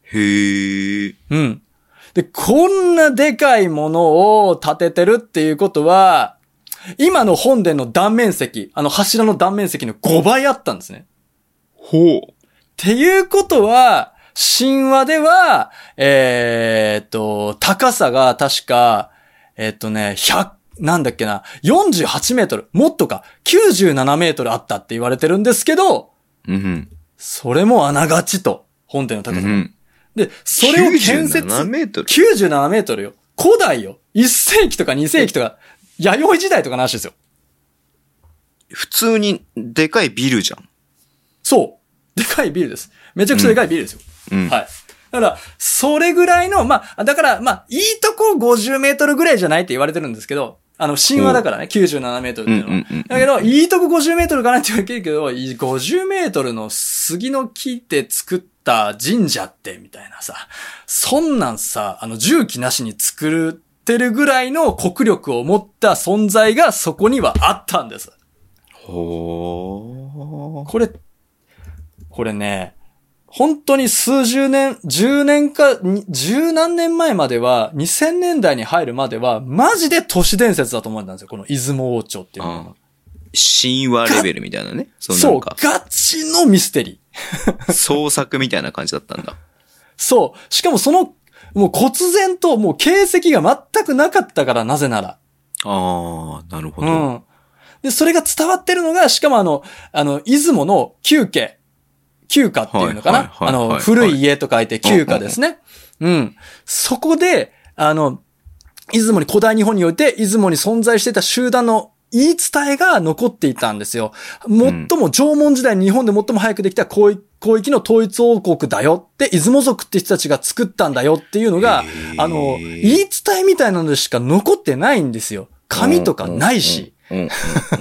Speaker 2: へえ。
Speaker 3: うん。で、こんなでかいものを建ててるっていうことは、今の本殿の断面積、あの柱の断面積の5倍あったんですね。
Speaker 2: ほう。
Speaker 3: っていうことは、神話では、えー、っと、高さが確か、えーっとね、100、なんだっけな、48メートル、もっとか、97メートルあったって言われてるんですけど、
Speaker 2: うん
Speaker 3: それもあながちと、本殿の
Speaker 2: うん。
Speaker 3: 高
Speaker 2: う
Speaker 3: さ。
Speaker 2: ん。
Speaker 3: で、それを建設。
Speaker 2: 97メートル。
Speaker 3: 97メートルよ。古代よ。1世紀とか2世紀とか、弥生時代とかの話ですよ。
Speaker 2: 普通にでかいビルじゃん。
Speaker 3: そう。でかいビルです。めちゃくちゃでかいビルですよ。
Speaker 2: うん。
Speaker 3: はい。だから、それぐらいの、まあ、だから、まあ、いいとこ50メートルぐらいじゃないって言われてるんですけど、あの、神話だからね、97メートルっていうのは。
Speaker 2: うんうんうんうん
Speaker 3: だけど、いいとこ50メートルかなって言われてるけど、い50メートルの杉の木で作った神社って、みたいなさ、そんなんさ、あの、重機なしに作るってるぐらいの国力を持った存在がそこにはあったんです。
Speaker 2: ほー。
Speaker 3: これ、これね、本当に数十年、十年か、に十何年前までは、2000年代に入るまでは、マジで都市伝説だと思ってたんですよ。この出雲王朝っていうのは。
Speaker 2: あ神話レベルみたいなね。その
Speaker 3: そ
Speaker 2: な、
Speaker 3: うん
Speaker 2: か、
Speaker 3: ガチのミステリー。
Speaker 2: 創作みたいな感じだったんだ。
Speaker 3: そう。しかもその、もう忽然と、もう形跡が全くなかったから、なぜなら。
Speaker 2: ああ、なるほ
Speaker 3: う
Speaker 2: ど。
Speaker 3: ん。で、それが伝わってるのが、しかもあの、あの、出雲の旧家。旧家っていうのか
Speaker 2: はい
Speaker 3: な
Speaker 2: はい
Speaker 3: あ
Speaker 2: はいはい
Speaker 3: の、古い家と書いて旧家ですね。うん。そこで、あの、出雲に、古代日本において、出雲に存在していた集団の言い伝えが残っていたんですよ。最も縄文時代に日本で最も早くできた広域広域の統一王国だよって、出雲族って人たちが作ったんだよっていうのが
Speaker 2: へ、ー
Speaker 3: あの、言い伝えみたいなのでしか残ってないんですよ。紙とかないし。
Speaker 2: うん。うん。うん。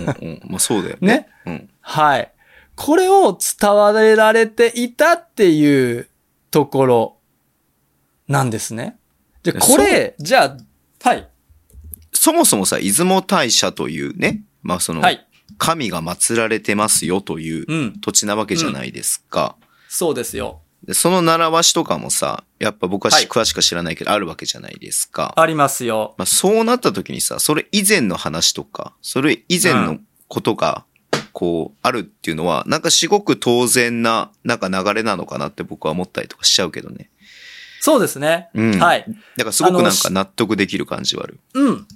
Speaker 2: うんまあそうだよね。
Speaker 3: ね。
Speaker 2: うん。
Speaker 3: はい。これを伝わられていたっていうところなんですね。で、これ、じゃあ、はい、
Speaker 2: そもそもさ、出雲大社というね、まあその
Speaker 3: は、い、
Speaker 2: 神が祀られてますよという
Speaker 3: うん、
Speaker 2: 土地なわけじゃないですか。
Speaker 3: そうですよ。
Speaker 2: でその習わしとかもさ、やっぱ僕はし
Speaker 3: はい
Speaker 2: 詳しくは知らないけど、あるわけじゃないですか。
Speaker 3: ありますよ。
Speaker 2: まあ、そうなった時にさ、それ以前の話とか、それ以前
Speaker 3: う
Speaker 2: のことが、こう、あるっていうのは、なんかすごく当然な、なんか流れなのかなって僕は思ったりとかしちゃうけどね。
Speaker 3: そうですね。
Speaker 2: うん。
Speaker 3: はい。
Speaker 2: だからすごく
Speaker 3: あ
Speaker 2: なん
Speaker 3: の
Speaker 2: か納得できる感じはある。
Speaker 3: うん。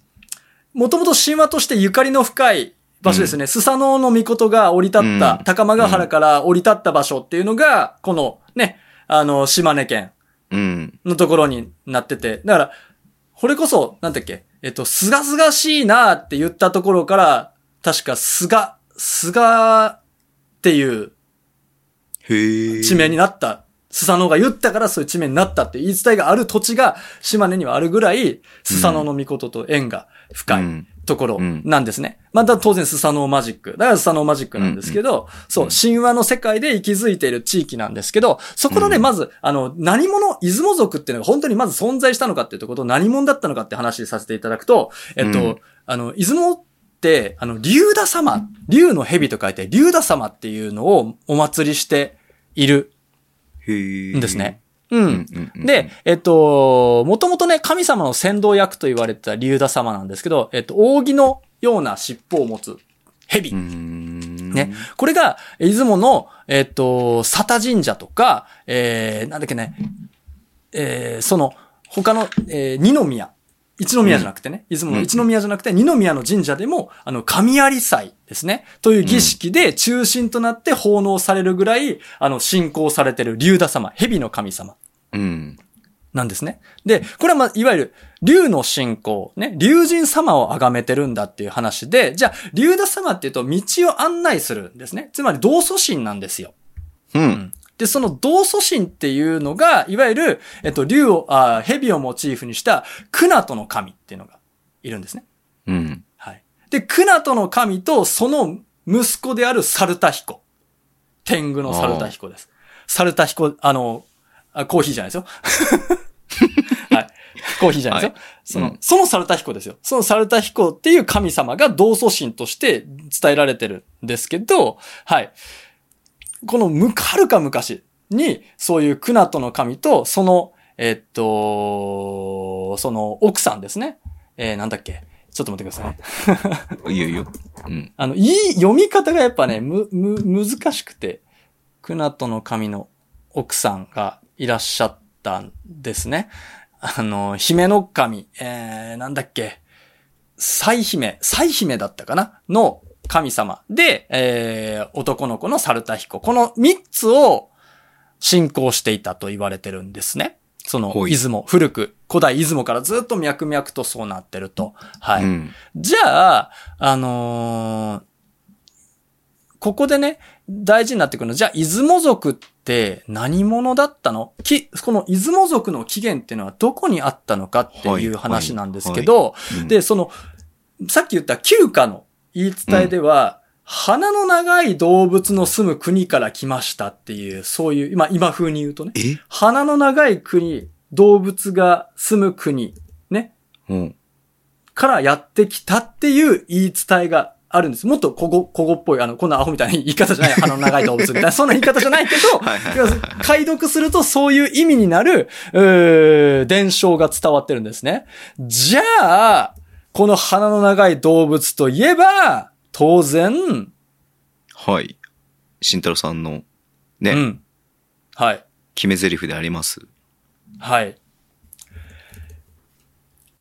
Speaker 3: もともと神話としてゆかりの深い場所ですね。スサノオノミコトが降り立った、
Speaker 2: うん
Speaker 3: 高間ヶ原から降り立った場所っていうのが、このね、あの、島根県
Speaker 2: うん。
Speaker 3: のところになってて。だから、これこそ、なんだっけ、えっと、すがすがしいなーって言ったところから、確かすが、すがっていう
Speaker 2: へえ。
Speaker 3: 地名になった。スサノオが言ったからそういう地名になったっていう言い伝えがある土地が島根にはあるぐらい、スサノオの御事と縁が深
Speaker 2: う
Speaker 3: い
Speaker 2: ん
Speaker 3: ところ
Speaker 2: うん
Speaker 3: なんですね。まあだ当然スサノオマジック。だからスサノオマジックなんですけど、そう、神話の世界で息づいている地域なんですけど、そこのね、
Speaker 2: うん
Speaker 3: まず、あの、何者、出雲族っていうのが本当にまず存在したのかっていうところと、何者だったのかって話させていただくと、えっと、
Speaker 2: うん
Speaker 3: あの、出雲って、あの、竜田様、竜の蛇と書いて、竜田様っていうのをお祭りしている
Speaker 2: へえ。
Speaker 3: んですね。。うん。
Speaker 2: うん
Speaker 3: で、、えっと、もともとね、神様の先導役と言われてた竜田様なんですけど、えっと、扇のような尻尾を持つ蛇。
Speaker 2: うんうん。
Speaker 3: ね。これが、え出雲の、えっと、佐田神社とか、えー、なんだっけね、えー、その、他の、えー、二宮。一宮じゃなくてね、出雲の一宮じゃなくて、二宮の神社でも、あの、神有祭ですね。という儀式で中心となって奉納されるぐらい、あの、信仰されてる竜田様、蛇の神様。
Speaker 2: うん。
Speaker 3: なんですね。で、これはまあ、いわゆる、竜の信仰、ね、竜神様を崇めてるんだっていう話で、じゃあ、竜田様っていうと、道を案内するんですね。つまり、道祖神なんですよ。
Speaker 2: うん。
Speaker 3: で、その道祖神っていうのが、いわゆる、えっと、竜を、あー蛇をモチーフにした、クナトの神っていうのがいるんですね。
Speaker 2: うん。
Speaker 3: はい。で、クナトの神とその息子であるサルタヒコ。天狗のサルタヒコです。サルタヒコ、あの、あコーヒーじゃ ないですよ。はい。コーヒーじゃないですよ。その、
Speaker 2: うん
Speaker 3: そのサルタヒコですよ。そのサルタヒコっていう神様が同祖神として伝えられてるんですけど、はい。このむ、はるか昔、に、そういうクナトの神と、その、えっと、その奥さんですね。えーなんだっけ。ちょっと待ってくださいね。
Speaker 2: いいよいいよ。うん。
Speaker 3: あの、いい、読み方がやっぱね、む、む、難しくて、クナトの神の奥さんがいらっしゃったんですね。あの、姫の神、えー、なんだっけ、彩姫、彩姫だったかなの神様で、えー、男の子のサルタヒコ。この三つを信仰していたと言われてるんですね。その、
Speaker 2: ほい
Speaker 3: 出雲、古く、古代出雲からずっと脈々とそうなってると。はい。
Speaker 2: うん。
Speaker 3: じゃあ、あのーここでね、大事になってくるの。じゃあ、出雲族って何者だったのき、この出雲族の起源っていうのはどこにあったのかって
Speaker 2: はい
Speaker 3: い
Speaker 2: は
Speaker 3: う
Speaker 2: い
Speaker 3: 話なんですけど、
Speaker 2: うん、
Speaker 3: で、その、さっき言った旧家の言い伝えでは、鼻の長い動物の住む国から来ましたっていう、そういう、今、今風に言うとね、
Speaker 2: え
Speaker 3: 鼻の長い国、動物が住む国、ね、
Speaker 2: うん。
Speaker 3: からやってきたっていう言い伝えがあるんです。もっとこご、こごっぽい、あの、こんなアホみたいな言い 方じゃない、鼻の長い動物みたいな、そんな言い方じゃないけど、
Speaker 2: はいはい
Speaker 3: 要
Speaker 2: は
Speaker 3: するに解読するとそういう意味になる、うー伝承が伝わってるんですね。じゃあ、この鼻の長い動物といえば、当然、
Speaker 2: い。はい。慎太郎さんの、ね、
Speaker 3: うん。はい。
Speaker 2: 決め台詞であります。
Speaker 3: はい。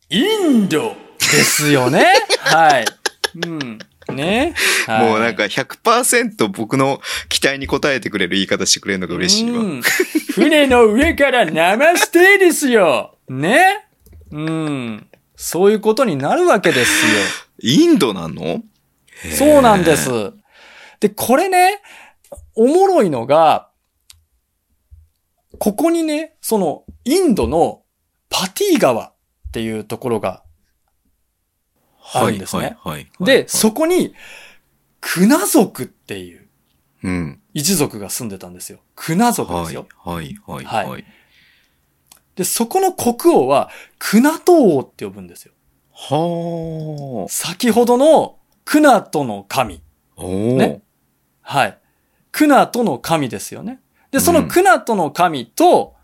Speaker 3: インドです よね。はい。うん。ね。はい
Speaker 2: もうなんか100%僕の期待に応えてくれる言い方してくれるのが嬉しいわ。
Speaker 3: うん船の上からナマステですよねうん。そういうことになるわけです
Speaker 2: インドなの
Speaker 3: よ。そうなんです。で、これね、おもろいのが、ここにね、その、インドのパティ川っていうところがあるんですね。
Speaker 2: はいはいはい、
Speaker 3: で、そこに、クナ族っていう
Speaker 2: うん。
Speaker 3: 一族が住んでたんですよ。クナ族で
Speaker 2: は
Speaker 3: す
Speaker 2: い
Speaker 3: よ。。
Speaker 2: はい。はい。はい。
Speaker 3: は
Speaker 2: はいい。
Speaker 3: で、そこの国王は、クナト王って呼ぶんですよ。
Speaker 2: は
Speaker 3: 先ほどのクナとの神。
Speaker 2: あ。おお、
Speaker 3: ねはい。クナとの神ですよね。で、そ
Speaker 2: う
Speaker 3: の
Speaker 2: ん
Speaker 3: クナとの神と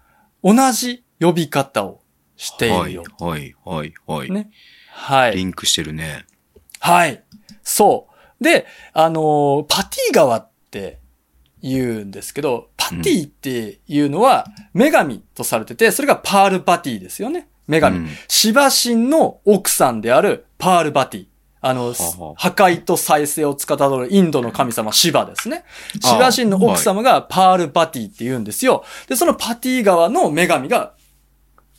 Speaker 3: 同じ呼び方をしてい
Speaker 2: は
Speaker 3: る
Speaker 2: い
Speaker 3: よ。。
Speaker 2: はい。はい。はい。
Speaker 3: ねはい。
Speaker 2: リンクしてるね。
Speaker 3: はい。そう。で、あのーパティ川って言うんですけど、パティっていうのは女神とされてて、それがパールパティですよね。女神。
Speaker 2: うん
Speaker 3: シバ神の奥さんであるパールバティ。あの、
Speaker 2: は
Speaker 3: 破壊と再生を司るインドの神様シバですね。
Speaker 2: ああ
Speaker 3: シバ神の奥様がパールバティって言うんですよ。で、そのパティ側の女神が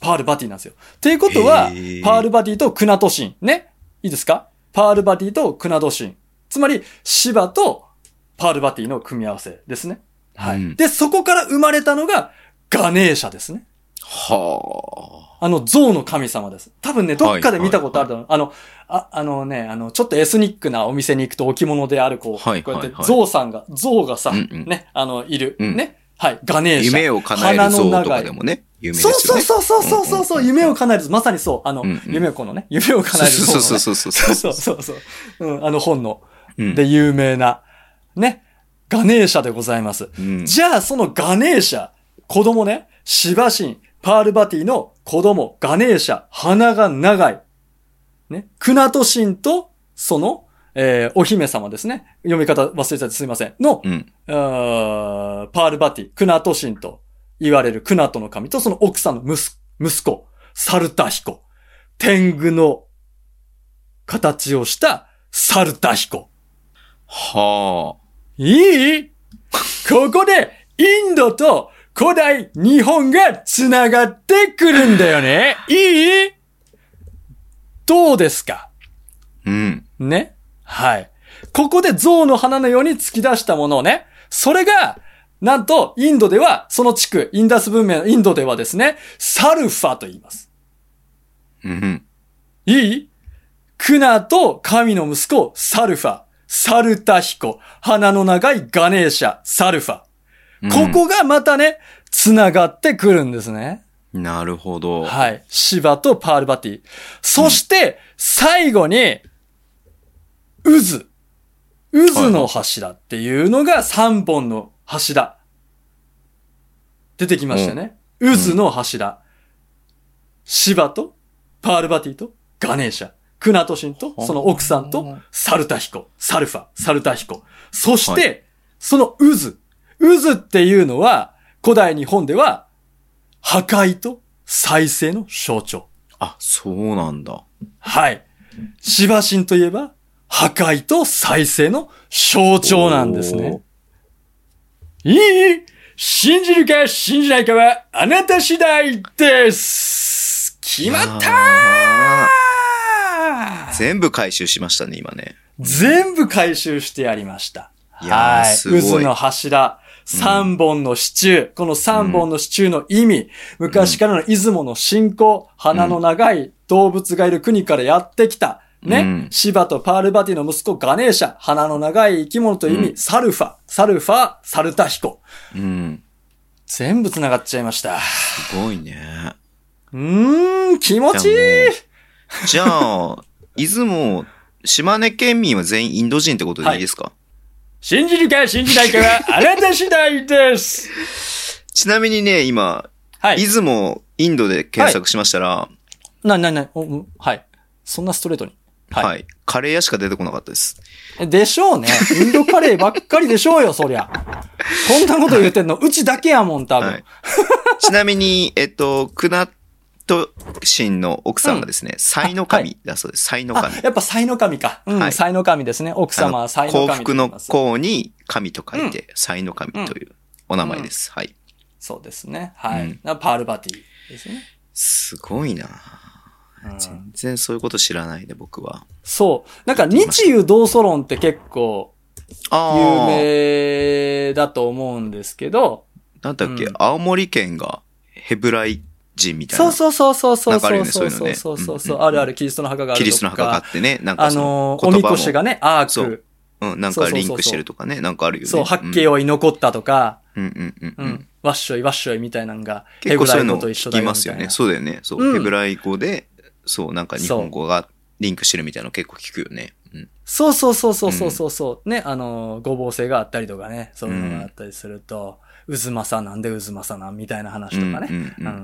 Speaker 3: パールバティなんですよ。っていうことは
Speaker 2: へ、ー
Speaker 3: パールバティとクナト神。ねいいですかパールバティとクナト神。つまり、シバとパールバティの組み合わせですね。はい。
Speaker 2: うん
Speaker 3: で、そこから生まれたのがガネーシャですね。
Speaker 2: は
Speaker 3: あの、象の神様です。多分ね、どっかで見たことあると思う。あの、あ、あのね、あの、ちょっとエスニックなお店に行くと置物である、こう、
Speaker 2: はい
Speaker 3: こうやって
Speaker 2: はいはい
Speaker 3: 象さんが、象がさ、
Speaker 2: うんうん
Speaker 3: ね、あの、いる、
Speaker 2: うん
Speaker 3: ね。はい、ガ
Speaker 2: あ。
Speaker 3: ネーシャ。
Speaker 2: 夢を叶える像とかで
Speaker 3: も。
Speaker 2: もね、有名です
Speaker 3: そ
Speaker 2: よ
Speaker 3: う
Speaker 2: ね。
Speaker 3: そうそうそうそうそうそ
Speaker 2: うんうん
Speaker 3: う、
Speaker 2: うん
Speaker 3: 夢を叶える。まさにそう。あの、
Speaker 2: うんうん
Speaker 3: 夢をこのね、夢を叶える像の
Speaker 2: そ
Speaker 3: ね、
Speaker 2: うそうそうそう
Speaker 3: そ
Speaker 2: そうう
Speaker 3: そうそうそう。うん、あの本の、
Speaker 2: うん。
Speaker 3: で、有名な、ね、ガネーシャでございます。
Speaker 2: うん、
Speaker 3: じゃあ、そのガネーシャ、子供ね、シバ神、パールバティの子供、ガネーシャ、鼻が長い。ね、クナト神と、その、えーお姫様ですね。読み方忘れちゃってすいません。の、
Speaker 2: うん。
Speaker 3: あーパールバティ、クナト神と言われるクナトの神と、その奥さんの息息子、サルタヒコ。天狗の形をしたサルタヒコ。
Speaker 2: はあ。
Speaker 3: いいここでインドと古代日本が繋がってくるんだよね。いいどうですか
Speaker 2: うん。
Speaker 3: ねはい。ここで象の花のように突き出したものをね、それが、なんと、インドでは、その地区、インダス文明のインドではですね、サルファと言います。
Speaker 2: うん。
Speaker 3: いいクナと神の息子、サルファ、サルタヒコ、鼻の長いガネーシャ、サルファ。
Speaker 2: うん
Speaker 3: ここがまたね、繋がってくるんですね。
Speaker 2: なるほど。
Speaker 3: はい。シバとパールバティ。そして、最後に、渦。渦の柱っていうのが3本の柱。出てきましたね。渦の柱。シバと、パールバティと、ガネーシャ。クナトシンと、その奥さんと、サルタヒコ、サルファ、サルタヒコ。そして、
Speaker 2: は
Speaker 3: その渦。渦っていうのは、古代日本では、破壊と再生の象徴。
Speaker 2: あ、そうなんだ。
Speaker 3: はい。シバシンといえば、破壊と再生の象徴なんですね。いい信じるか信じないかはあなた次第です決まった
Speaker 2: た
Speaker 3: ー
Speaker 2: 全部回収しましたね、今ね。
Speaker 3: 全部回収してやりました。
Speaker 2: いやー
Speaker 3: はい。
Speaker 2: すごい
Speaker 3: 渦の柱、三本の支柱、この三本の支柱の意味、昔からの出雲の信仰、鼻の長い動物がいる国からやってきた、ね、
Speaker 2: うん
Speaker 3: シバとパールバティの息子ガネーシャ、鼻の長い生き物という意味、
Speaker 2: うん
Speaker 3: サルファ、サルファ、サルタヒコ。
Speaker 2: うん。
Speaker 3: 全部繋がっちゃいました。
Speaker 2: すごいね。
Speaker 3: うーん、気持ちいい
Speaker 2: じゃあ、出雲、島根県民は全員インド人ってことでいいですか、
Speaker 3: 信じるか信じないかは あなた次第です。
Speaker 2: ちなみにね、今、
Speaker 3: はい。
Speaker 2: 出雲、インドで検索しましたら、は
Speaker 3: な、な、な、おうんはい。そんなストレートに。
Speaker 2: い、
Speaker 3: はい
Speaker 2: カレー屋しか出てこなかったです。
Speaker 3: でしょうね。インドカレーばっかりでしょうよ、そりゃ。こんなこと言ってんの、うちだけやもん、多分。
Speaker 2: はい。ちなみに、えっと、クナトシンの奥さんがですね、才の
Speaker 3: は
Speaker 2: 神だそうです。才の
Speaker 3: あ
Speaker 2: 神。、
Speaker 3: やっぱ、才の神か。うん、
Speaker 2: はい
Speaker 3: 才の神ですね。奥様
Speaker 2: あ
Speaker 3: は
Speaker 2: の
Speaker 3: 才の
Speaker 2: 幸
Speaker 3: 神と
Speaker 2: 福
Speaker 3: 言い
Speaker 2: の
Speaker 3: ます
Speaker 2: 幸に神と書いて、才の神というお名前です。はい。
Speaker 3: そうですね。はい。
Speaker 2: うん
Speaker 3: なパールバティですね。
Speaker 2: すごいな
Speaker 3: うん
Speaker 2: 全然そういうこと知らないね、僕は。
Speaker 3: そう。なんか、日ユ同祖論って結構、有
Speaker 2: ああ、
Speaker 3: 名だと思うんですけど、
Speaker 2: なんだっけ、
Speaker 3: うん
Speaker 2: 青森県がヘブライ人みたいな。
Speaker 3: そうそうそうそ
Speaker 2: な
Speaker 3: うそう
Speaker 2: んかある
Speaker 3: そ
Speaker 2: よ
Speaker 3: う
Speaker 2: ねそう
Speaker 3: そう
Speaker 2: いうのね
Speaker 3: そうそうそう、
Speaker 2: うんうん
Speaker 3: あるあるキリストの墓があるとか。
Speaker 2: キリストの墓があってね、なんか
Speaker 3: あ
Speaker 2: そ
Speaker 3: の
Speaker 2: の
Speaker 3: ー、お
Speaker 2: 言
Speaker 3: み
Speaker 2: 葉
Speaker 3: こし
Speaker 2: も、
Speaker 3: がね、アー
Speaker 2: そ
Speaker 3: ク、
Speaker 2: うん、なんかリンクしてるとかね、なんかあるよね。
Speaker 3: そう、八景
Speaker 2: を。
Speaker 3: を居残ったとか、
Speaker 2: うんうんうん
Speaker 3: う
Speaker 2: うんん。
Speaker 3: わっしょいわっしょいみたいなのが、ヘ
Speaker 2: 結
Speaker 3: ブ
Speaker 2: 構そうい
Speaker 3: ラ
Speaker 2: う
Speaker 3: イ語
Speaker 2: の
Speaker 3: と一緒
Speaker 2: 聞
Speaker 3: だ
Speaker 2: き
Speaker 3: よみ
Speaker 2: ま
Speaker 3: た
Speaker 2: す
Speaker 3: い
Speaker 2: よ
Speaker 3: な。
Speaker 2: ね。そうだよね。そう、
Speaker 3: うん
Speaker 2: ヘブライ語で、そう、なんか日本語がリンクしてるみたいなの結構聞くよね。うん。
Speaker 3: そうそうそうそうそうそうそう、ね、あの、ごぼう性があったりとかね、そういうのがあったりすると、うずまさなんでうずまさなんみたいな話とかね、
Speaker 2: う
Speaker 3: うん
Speaker 2: ううん
Speaker 3: んうんん
Speaker 2: う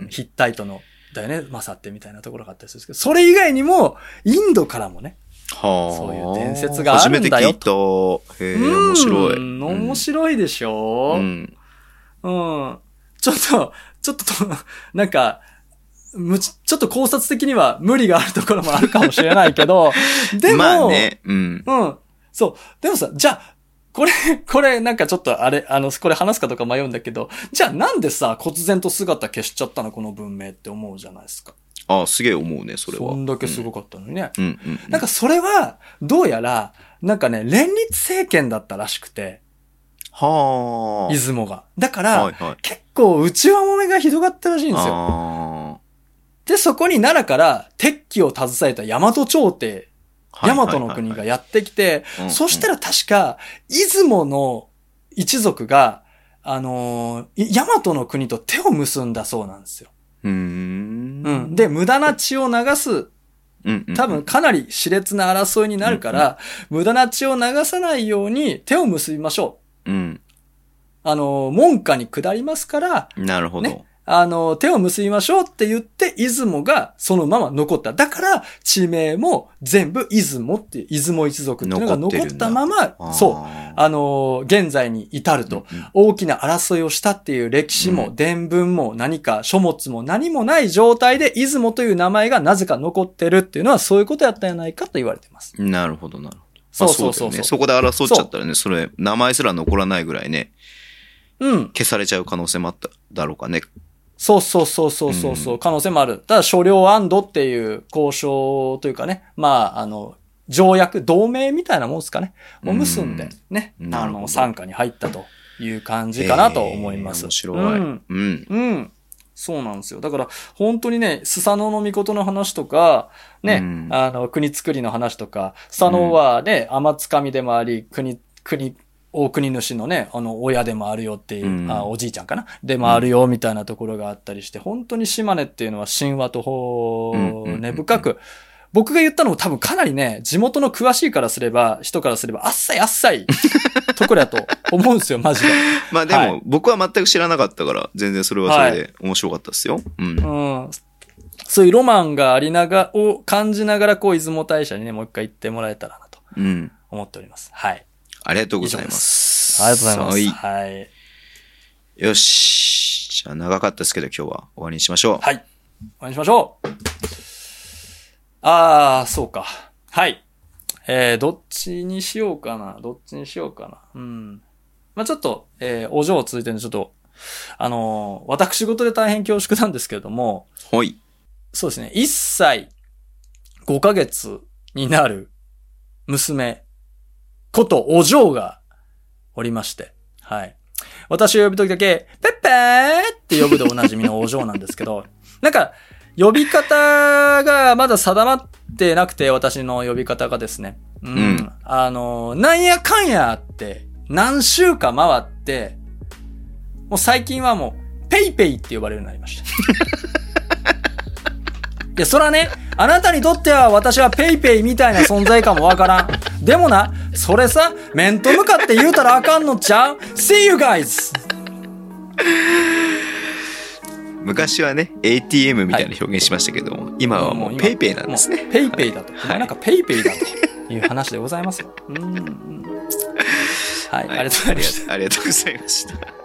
Speaker 3: うんんヒッタイトの、だよね、まさってみたいなところがあったりするんですけど、それ以外にも、インドからもね、
Speaker 2: はあ。
Speaker 3: そういう伝説があるんだよ
Speaker 2: 初めて聞いた。へえ、
Speaker 3: うん
Speaker 2: 面白い。
Speaker 3: 面白いでしょ、
Speaker 2: うん。
Speaker 3: うん。ちょっと、ちょっと、 なんか、むち、ちょっと考察的には無理があるところもあるかもしれない けど、でも、
Speaker 2: まあね、うん。
Speaker 3: うん。そう。でもさ、じゃあ、これ、 これ、なんかちょっとあれ、あの、これ話すかとか迷うんだけど、じゃあなんでさ、忽然と姿消しちゃったのこの文明って思うじゃないですか。
Speaker 2: あすげえ思うね、それは。
Speaker 3: んだけすご
Speaker 2: く。
Speaker 3: かったのにね。
Speaker 2: うんうんう。
Speaker 3: なんかそれは、どうやら、なんかね、連立政権だったらしくて、
Speaker 2: はあ。
Speaker 3: 出雲が。だか
Speaker 2: はい
Speaker 3: ら、
Speaker 2: はい。
Speaker 3: 結構内輪もめがひどかったらしいんですよ。
Speaker 2: あ
Speaker 3: で、そこに奈良から鉄器を携えた大和朝廷、
Speaker 2: あ。
Speaker 3: 大和の国がやってきて、そした
Speaker 2: ら、
Speaker 3: ら確か、出雲の一族が、あのーい大和の国と手を結んだそうなんですよ。
Speaker 2: うん。
Speaker 3: うん。で、無駄な血を流す、
Speaker 2: うん、うん
Speaker 3: 多分、かなり熾烈な争いになるから、無駄な血を流さないように手を結びましょ
Speaker 2: うん。
Speaker 3: う。あのー門下に下りますから、
Speaker 2: なるほど。
Speaker 3: ねあの、手を結びましょうって言って、出雲がそのまま残った。だから、地名も全部出雲っていう、出雲一族っていうのが
Speaker 2: 残って
Speaker 3: 残
Speaker 2: る
Speaker 3: っ
Speaker 2: んだ
Speaker 3: たまま、そう。
Speaker 2: う。
Speaker 3: あの、現在に至ると。
Speaker 2: うん
Speaker 3: 大きな争いをしたっていう歴史
Speaker 2: う
Speaker 3: も
Speaker 2: ん
Speaker 3: 伝聞も何か書物も何もない状態で出雲という名前がなぜか残ってるっていうのはそういうことやったんじゃないかと言われてます。
Speaker 2: うんなるほど、なるほど。
Speaker 3: そう
Speaker 2: まあ
Speaker 3: そう
Speaker 2: だ
Speaker 3: そ
Speaker 2: よ
Speaker 3: う
Speaker 2: ね
Speaker 3: そう。
Speaker 2: そこで争っちゃったらね、それ、名前すら残らないぐらいね、
Speaker 3: うん。
Speaker 2: 消されちゃう可能性もあっただろうかね。
Speaker 3: そうそうそうそうそうそう、
Speaker 2: うん
Speaker 3: 可能性もある。ただ、所領安堵っていう交渉というかね、まあ、あの、条約、同盟みたいなもんですかね。を結ん
Speaker 2: う
Speaker 3: で
Speaker 2: ん、
Speaker 3: ね、
Speaker 2: な
Speaker 3: あ
Speaker 2: るほど
Speaker 3: の、参加に入ったという感じかなと思います。
Speaker 2: へー面白い。
Speaker 3: う
Speaker 2: うんん。
Speaker 3: うん。そうなんですよ。だから、本当にね、スサノオノミコトの話とか、ね、
Speaker 2: うん
Speaker 3: あの、国作りの話とか、スサノオはね、天つかみでもあり、国、国、大国主のね、あの、親でもあるよっていう、
Speaker 2: うん
Speaker 3: あおじいちゃんかなでもあるよ、みたいなところがあったりして、本当に島根っていうのは神話と、ほ
Speaker 2: うんうんうんうん
Speaker 3: 根深く僕が言ったのも多分かなりね、地元の詳しいからすれば、人からすれば、あっさいあっさいところだと思うんですよ、マジで。
Speaker 2: まあでも、
Speaker 3: はい
Speaker 2: 僕は全く知らなかったから、全然それはそれで面白かったですよ。うん。
Speaker 3: うん。そういうロマンがありなが、を感じながら、こう、出雲大社にね、もう一回行ってもらえたらなと
Speaker 2: うん。
Speaker 3: 思っております。はい。
Speaker 2: ありがとうございます。
Speaker 3: ありがとうございます。
Speaker 2: は
Speaker 3: はい。
Speaker 2: い。よし。じゃあ長かったですけど今日は終わりにしましょう。
Speaker 3: はい。お会いしましょうあー、そうか。はい。えー、どっちにしようかな。どっちにしようかな。うん。まあちょっと、えー、お嬢を続いてるんで、ちょっと、あのー私事で大変恐縮なんですけれども、
Speaker 2: ほい。
Speaker 3: そうですね、1歳5ヶ月になる娘ことお嬢がおりまして、はい。私を呼ぶときだけ、ペッペーって呼ぶでおなじみのお嬢なんですけど、なんか、呼び方がまだ定まってなくて、私の呼び方がですね。うん。
Speaker 2: うん
Speaker 3: あの、なんやかんやあって、何週か回って、もう最近はもう、ペイペイって呼ばれるようになりました。いや、そらね、あなたにとっては私はペイペイみたいな存在かもわからん。でもな、それさ、面と向かって言うたらあかんのちゃう ?See you guys!
Speaker 2: 昔はね、ATM みたいな表現しましたけども、今はもうペイペイなんですね
Speaker 3: も。うペイペイだと。
Speaker 2: はい
Speaker 3: なんかペイペイだという話でございますよ。うん。はい、ありがとうございまし た。
Speaker 2: ありがとうございました。